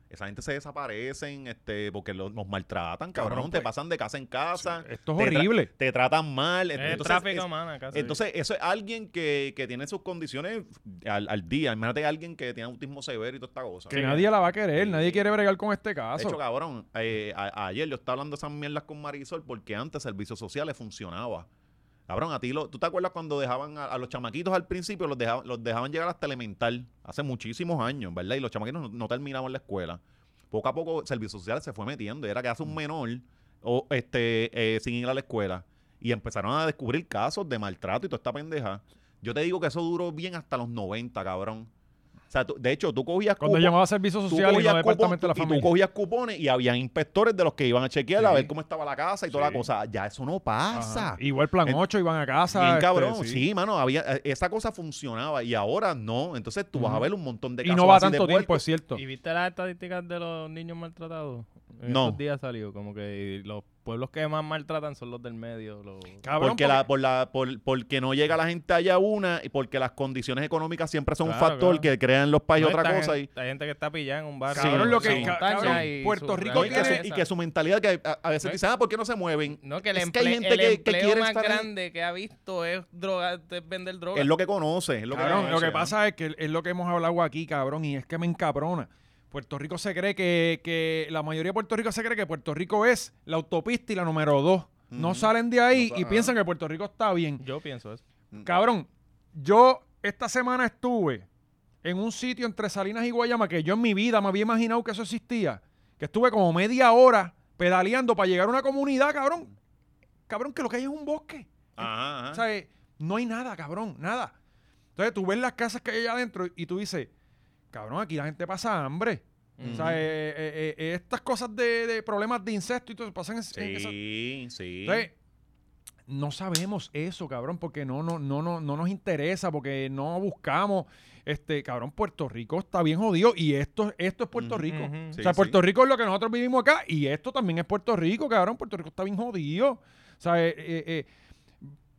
Speaker 2: Esa gente se desaparecen este, porque los, los maltratan, cabrón.
Speaker 3: Cabrón,
Speaker 2: te
Speaker 3: pues.
Speaker 2: pasan de casa en casa.
Speaker 3: Esto es
Speaker 2: te tra-
Speaker 3: horrible.
Speaker 2: Te tratan mal.
Speaker 4: Es
Speaker 2: eh, Entonces,
Speaker 4: tráfico
Speaker 2: es-
Speaker 4: humana casi.
Speaker 2: entonces, eso es alguien que, que tiene sus condiciones al, al día. Imagínate alguien que tiene autismo severo y toda esta cosa.
Speaker 3: que nadie la va a querer,
Speaker 2: Sí.
Speaker 3: nadie quiere bregar con este
Speaker 2: De hecho,
Speaker 3: caso.
Speaker 2: cabrón, eh, a- ayer yo estaba hablando esas mierdas con Marisol porque antes servicios sociales funcionaba. Cabrón, a ti, lo, ¿tú te acuerdas cuando dejaban a, a los chamaquitos al principio, los dejaban, los dejaban llegar hasta elemental? Hace muchísimos años, ¿verdad? Y los chamaquitos no, no terminaban la escuela. Poco a poco, servicios sociales se fue metiendo. Era que hace
Speaker 3: Mm.
Speaker 2: un menor o, este, eh, sin ir a la escuela. Y empezaron a descubrir casos de maltrato y toda esta pendeja. Yo te digo que eso duró bien hasta los 90, cabrón. O sea, tú- de hecho, tú cogías
Speaker 3: Cuando
Speaker 2: cupo-
Speaker 3: llamaba a servicios
Speaker 2: tú
Speaker 3: sociales y no
Speaker 2: cogías
Speaker 3: departamento de la
Speaker 2: cupón- y
Speaker 3: familia.
Speaker 2: tú cogías cupones y había inspectores de los que iban a chequear a
Speaker 3: Sí.
Speaker 2: ver cómo estaba la casa y toda la
Speaker 3: Sí.
Speaker 2: cosa. Ya eso no
Speaker 3: Ajá.
Speaker 2: pasa.
Speaker 3: Igual plan
Speaker 2: En-
Speaker 3: 8, iban a casa.
Speaker 2: Bien
Speaker 3: este,
Speaker 2: cabrón, sí. mano, había eh, esa cosa funcionaba y ahora no, entonces tú vas a
Speaker 3: Ujú.
Speaker 2: ver un montón de
Speaker 3: Y
Speaker 2: casos
Speaker 3: no va
Speaker 2: así de
Speaker 3: tanto tiempo,
Speaker 2: puercos.
Speaker 3: es cierto.
Speaker 4: ¿Y viste las estadísticas de los niños maltratados? En
Speaker 2: No.
Speaker 4: estos días salió como que los pueblos que más maltratan son los del medio. Los...
Speaker 3: Cabrón,
Speaker 2: porque, la, por la, por- porque no llega la gente allá una y porque las condiciones económicas siempre son
Speaker 4: Claro,
Speaker 2: un factor
Speaker 4: claro.
Speaker 2: que crean los países
Speaker 4: No,
Speaker 2: otra
Speaker 4: esta
Speaker 2: cosa.
Speaker 4: gente- Hay gente que está pillada en un barrio.
Speaker 3: Cabrón,
Speaker 4: en
Speaker 3: lo que-
Speaker 4: la
Speaker 3: ca-
Speaker 4: montaña
Speaker 3: cabrón,
Speaker 4: y
Speaker 3: Puerto
Speaker 4: su
Speaker 3: Rico
Speaker 2: Y,
Speaker 4: realidad
Speaker 2: que
Speaker 3: tiene-
Speaker 2: su,
Speaker 4: es
Speaker 2: y
Speaker 4: esa.
Speaker 2: que su mentalidad que a, a veces
Speaker 4: No.
Speaker 2: dicen, ah, ¿por qué no se mueven?
Speaker 4: No, que el,
Speaker 2: Es que hay
Speaker 4: emple-
Speaker 2: gente
Speaker 4: el
Speaker 2: que- que
Speaker 4: empleo
Speaker 2: quiere
Speaker 4: más
Speaker 2: estar ahí.
Speaker 4: grande que ha visto es, droga, es vender droga.
Speaker 2: Es lo que conoce, es lo que
Speaker 3: Cabrón, lo
Speaker 2: conoce,
Speaker 3: que
Speaker 2: ¿no?
Speaker 3: pasa es que es lo que hemos hablado aquí, cabrón, y es que me encabrona. Puerto Rico se cree que, que la mayoría de Puerto Rico se cree que Puerto Rico es la autopista y la número dos. No salen de ahí
Speaker 2: No,
Speaker 3: y
Speaker 2: ajá.
Speaker 3: piensan que Puerto Rico está bien.
Speaker 4: Yo pienso eso.
Speaker 2: Mm.
Speaker 3: Cabrón, yo esta semana estuve en un sitio entre Salinas y Guayama que yo en mi vida me había imaginado que eso existía. Que estuve como media hora pedaleando para llegar a una comunidad, cabrón. Cabrón, que lo que hay es un bosque.
Speaker 2: Ajá,
Speaker 3: O
Speaker 2: ajá.
Speaker 3: sea, eh, no hay nada, cabrón, nada. Entonces tú ves las casas que hay allá adentro y tú dices, cabrón, aquí la gente pasa hambre. O sea, eh, eh, eh, estas cosas de, de problemas de incesto y todo pasan en, en esa-
Speaker 2: Sí, sí.
Speaker 3: entonces, no sabemos eso, cabrón, porque no, no, no, no, no nos interesa, porque no buscamos. Este, cabrón, Puerto Rico está bien jodido y esto, esto es Puerto
Speaker 2: Ujú,
Speaker 3: Rico.
Speaker 4: ujú.
Speaker 3: o
Speaker 2: Sí,
Speaker 3: sea,
Speaker 2: sí.
Speaker 3: Puerto Rico es lo que nosotros vivimos acá y esto también es Puerto Rico, cabrón. Puerto Rico está bien jodido. O sea, eh, eh, eh,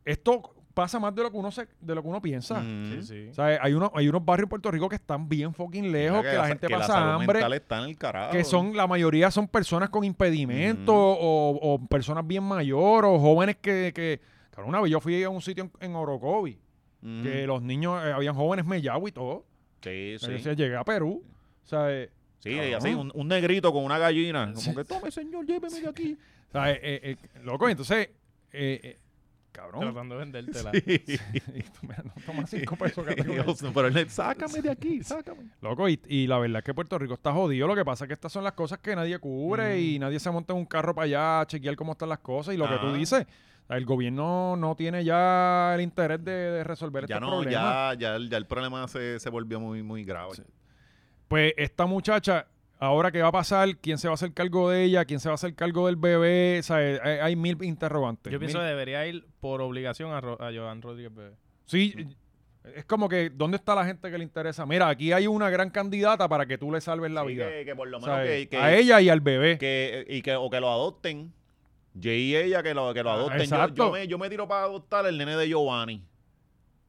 Speaker 3: esto pasa más de lo que uno se, de lo que uno piensa.
Speaker 2: Mm.
Speaker 3: O sea, eh, hay unos, hay unos barrios en Puerto Rico que están bien fucking lejos, que, la, gente
Speaker 2: que
Speaker 3: pasa
Speaker 2: salud
Speaker 3: hambre
Speaker 2: mental está Mm. en el carajo.
Speaker 3: que son la mayoría son personas con impedimentos
Speaker 2: Ujú.
Speaker 3: o, o personas bien mayores o jóvenes que, que cabrón, una vez yo fui a un sitio en, en Orocovi
Speaker 2: Mm.
Speaker 3: que los niños eh, habían jóvenes mellao y todo
Speaker 2: Sí,
Speaker 3: Yo
Speaker 2: sí.
Speaker 3: decía, llegué a Perú o sea, eh,
Speaker 2: Sí,
Speaker 3: Cabrón.
Speaker 2: y así, un, un negrito con una gallina. Como que, tome, señor, lléveme de aquí.
Speaker 3: o sea, eh, eh, eh, loco entonces eh, eh, cabrón
Speaker 4: Tratando de
Speaker 3: <laughs>
Speaker 4: vendértela.
Speaker 2: <laughs>
Speaker 3: y tú, mira, no tomas <laughs> cinco pesos cabrón.
Speaker 2: Dios, no, pero él le, sácame de aquí, sácame.
Speaker 3: loco y, y la verdad es que Puerto Rico está jodido lo que pasa es que estas son las cosas que nadie cubre y nadie se monta en un carro para allá a chequear cómo están las cosas y lo que tú
Speaker 2: Mm. Ajá.
Speaker 3: dices el gobierno no tiene ya el interés de, de resolver
Speaker 2: Ya
Speaker 3: este
Speaker 2: no,
Speaker 3: problema.
Speaker 2: ya, ya, el- ya el problema se, se volvió muy, muy grave.
Speaker 3: Pues esta muchacha, ahora qué va a pasar, quién se va a hacer cargo de ella, quién se va a hacer cargo del bebé, O sea, eh, hay, hay mil interrogantes.
Speaker 4: Yo pienso que
Speaker 3: Mil-
Speaker 4: debería ir por obligación a, Ro- a Joan Rodríguez Bebé.
Speaker 3: Sí, eh, es como que, ¿dónde está la gente que le interesa? Mira, aquí hay una gran candidata para que tú le salves la
Speaker 2: Sí,
Speaker 3: vida.
Speaker 2: Que, que por lo
Speaker 3: O
Speaker 2: menos
Speaker 3: sea,
Speaker 2: que, que-
Speaker 3: a ella y al bebé.
Speaker 2: que- y que, o que lo adopten. Yo y ella que lo, que lo
Speaker 3: Ah,
Speaker 2: adopten. Yo- yo,
Speaker 3: exacto.
Speaker 2: me, yo me tiro para adoptar el nene de Giovanni.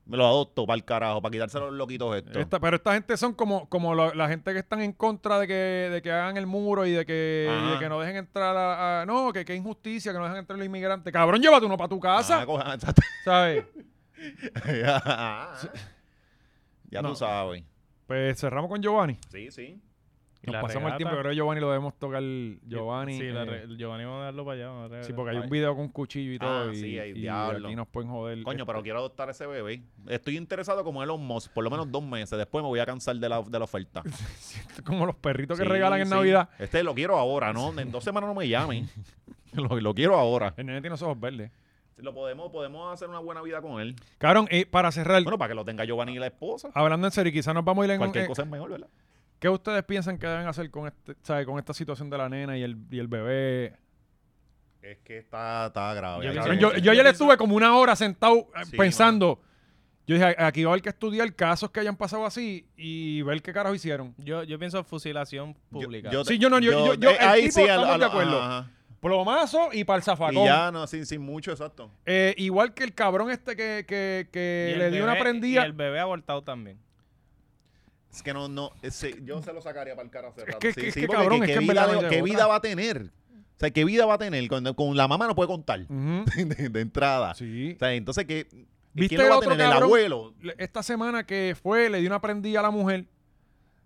Speaker 2: Me lo adopto para el carajo, para quitarse los loquitos estos.
Speaker 3: Esta- pero esta gente son como, como la, la gente que están en contra de que, de que hagan el muro y de que,
Speaker 2: Ajá.
Speaker 3: y de que no dejen entrar a... a- no, que, que injusticia, que no dejan entrar los inmigrantes. Cabrón, llévate uno para tu casa,
Speaker 2: Ah, coja- exacto.
Speaker 3: ¿sabes?
Speaker 2: ya
Speaker 3: No.
Speaker 2: <laughs> tú sabes.
Speaker 3: Pues cerramos con Giovanni.
Speaker 2: Sí, sí.
Speaker 4: Y
Speaker 3: Nos
Speaker 4: la
Speaker 3: pasamos el
Speaker 4: regata-
Speaker 3: tiempo, yo creo que Giovanni lo debemos tocar Giovanni.
Speaker 4: Sí, la
Speaker 3: eh,
Speaker 4: re- Giovanni vamos a darlo para allá. vamos a dar-
Speaker 3: sí, porque hay un
Speaker 2: Ay.
Speaker 3: video con un cuchillo y todo.
Speaker 2: Ah,
Speaker 3: y,
Speaker 2: sí, ay,
Speaker 3: y
Speaker 2: diablo.
Speaker 3: aquí nos pueden joder.
Speaker 2: Coño,
Speaker 3: Este,
Speaker 2: pero quiero adoptar ese bebé. Estoy interesado como Elon Musk, por lo menos dos meses. Después me voy a cansar de la, de
Speaker 3: <laughs>
Speaker 2: la oferta.
Speaker 3: esto es como los perritos que
Speaker 2: Sí,
Speaker 3: regalan en
Speaker 2: sí.
Speaker 3: Navidad.
Speaker 2: Este lo quiero ahora, ¿no? En dos semanas no me llamen. <laughs> lo, lo quiero ahora.
Speaker 3: El nene tiene los ojos verdes.
Speaker 2: <laughs> Lo podemos, podemos hacer una buena vida con él.
Speaker 3: Cabrón, eh, para cerrar,
Speaker 2: Bueno, para que lo tenga Giovanni y la esposa.
Speaker 3: hablando en serio, quizás nos vamos a ir <laughs> en un...
Speaker 2: Cualquier
Speaker 3: eh,
Speaker 2: cosa es mejor, ¿verdad?
Speaker 3: ¿Qué ustedes piensan que deben hacer con este, sabe, con esta situación de la nena y el, y el bebé?
Speaker 2: Es que está, está grave.
Speaker 4: Yo
Speaker 2: Hay
Speaker 4: pienso
Speaker 3: Cabrón,
Speaker 2: que-
Speaker 3: yo,
Speaker 4: sí,
Speaker 3: yo
Speaker 4: sí.
Speaker 3: ayer estuve como una hora sentado eh,
Speaker 2: Sí,
Speaker 3: pensando. Yo dije, aquí va a haber que estudiar casos que hayan pasado así y ver qué carajo hicieron.
Speaker 4: Yo, yo pienso fusilación pública.
Speaker 3: Sí, yo no, yo- yo- yo- el tipo estamos de acuerdo.
Speaker 2: ajá.
Speaker 3: Plomazo y para el zafacón.
Speaker 2: Y ya, no, sin, sin mucho, exacto.
Speaker 3: Eh, igual que el cabrón este que, que- que
Speaker 4: Y el
Speaker 3: le dio una
Speaker 4: bebé-
Speaker 3: prendida.
Speaker 4: Y el bebé abortado también.
Speaker 2: Es que no, no, ese- yo se lo sacaría para el cara hace rato.
Speaker 3: que-
Speaker 2: Sí,
Speaker 3: que-
Speaker 2: sí,
Speaker 3: que
Speaker 2: porque
Speaker 3: cabrón,
Speaker 2: ¿qué-
Speaker 3: es
Speaker 2: qué
Speaker 3: que en
Speaker 2: vida,
Speaker 3: verdad no
Speaker 2: le-
Speaker 3: hay de
Speaker 2: ¿Qué
Speaker 3: otra.
Speaker 2: vida va a tener? O sea, ¿qué vida va a tener? Con, con la mamá no puede contar
Speaker 3: Ujú,
Speaker 2: <laughs> de, de entrada.
Speaker 3: Mm. sí.
Speaker 2: O sea, entonces, ¿qué,
Speaker 3: ¿Viste
Speaker 2: ¿quién lo va a
Speaker 3: otro
Speaker 2: tener? ¿El
Speaker 3: cabrón?
Speaker 2: abuelo?
Speaker 3: Le- Esta semana que fue, le dio una prendida a la mujer.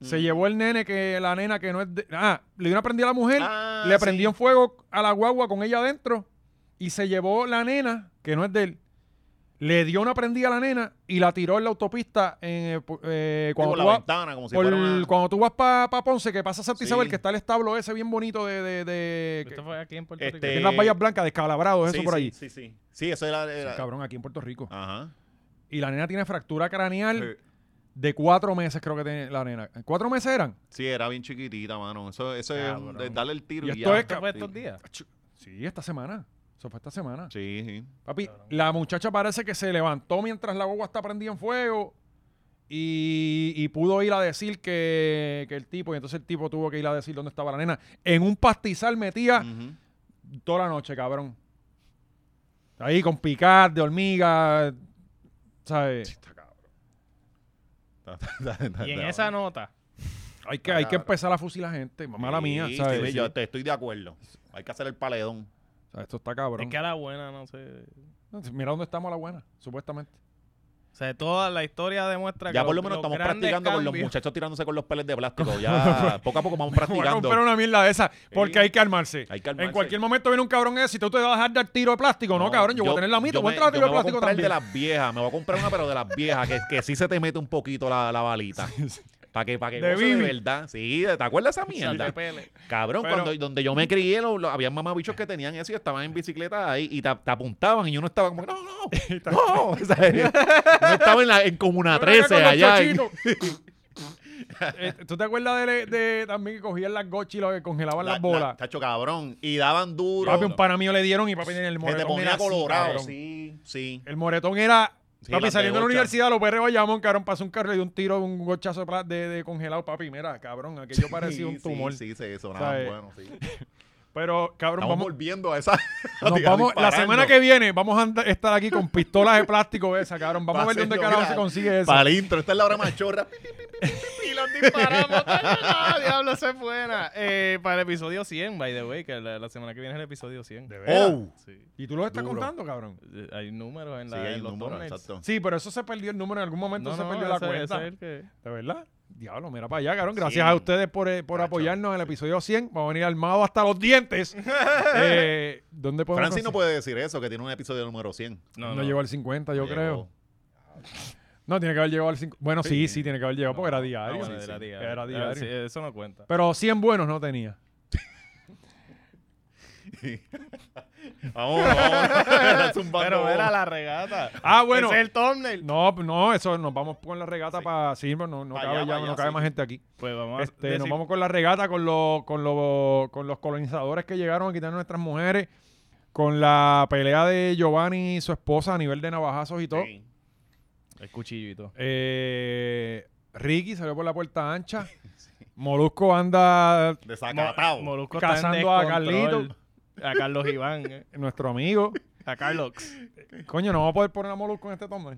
Speaker 3: Se
Speaker 2: Mm.
Speaker 3: llevó el nene que la nena que no es de- Ah, le dio una prendida a la mujer,
Speaker 2: Ah,
Speaker 3: le
Speaker 2: sí.
Speaker 3: prendió en fuego a la guagua con ella adentro y se llevó la nena que no es de él. Le dio una prendida a la nena y la tiró en la autopista eh, pu- eh,
Speaker 2: Cuando
Speaker 3: cuando,
Speaker 2: la
Speaker 3: tú vas,
Speaker 2: ventana, como si
Speaker 3: por-
Speaker 2: fuera una...
Speaker 3: cuando tú vas para Ponce, que pasa Santa
Speaker 2: Sí.
Speaker 3: Isabel, que está el establo ese bien bonito de... de- de- que-
Speaker 4: Esto fue aquí en Puerto
Speaker 2: Este-
Speaker 3: que
Speaker 4: Rico.
Speaker 3: en las vallas blancas, descalabrados, eso
Speaker 2: Sí,
Speaker 3: por
Speaker 2: sí,
Speaker 3: ahí.
Speaker 2: Sí, sí. Sí, eso era... era-
Speaker 3: Cabrón, aquí en Puerto Rico.
Speaker 2: Ajá.
Speaker 3: Y la nena tiene fractura craneal
Speaker 2: Sí.
Speaker 3: de cuatro meses, creo que tiene la nena. ¿Cuatro meses eran?
Speaker 2: Sí, era bien chiquitita, mano. Eso, eso es un-
Speaker 4: Cabrón.
Speaker 2: darle el
Speaker 3: Y
Speaker 2: tiro y,
Speaker 3: esto
Speaker 2: ya.
Speaker 3: es
Speaker 4: ¿Esto fue estos
Speaker 2: Sí.
Speaker 4: días?
Speaker 3: Sí, esta semana. Eso fue esta semana.
Speaker 2: Sí, sí.
Speaker 3: Papi, la muchacha parece que se levantó mientras la guagua está prendida en fuego y, y pudo ir a decir que, que el tipo, y entonces el tipo tuvo que ir a decir dónde estaba la nena. En un pastizal metía
Speaker 2: Ujú. Mm.
Speaker 3: toda la noche, cabrón. Ahí con picar de hormiga, ¿sabes?
Speaker 2: Ta- ta- ta- ta- <laughs>
Speaker 4: Y en
Speaker 2: ta-
Speaker 4: esa nota,
Speaker 3: Hay que, hay que empezar a fusilar gente, mala
Speaker 2: Sí,
Speaker 3: mía,
Speaker 2: sí,
Speaker 3: ¿sabes?
Speaker 2: sí, Yo te estoy de acuerdo. Hay que hacer el paledón.
Speaker 3: O sea, esto está cabrón.
Speaker 4: es que a la buena, no sé.
Speaker 3: Mira dónde estamos a la buena, supuestamente.
Speaker 4: O sea, toda la historia demuestra que
Speaker 2: Ya por lo
Speaker 4: los-
Speaker 2: menos
Speaker 4: los
Speaker 2: estamos
Speaker 4: grandes
Speaker 2: practicando con los
Speaker 4: cambios- <laughs>
Speaker 2: muchachos tirándose con los peles
Speaker 3: <laughs>
Speaker 2: de plástico. Ya poco a poco vamos
Speaker 3: Voy a
Speaker 2: practicando.
Speaker 3: romper una mierda de esa, porque
Speaker 2: Sí.
Speaker 3: hay que armarse.
Speaker 2: Hay que armarse.
Speaker 3: En cualquier momento viene un cabrón ese y tú te vas a dejar dar tiro de plástico. No, cabrón, yo, voy a tener la mía,
Speaker 2: yo
Speaker 3: voy a
Speaker 2: me-
Speaker 3: entrar a
Speaker 2: yo
Speaker 3: tiro de
Speaker 2: me voy a
Speaker 3: plástico
Speaker 2: comprar
Speaker 3: también.
Speaker 2: de las viejas, me voy a comprar una, pero de las viejas, que, que sí se te mete un poquito la, la balita. Para que, pa' que
Speaker 3: De
Speaker 2: goce
Speaker 3: bibi.
Speaker 2: verdad. Sí, ¿te acuerdas esa
Speaker 4: O sea,
Speaker 2: mierda?
Speaker 4: te pele. <laughs>
Speaker 2: Cabrón,
Speaker 3: Pero-
Speaker 2: cuando, donde yo me crié, lo, lo- había mamabichos que tenían eso y estaban en bicicleta ahí y te, te apuntaban y uno estaba como,
Speaker 3: <laughs>
Speaker 2: no, no, no. <laughs> O sea, uno estaba en, la, en Comuna
Speaker 3: Ven acá
Speaker 2: 13
Speaker 3: con los
Speaker 2: allá. <laughs> en-
Speaker 3: chochinos. Eh, ¿Tú te acuerdas de, de- también que cogían las gochis y lo que congelaban
Speaker 2: La-
Speaker 3: las bolas?
Speaker 2: la- Tacho, cabrón. Y daban duro.
Speaker 3: papi, un pana mío le dieron y papi tenía el
Speaker 2: que te
Speaker 3: moretón. era
Speaker 2: ponía
Speaker 3: así,
Speaker 2: colorado.
Speaker 3: cabrón.
Speaker 2: Sí, sí.
Speaker 3: El moretón era.
Speaker 2: Sí,
Speaker 3: papi,
Speaker 2: las de
Speaker 3: saliendo de la
Speaker 2: gocha.
Speaker 3: universidad, los perros Bayamón, cabrón, pasó un carro y dio un tiro, un gochazo de, pla- de, de congelado, papi. Mira, cabrón, aquello parecía un
Speaker 2: Sí,
Speaker 3: tumor.
Speaker 2: Sí, sí, sonaban
Speaker 3: ¿Sabes?
Speaker 2: bueno, sí.
Speaker 3: Pero, cabrón,
Speaker 2: Estamos
Speaker 3: vamos,
Speaker 2: volviendo <laughs> a esa.
Speaker 3: Nos vamos, la semana que viene vamos a andar- estar aquí con pistolas de plástico esa, cabrón. Vamos a ver dónde carajo se consigue
Speaker 2: eso. Para
Speaker 3: eso.
Speaker 2: el intro, esta es la hora machorra.
Speaker 4: Y los disparamos. <laughs> ¡Ah, diablo, esa es buena! Eh, para el episodio 100, by the way, que la, la semana que viene es el episodio 100.
Speaker 2: Oh.
Speaker 4: Sí.
Speaker 3: ¿Y tú lo estás
Speaker 2: Duro.
Speaker 3: contando, cabrón?
Speaker 4: Eh, Hay números en,
Speaker 2: Sí,
Speaker 4: la,
Speaker 2: hay
Speaker 4: en
Speaker 2: un
Speaker 4: los
Speaker 2: número,
Speaker 4: thumbnails.
Speaker 2: exacto.
Speaker 3: Sí, pero eso se perdió en número. En algún momento se perdió la
Speaker 4: ese-
Speaker 3: cuenta.
Speaker 4: ese es el que-
Speaker 3: ¿De verdad? Diablo, mira para allá, cabrón. Gracias
Speaker 2: Cien.
Speaker 3: a ustedes por, eh, por
Speaker 2: Cacho.
Speaker 3: apoyarnos en el episodio 100. Vamos a venir armados hasta los
Speaker 4: <laughs>
Speaker 3: dientes. Eh, ¿Dónde podemos
Speaker 2: Francis no
Speaker 3: conseguir?
Speaker 2: puede decir eso, que tiene un episodio número 100.
Speaker 3: No, llegó al 50, yo
Speaker 2: Llegó.
Speaker 3: creo. No, tiene que haber llegado al 50. Bueno, sí, sí,
Speaker 2: Sí.
Speaker 3: tiene que haber llegado porque era
Speaker 4: Ah,
Speaker 3: diario.
Speaker 4: bueno,
Speaker 2: sí,
Speaker 4: era
Speaker 2: sí.
Speaker 4: diario.
Speaker 3: Era
Speaker 4: Ah,
Speaker 3: diario.
Speaker 4: sí, eso no cuenta.
Speaker 3: Pero 100 buenos no tenía.
Speaker 2: Vamos, <laughs> vamos. zumbando.
Speaker 4: Pero era la regata.
Speaker 3: Ah, bueno.
Speaker 4: Ese es el thumbnail.
Speaker 3: No, pues no, eso nos vamos con la regata para sí, pues, no, no, no
Speaker 2: Pa'
Speaker 3: cabe,
Speaker 2: allá,
Speaker 3: ya,
Speaker 2: pa'
Speaker 3: no
Speaker 2: allá,
Speaker 3: cabe
Speaker 2: sí.
Speaker 3: más gente aquí.
Speaker 4: Pues vamos a
Speaker 3: Este, nos
Speaker 4: decir-
Speaker 3: vamos con la regata con los con los con los colonizadores que llegaron a quitar a nuestras mujeres, con la pelea de Giovanni y su esposa a nivel de navajazos y todo.
Speaker 2: Sí.
Speaker 4: El cuchillo y todo.
Speaker 3: Eh, Ricky salió por la puerta
Speaker 2: <laughs>
Speaker 3: ancha. Molusco anda
Speaker 2: Desacatado.
Speaker 4: Mo- Molusco está en
Speaker 3: Cazando a
Speaker 4: descontrol.
Speaker 3: Carlito.
Speaker 4: A Carlos Iván. eh.
Speaker 3: nuestro amigo.
Speaker 4: A Carlos.
Speaker 3: Coño, no vamos a poder poner a Molusco en este toma.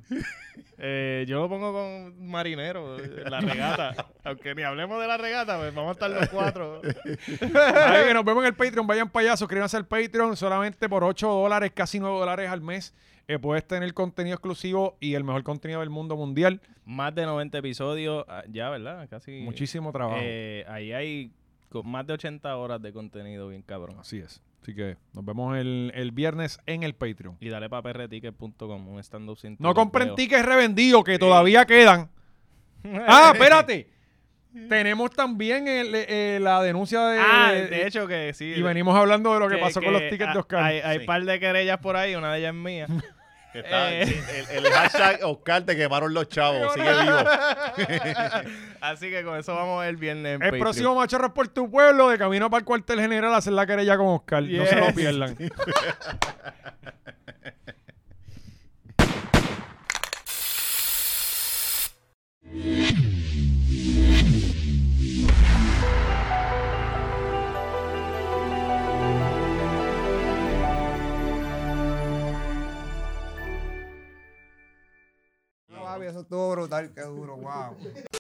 Speaker 4: Eh, yo lo pongo con marinero, eh, la regata. <laughs> Aunque ni hablemos de la regata, pues vamos a estar los cuatro.
Speaker 3: Ahí que nos vemos en el Patreon. Vayan para allá, suscríbanse al Patreon. Solamente por 8 dólares, casi 9 dólares al mes, eh, puedes tener contenido exclusivo y el mejor contenido del mundo mundial.
Speaker 4: Más de 90 episodios, ah, ya, ¿verdad? Casi.
Speaker 3: Muchísimo trabajo.
Speaker 4: Eh, ahí hay co- más de 80 horas de contenido, bien cabrón.
Speaker 3: Así es. Así que nos vemos el, el viernes en el Patreon.
Speaker 4: Y dale para prticket.com, un stand-up sin
Speaker 3: No compren
Speaker 4: tubeo.
Speaker 3: tickets revendidos que todavía
Speaker 4: <laughs>
Speaker 3: quedan. Ah, espérate. Tenemos también el- eh, la denuncia de...
Speaker 4: Ah, de hecho que sí.
Speaker 3: Eh, Y venimos hablando de lo que,
Speaker 4: que-
Speaker 3: pasó con
Speaker 4: que
Speaker 3: los tickets de
Speaker 4: ha-
Speaker 3: Oscar.
Speaker 4: Hay, hay
Speaker 2: Sí.
Speaker 4: par de querellas por ahí, una de ellas es mía. <laughs>
Speaker 2: Que está-
Speaker 4: Eh.
Speaker 2: sí, el, el hashtag Oscar te quemaron los chavos. Sigue vivo.
Speaker 4: Así que con eso vamos el viernes. en
Speaker 3: el
Speaker 4: Patreon.
Speaker 3: próximo Machorro es por tu pueblo, de camino para el cuartel general a hacer la querella con Oscar. No se lo
Speaker 4: Yes.
Speaker 3: pierdan.
Speaker 6: No, papi, eso estuvo brutal, qué duro, wow.